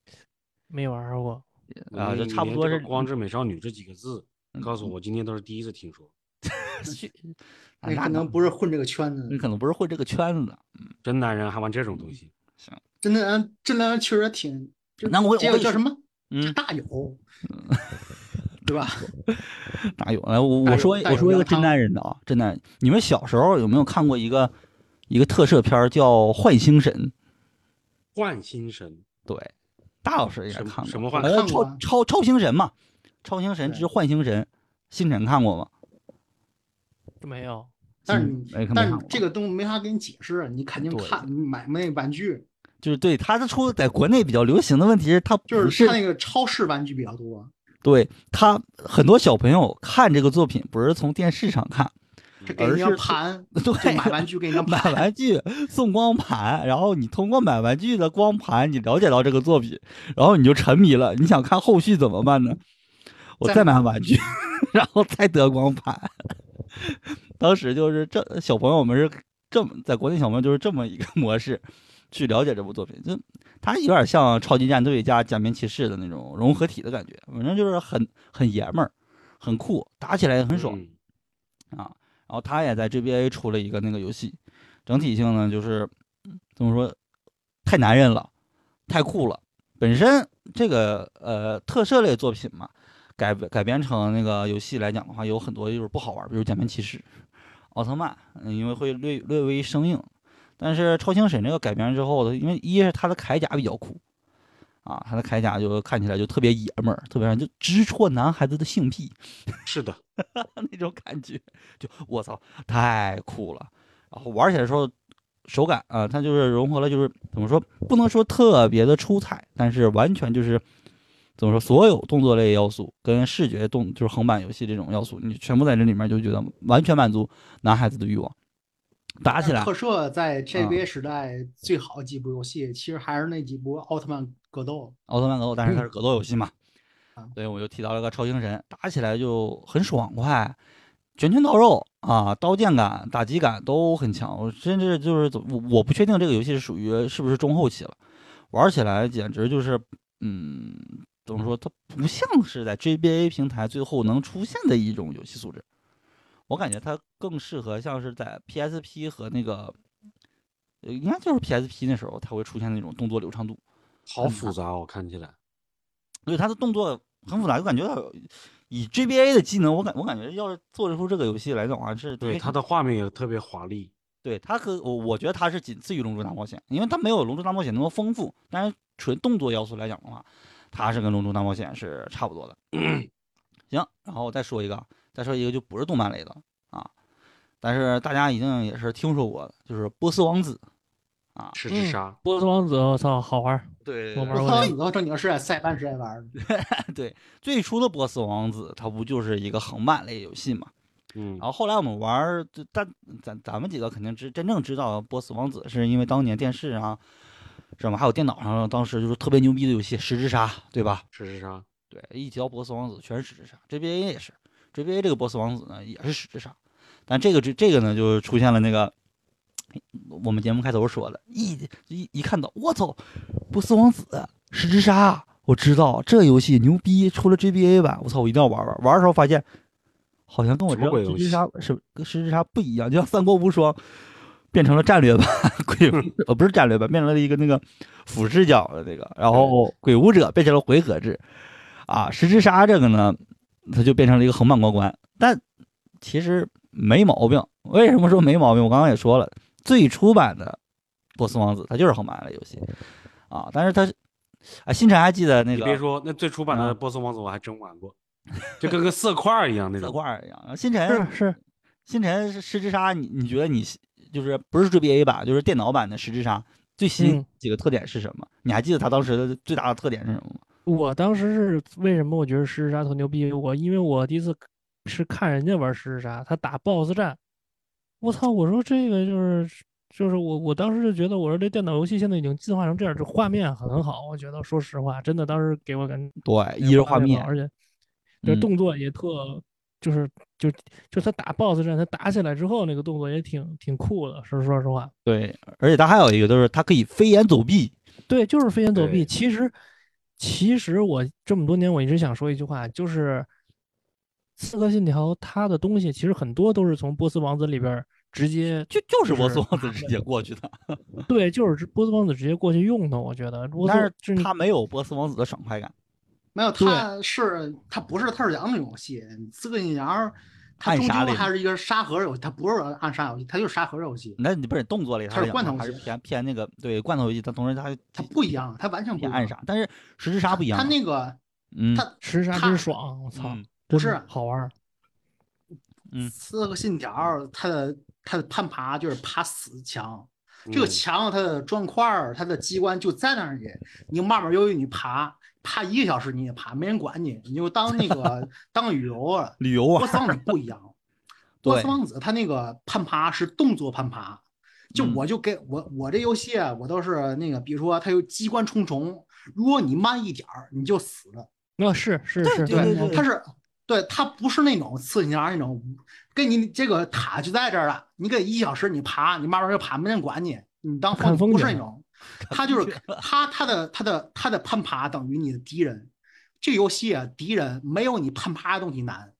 Speaker 3: 没玩儿过，
Speaker 1: 啊，
Speaker 4: 我
Speaker 1: 就
Speaker 4: 你
Speaker 1: 差不
Speaker 4: 嗯连
Speaker 1: 多
Speaker 4: 这个
Speaker 1: 是
Speaker 4: 光之美少女”这几个字，
Speaker 1: 嗯
Speaker 4: 告诉我今天都是第一次听说，
Speaker 1: 啊
Speaker 2: 你
Speaker 1: 那
Speaker 2: 可能不是混这个圈子
Speaker 1: 你
Speaker 2: 的，
Speaker 1: 可能不是混这个圈子的。
Speaker 4: 真男人还玩这种东
Speaker 1: 嗯
Speaker 4: 西。
Speaker 2: 真的安真的安确实挺，就
Speaker 1: 那我我
Speaker 2: 这
Speaker 1: 跟
Speaker 2: 个
Speaker 1: 你
Speaker 2: 叫什
Speaker 1: 说
Speaker 2: 么？
Speaker 1: 嗯，
Speaker 2: 大有，对吧？
Speaker 1: 哪有？来，我我
Speaker 2: 大有
Speaker 1: 说
Speaker 2: 大
Speaker 1: 我
Speaker 2: 有
Speaker 1: 说一
Speaker 2: 亮
Speaker 1: 个真
Speaker 2: 汤
Speaker 1: 男人的啊，真男人，你们小时候有没有看过一个一个特摄片儿叫《幻星神》？
Speaker 4: 幻心神，
Speaker 1: 对，大老师应该
Speaker 4: 什么
Speaker 1: 看过
Speaker 4: 什么幻
Speaker 1: 呃
Speaker 2: 看
Speaker 1: 超
Speaker 2: 过啊
Speaker 1: 超超星神嘛，超星神之
Speaker 2: 对
Speaker 1: 幻星神，星辰看过吗？
Speaker 3: 没有。
Speaker 2: 但是
Speaker 1: 嗯
Speaker 2: 你
Speaker 1: 哎可没
Speaker 2: 但
Speaker 1: 看
Speaker 2: 是
Speaker 1: 过
Speaker 2: 这个东西没法给你解释，你肯定
Speaker 1: 对
Speaker 2: 看你买那玩具，
Speaker 1: 就是对它的出在国内比较流行的问题是它不
Speaker 2: 就是是看那个超市玩具比较多，
Speaker 1: 对它很多小朋友看这个作品不是从电视上看，
Speaker 2: 这给
Speaker 1: 嗯而
Speaker 2: 你张
Speaker 1: 是
Speaker 2: 盘，
Speaker 1: 对
Speaker 2: 就买玩具给你张
Speaker 1: 买
Speaker 2: 盘，
Speaker 1: 玩具送光盘，然后你通过买玩具的光盘，你了解到这个作品，然后你就沉迷了。你想看后续怎么办呢？我再
Speaker 2: 再买
Speaker 1: 买玩具， 然后再得光盘。当时就是这小朋友们是这么在国内小朋友就是这么一个模式去了解这部作品，就它有点像超级战队加假面骑士的那种融合体的感觉，反正就是很很爷们儿，很酷，打起来也很爽。
Speaker 4: 嗯
Speaker 1: 啊，然后他也在 GBA 出了一个那个游戏，整体性呢就是怎么说，太男人了，太酷了。本身这个呃特摄类作品嘛，改改编成那个游戏来讲的话，有很多就是不好玩儿，比如假面骑士、奥特曼，嗯因为会略略微生硬。但是超星神这个改编之后的，因为一是他的铠甲比较酷，啊，他的铠甲就看起来就特别爷们儿，特别让人就直戳男孩子的性癖，
Speaker 4: 是的，
Speaker 1: 那种感觉，就我操，太酷了。然后玩起来的时候，手感啊、它就是融合了，就是怎么说，不能说特别的出彩，但是完全就是怎么说，所有动作类要素跟视觉动就是横版游戏这种要素，你全部在这里面就觉得完全满足男孩子的欲望。打起来啊
Speaker 2: 特摄在 GBA 时代最好的几部游戏，其实还是那几部奥特曼格斗，
Speaker 1: 奥特曼格斗，但是它是格斗游戏嘛，所以我就提到了个超星神，打起来就很爽快，拳拳到肉啊，刀剑感、打击感都很强，我甚至就是怎我我不确定这个游戏是属于是不是中后期了，玩起来简直就是，嗯，怎么说，它不像是在 GBA 平台最后能出现的一种游戏素质，我感觉它更适合像是在 PSP 和那个。呃应该就是 PSP 那时候，它会出现那种动作流畅度，
Speaker 4: 好复杂哦，看起来。
Speaker 1: 对他的动作很复杂，就感觉到以 GBA 的机能，我感我感觉要是做出这个游戏来的话，是
Speaker 4: 对，
Speaker 1: 非
Speaker 4: 它
Speaker 1: 常
Speaker 4: 的画面也特别华丽。
Speaker 1: 对它和我我觉得它是仅次于《龙珠大冒险》，因为它没有《龙珠大冒险》那么丰富，但是纯动作要素来讲的话，它是跟《龙珠大冒险》是差不 多的。行，然后我再说一个，再说一个就不是动漫类的啊，但是大家一定也是听说过的，就是《波斯王子》啊，
Speaker 4: 是之
Speaker 3: 嗯
Speaker 4: 杀，
Speaker 3: 波斯王子，我操，好玩儿，
Speaker 1: 对
Speaker 3: 我玩
Speaker 2: 我
Speaker 3: 过
Speaker 2: 操，
Speaker 3: 那
Speaker 2: 你
Speaker 3: 个
Speaker 2: 都正经是在塞班时代玩的，
Speaker 1: 最初的《波斯王子》，它不就是一个横版类游戏嘛？
Speaker 4: 嗯
Speaker 1: 然，后后来我们玩儿，就但咱咱们几个肯定知真正知道《波斯王子》，是因为当年电视啊，什么还有电脑上，当时就是特别牛逼的游戏《十之杀》，对吧？
Speaker 4: 是之杀，
Speaker 1: 对，一提到《波斯王子》，全是《十之杀》，GBA 也是，GBA 这个《波斯王子》呢也是《十之杀》，但这个这这个呢，就是出现了那个我们节目开头说的，一一一看到我操，《波斯王子》《十之杀》，我知道这游戏牛逼，出了 GBA 版，我操，我一定要玩玩。玩的时候发现，好像跟我
Speaker 4: 什
Speaker 1: 这
Speaker 4: 么鬼
Speaker 1: 《十
Speaker 4: 游
Speaker 1: 之
Speaker 4: 戏
Speaker 1: 杀》是跟《十之杀》不一样，就像《三国无双》变成了战略版 鬼屋，呃，不是战略版，变成了一个那个俯视角的那个，然后《鬼武者》变成了回合制，啊，《十之杀》这个呢，它就变成了一个横版过关，但其实没毛病。为什么说没毛病？我刚刚也说了，最初版的《波斯王子》它就是横版的游戏啊，但是它是啊，星辰还记得那
Speaker 4: 你
Speaker 1: 个
Speaker 4: 别说，那最初版
Speaker 1: 啊
Speaker 4: 的《波斯王子》我还真玩过，就跟个色块儿一样那
Speaker 1: 色
Speaker 4: 种。
Speaker 1: 块儿一样，星辰
Speaker 3: 是是，
Speaker 1: 星辰是十之杀，你你觉得你就是不是 GBA 版，就是电脑版的十之杀最新
Speaker 3: 嗯
Speaker 1: 几个特点是什么？你还记得它当时的最大的特点是什么吗？
Speaker 3: 我当时是为什么我觉得十之杀特牛逼？我因为我第一次是看人家玩十之杀，他打 BOSS 战，我操！我说这个就是就是我我当时就觉得我说这电脑游戏现在已经进化成这样，这画面很好，我觉得说实话，真的当时给我感觉
Speaker 1: 对，
Speaker 3: 那
Speaker 1: 啊一是
Speaker 3: 个
Speaker 1: 画
Speaker 3: 面
Speaker 1: 面
Speaker 3: 好，而且这
Speaker 1: 嗯
Speaker 3: 动作也特就是就就他打 BOSS 战，他打起来之后那个动作也挺挺酷的，说说实话。
Speaker 1: 对，而且它还有一个就是它可以飞檐走壁，
Speaker 3: 对，就是飞檐走
Speaker 4: 对
Speaker 3: 壁。其实，其实我这么多年我一直想说一句话，就是《刺客信条》它的东西其实很多都是从波斯王子里边儿直接
Speaker 1: 就就是
Speaker 3: 就是
Speaker 1: 波斯王子直接过去的，
Speaker 3: 对，就是直波斯王子直接过去用的。我觉得，波斯
Speaker 1: 但
Speaker 3: 就是你
Speaker 1: 它没有波斯王子的爽快感。
Speaker 2: 没有，
Speaker 3: 对
Speaker 2: 它是它不是特尔杨那种游戏，刺客信条它
Speaker 1: 暗
Speaker 2: 终究
Speaker 1: 杀类的
Speaker 2: 还是一个沙盒游戏，它不是暗杀游戏，它就是沙盒游戏，
Speaker 1: 那你不是动作类，
Speaker 2: 它
Speaker 1: 它
Speaker 2: 是
Speaker 1: 两
Speaker 2: 罐
Speaker 1: 个
Speaker 2: 头
Speaker 1: 还是
Speaker 2: 游戏
Speaker 1: 偏偏那个对罐头游戏，它同时它
Speaker 2: 它不一样，它完全不一
Speaker 1: 偏
Speaker 2: 样。
Speaker 1: 暗杀，但是实时杀不一样
Speaker 2: 它
Speaker 1: 啊。
Speaker 2: 那个
Speaker 1: 嗯
Speaker 2: 它
Speaker 3: 吃啥
Speaker 2: 他
Speaker 3: 真爽，我操，
Speaker 1: 嗯
Speaker 3: 不
Speaker 2: 是
Speaker 3: 好玩儿。
Speaker 1: 嗯
Speaker 2: 刺客信条，它的它的攀爬就是爬死墙，这个
Speaker 4: 嗯
Speaker 2: 墙它的砖块儿、它的机关就在那里，你慢慢悠悠你爬，爬一个小时你也爬，没人管你，你就当 那个当旅游了。
Speaker 1: 旅游
Speaker 2: 波
Speaker 1: 啊，
Speaker 2: 斯王子不 一样，波斯
Speaker 1: 对
Speaker 2: 王子他那个攀爬是动作攀爬，就
Speaker 1: 嗯
Speaker 2: 我就给我我这游戏啊，我都是那个，比如说它有机关重重，如果你慢一点儿你就死了。
Speaker 3: 那、啊是是
Speaker 1: 对
Speaker 3: 是，
Speaker 1: 对对对
Speaker 2: 它是对它不是那种刺激型那种，跟你这个塔就在这儿了，你给一小时你爬，你慢慢就爬，没人管你，你当
Speaker 3: 看
Speaker 2: 风
Speaker 3: 风
Speaker 2: 不是
Speaker 3: 景
Speaker 2: 那种，它就是它它的它的它的攀爬等于你的敌人，这个游戏啊敌人没有你攀爬的东西难，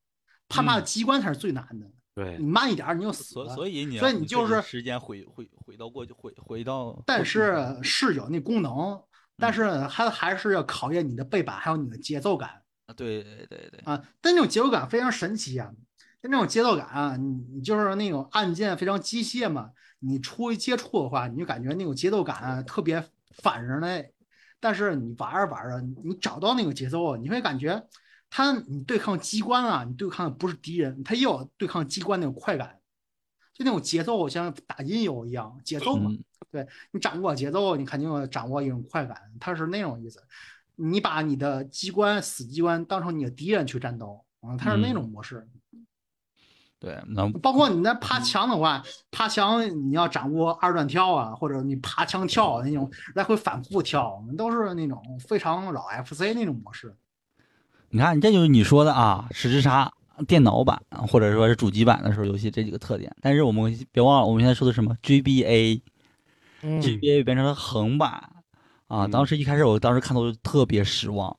Speaker 2: 攀爬的机关才是最难的，
Speaker 4: 对嗯
Speaker 2: 你，慢一点儿你就死
Speaker 1: 嗯所
Speaker 2: 了。
Speaker 1: 所以你
Speaker 2: 所以
Speaker 1: 要
Speaker 2: 你
Speaker 1: 你
Speaker 2: 就是
Speaker 1: 可以时间回回回到过去，回回到，
Speaker 2: 但是是有那功
Speaker 1: 嗯
Speaker 2: 能，但是它还是要考验你的背板还有你的节奏感。
Speaker 1: 对对对对，
Speaker 2: 啊，但那种节奏感非常神奇啊！就那种节奏感啊，你你就是那种按键非常机械嘛，你出去接触的话，你就感觉那种节奏感啊特别反人类。但是你玩着玩着，你找到那个节奏，啊你会感觉它你对抗机关啊，你对抗的不是敌人，它也有对抗机关那种快感，就那种节奏像打音游一样，节奏嘛。
Speaker 1: 嗯
Speaker 2: 你掌握节奏，你肯定有掌握一种快感，它是那种意思。你把你的机关死机关当成你的敌人去战斗，啊，它是那
Speaker 4: 嗯
Speaker 2: 种模式。
Speaker 1: 对，那
Speaker 2: 包括你那爬墙的话，爬墙你要掌握二段跳啊，或者你爬墙跳啊那种来回反复跳，都是那种非常老 FC 那种模式。
Speaker 1: 你看，这就是你说的啊，实时杀电脑版或者说是主机版的时候游戏这几个特点。但是我们别忘了，我们现在说的是什么 GBA，GBA
Speaker 3: 嗯，
Speaker 1: 变成了横版啊。
Speaker 4: 嗯
Speaker 1: 当时一开始，我当时看到就特别失望，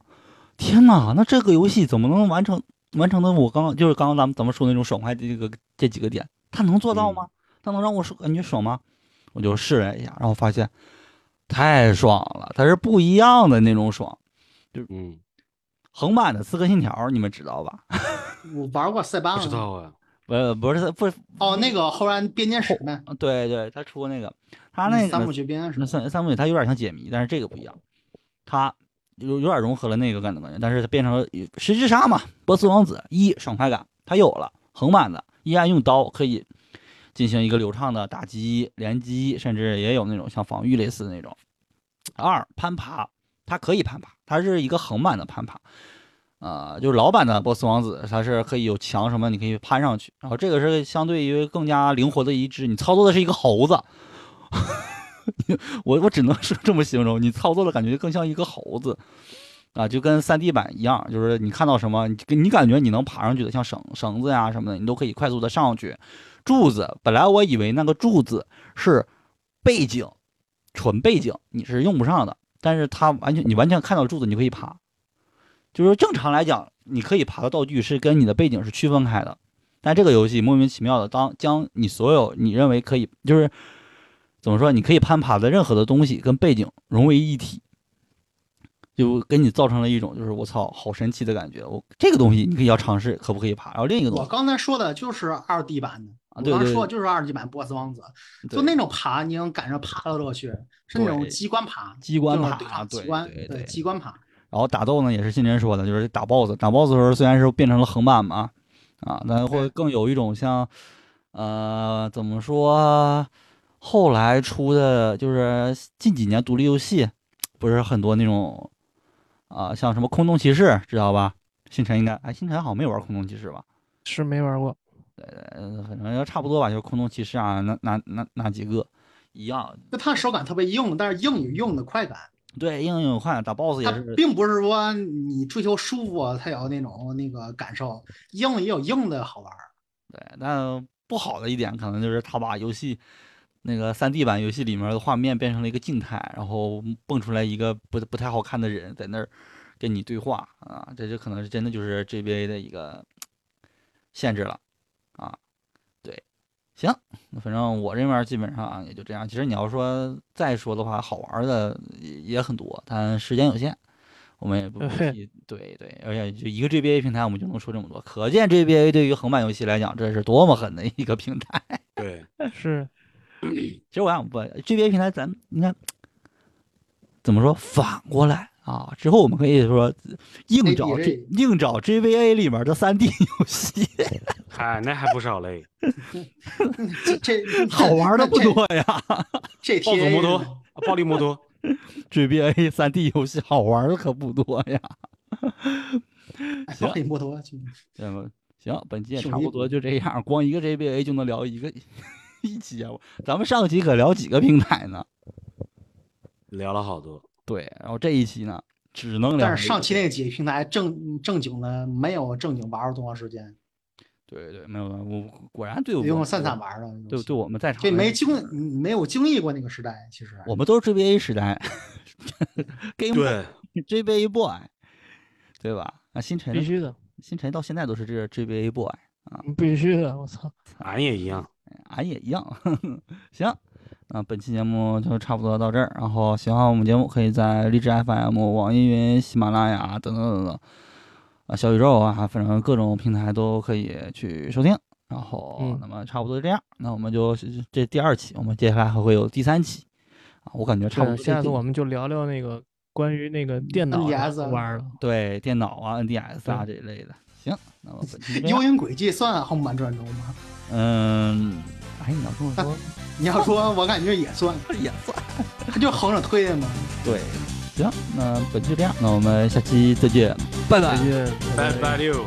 Speaker 1: 天哪，那这个游戏怎么能完成完成的？我刚刚就是刚刚咱们咱们说的那种爽快的这个这几个点，它能做到吗？它能让我爽感觉爽吗？我就试了一下，然后发现太爽了，它是不一样的那种爽。
Speaker 4: 嗯，
Speaker 1: 横版的《刺客信条》，你们知道吧？
Speaker 2: 我玩过塞班
Speaker 4: 不知
Speaker 2: 了，
Speaker 4: 道啊，
Speaker 1: 不不是不
Speaker 2: 哦，那个后来编年史呗，
Speaker 1: 对对，他出过那个，哦他那个
Speaker 2: 嗯三部曲编年史
Speaker 1: 那，三三部曲，它有点像解谜，但是这个不一样，它有有点融合了那个感觉感觉，但是它变成了十之杀嘛，波斯王子一爽快感，它有了横版的，依然用刀可以进行一个流畅的打击、连击，甚至也有那种像防御类似的那种。二攀爬，它可以攀爬，它是一个横版的攀爬。呃，就是老版的波斯王子，它是可以有墙什么，你可以攀上去。然后这个是相对于更加灵活的一只，你操作的是一个猴子，我我只能 是这么形容，你操作的感觉更像一个猴子，啊，就跟3 D 版一样，就是你看到什么，你你感觉你能爬上去的，像绳绳子呀、什么的，你都可以快速的上去。柱子，本来我以为那个柱子是背景，纯背景，你是用不上的，但是它完全你完全看到柱子，你就可以爬。就是正常来讲，你可以爬的道具是跟你的背景是区分开的，但这个游戏莫名其妙的当将你所有你认为可以就是怎么说，你可以攀爬的任何的东西跟背景融为一体，就给你造成了一种就是我操好神奇的感觉。我这个东西你可以要尝试，可不可以爬？然后另一个东
Speaker 2: 我
Speaker 1: 西，
Speaker 2: 刚才说的就是二 D 版的，
Speaker 4: 啊
Speaker 2: 我
Speaker 1: 对
Speaker 2: 刚才
Speaker 1: 对
Speaker 2: 说的就是二 D 版波斯王子，就
Speaker 1: 对
Speaker 2: 那种爬，你能赶上爬的乐趣，是那种
Speaker 1: 对
Speaker 2: 机关爬，
Speaker 1: 机关
Speaker 2: 就是
Speaker 1: 爬
Speaker 2: 对抗
Speaker 1: 对
Speaker 2: 机关，
Speaker 1: 对对
Speaker 2: 机关爬，
Speaker 1: 然后打斗呢也是信真说的，就是打 BOSS，打 BOSS 的时候虽然是变成了横版嘛，啊，但会更有一种像，呃，怎么说？后来出的就是近几年独立游戏，不是很多那种，啊、像什么空洞骑士，知道吧？星辰应该，哎，星辰好像没有玩空洞骑士吧？
Speaker 3: 是没 玩过。
Speaker 1: 呃，反正要差不多吧，就是空洞骑士啊，那那那那几个一样，
Speaker 2: 就它的手感特别硬，但是硬有硬的快感。
Speaker 1: 对，应用快打 BOSS 也
Speaker 2: 它
Speaker 1: 是，
Speaker 2: 并不是说你追求舒服才有那种那个感受，硬也有硬的好玩儿。
Speaker 1: 对，但不好的一点可能就是它把游戏那个3 D 版游戏里面的画面变成了一个静态，然后蹦出来一个不不太好看的人在那儿跟你对话啊，这就可能是真的就是 GBA 的一个限制了啊。对，行，那反正我这边儿基本上啊也就这样。其实你要说再说的话，好玩儿的也也很多，但时间有限。我们也不不
Speaker 3: 对
Speaker 1: 提对对，而且就一个 GBA 平台，我们就能说这么多，可见 GBA 对于横版游戏来讲，这是多么狠的一个平台。
Speaker 4: 对，
Speaker 3: 是
Speaker 1: 其实我想问，GBA 平台咱们应该怎么说？反过来啊，之后我们可以说硬找
Speaker 2: ABA
Speaker 1: 这硬找 GBA 里面的三 D 游 戏，
Speaker 4: 嗨，那还不少嘞。
Speaker 2: 这 这
Speaker 1: 好玩的不多呀。
Speaker 2: 这
Speaker 4: 暴走
Speaker 2: T
Speaker 4: 摩托， 啊暴力摩托，
Speaker 1: GBA 三 D 游戏好玩的可不多呀。
Speaker 2: 哎暴力摩托，就
Speaker 1: 那么行，本期也
Speaker 2: 挺
Speaker 1: 差
Speaker 2: 离
Speaker 1: 不
Speaker 2: 谱
Speaker 1: 多就这样，光一个 GBA 就能聊一个一期啊。咱们上期可聊几个平台呢？
Speaker 4: 聊了好多。
Speaker 1: 对，然后这一期呢，只能聊。
Speaker 2: 但是上期那几个平台正正经的没有正经玩儿多长时间，
Speaker 1: 对对，没有了。我果然对我
Speaker 2: 用
Speaker 1: 们
Speaker 2: 散散玩儿的游戏。
Speaker 1: 对对我们在场
Speaker 2: 这
Speaker 1: 的
Speaker 2: 没
Speaker 1: 人
Speaker 2: 经嗯没有经历过那个时代，其实
Speaker 1: 我们都是 GBA 时代 ，Game
Speaker 4: 对，
Speaker 1: GBA Boy，对吧？啊，星辰呢
Speaker 3: 必须的，
Speaker 1: 星辰到现在都是这 GBA Boy，嗯
Speaker 3: 必须的，我操，
Speaker 4: 俺也一样。
Speaker 1: 俺也一样。 行，那本期节目就差不多到这儿。然后喜欢我们节目，可以在荔枝 FM、网易云、喜马拉雅等等等等啊，小宇宙啊，反正各种平台都可以去收听。然后，
Speaker 3: 嗯
Speaker 1: 那么差不多就这样。那我们就这第二期，我们接下来还会有第三期啊。我感觉差不
Speaker 3: 对
Speaker 1: 多这
Speaker 3: 下次
Speaker 1: 定
Speaker 3: 我们就聊聊那个关于那个电脑
Speaker 2: NDS
Speaker 3: 上玩儿的，
Speaker 1: 对电脑啊、NDS 啊这一类的。行，那么本期就这样
Speaker 2: 幽灵轨迹算横版专中吗？
Speaker 1: 嗯，哎，你要这么说，
Speaker 2: 你要说，我感觉也算，
Speaker 1: 也算。
Speaker 2: 他就横着推的嘛。
Speaker 1: 对，
Speaker 3: 哎
Speaker 1: 行，那本期就这样，那我们下期再见，拜拜
Speaker 3: 再。见，
Speaker 4: 拜拜六。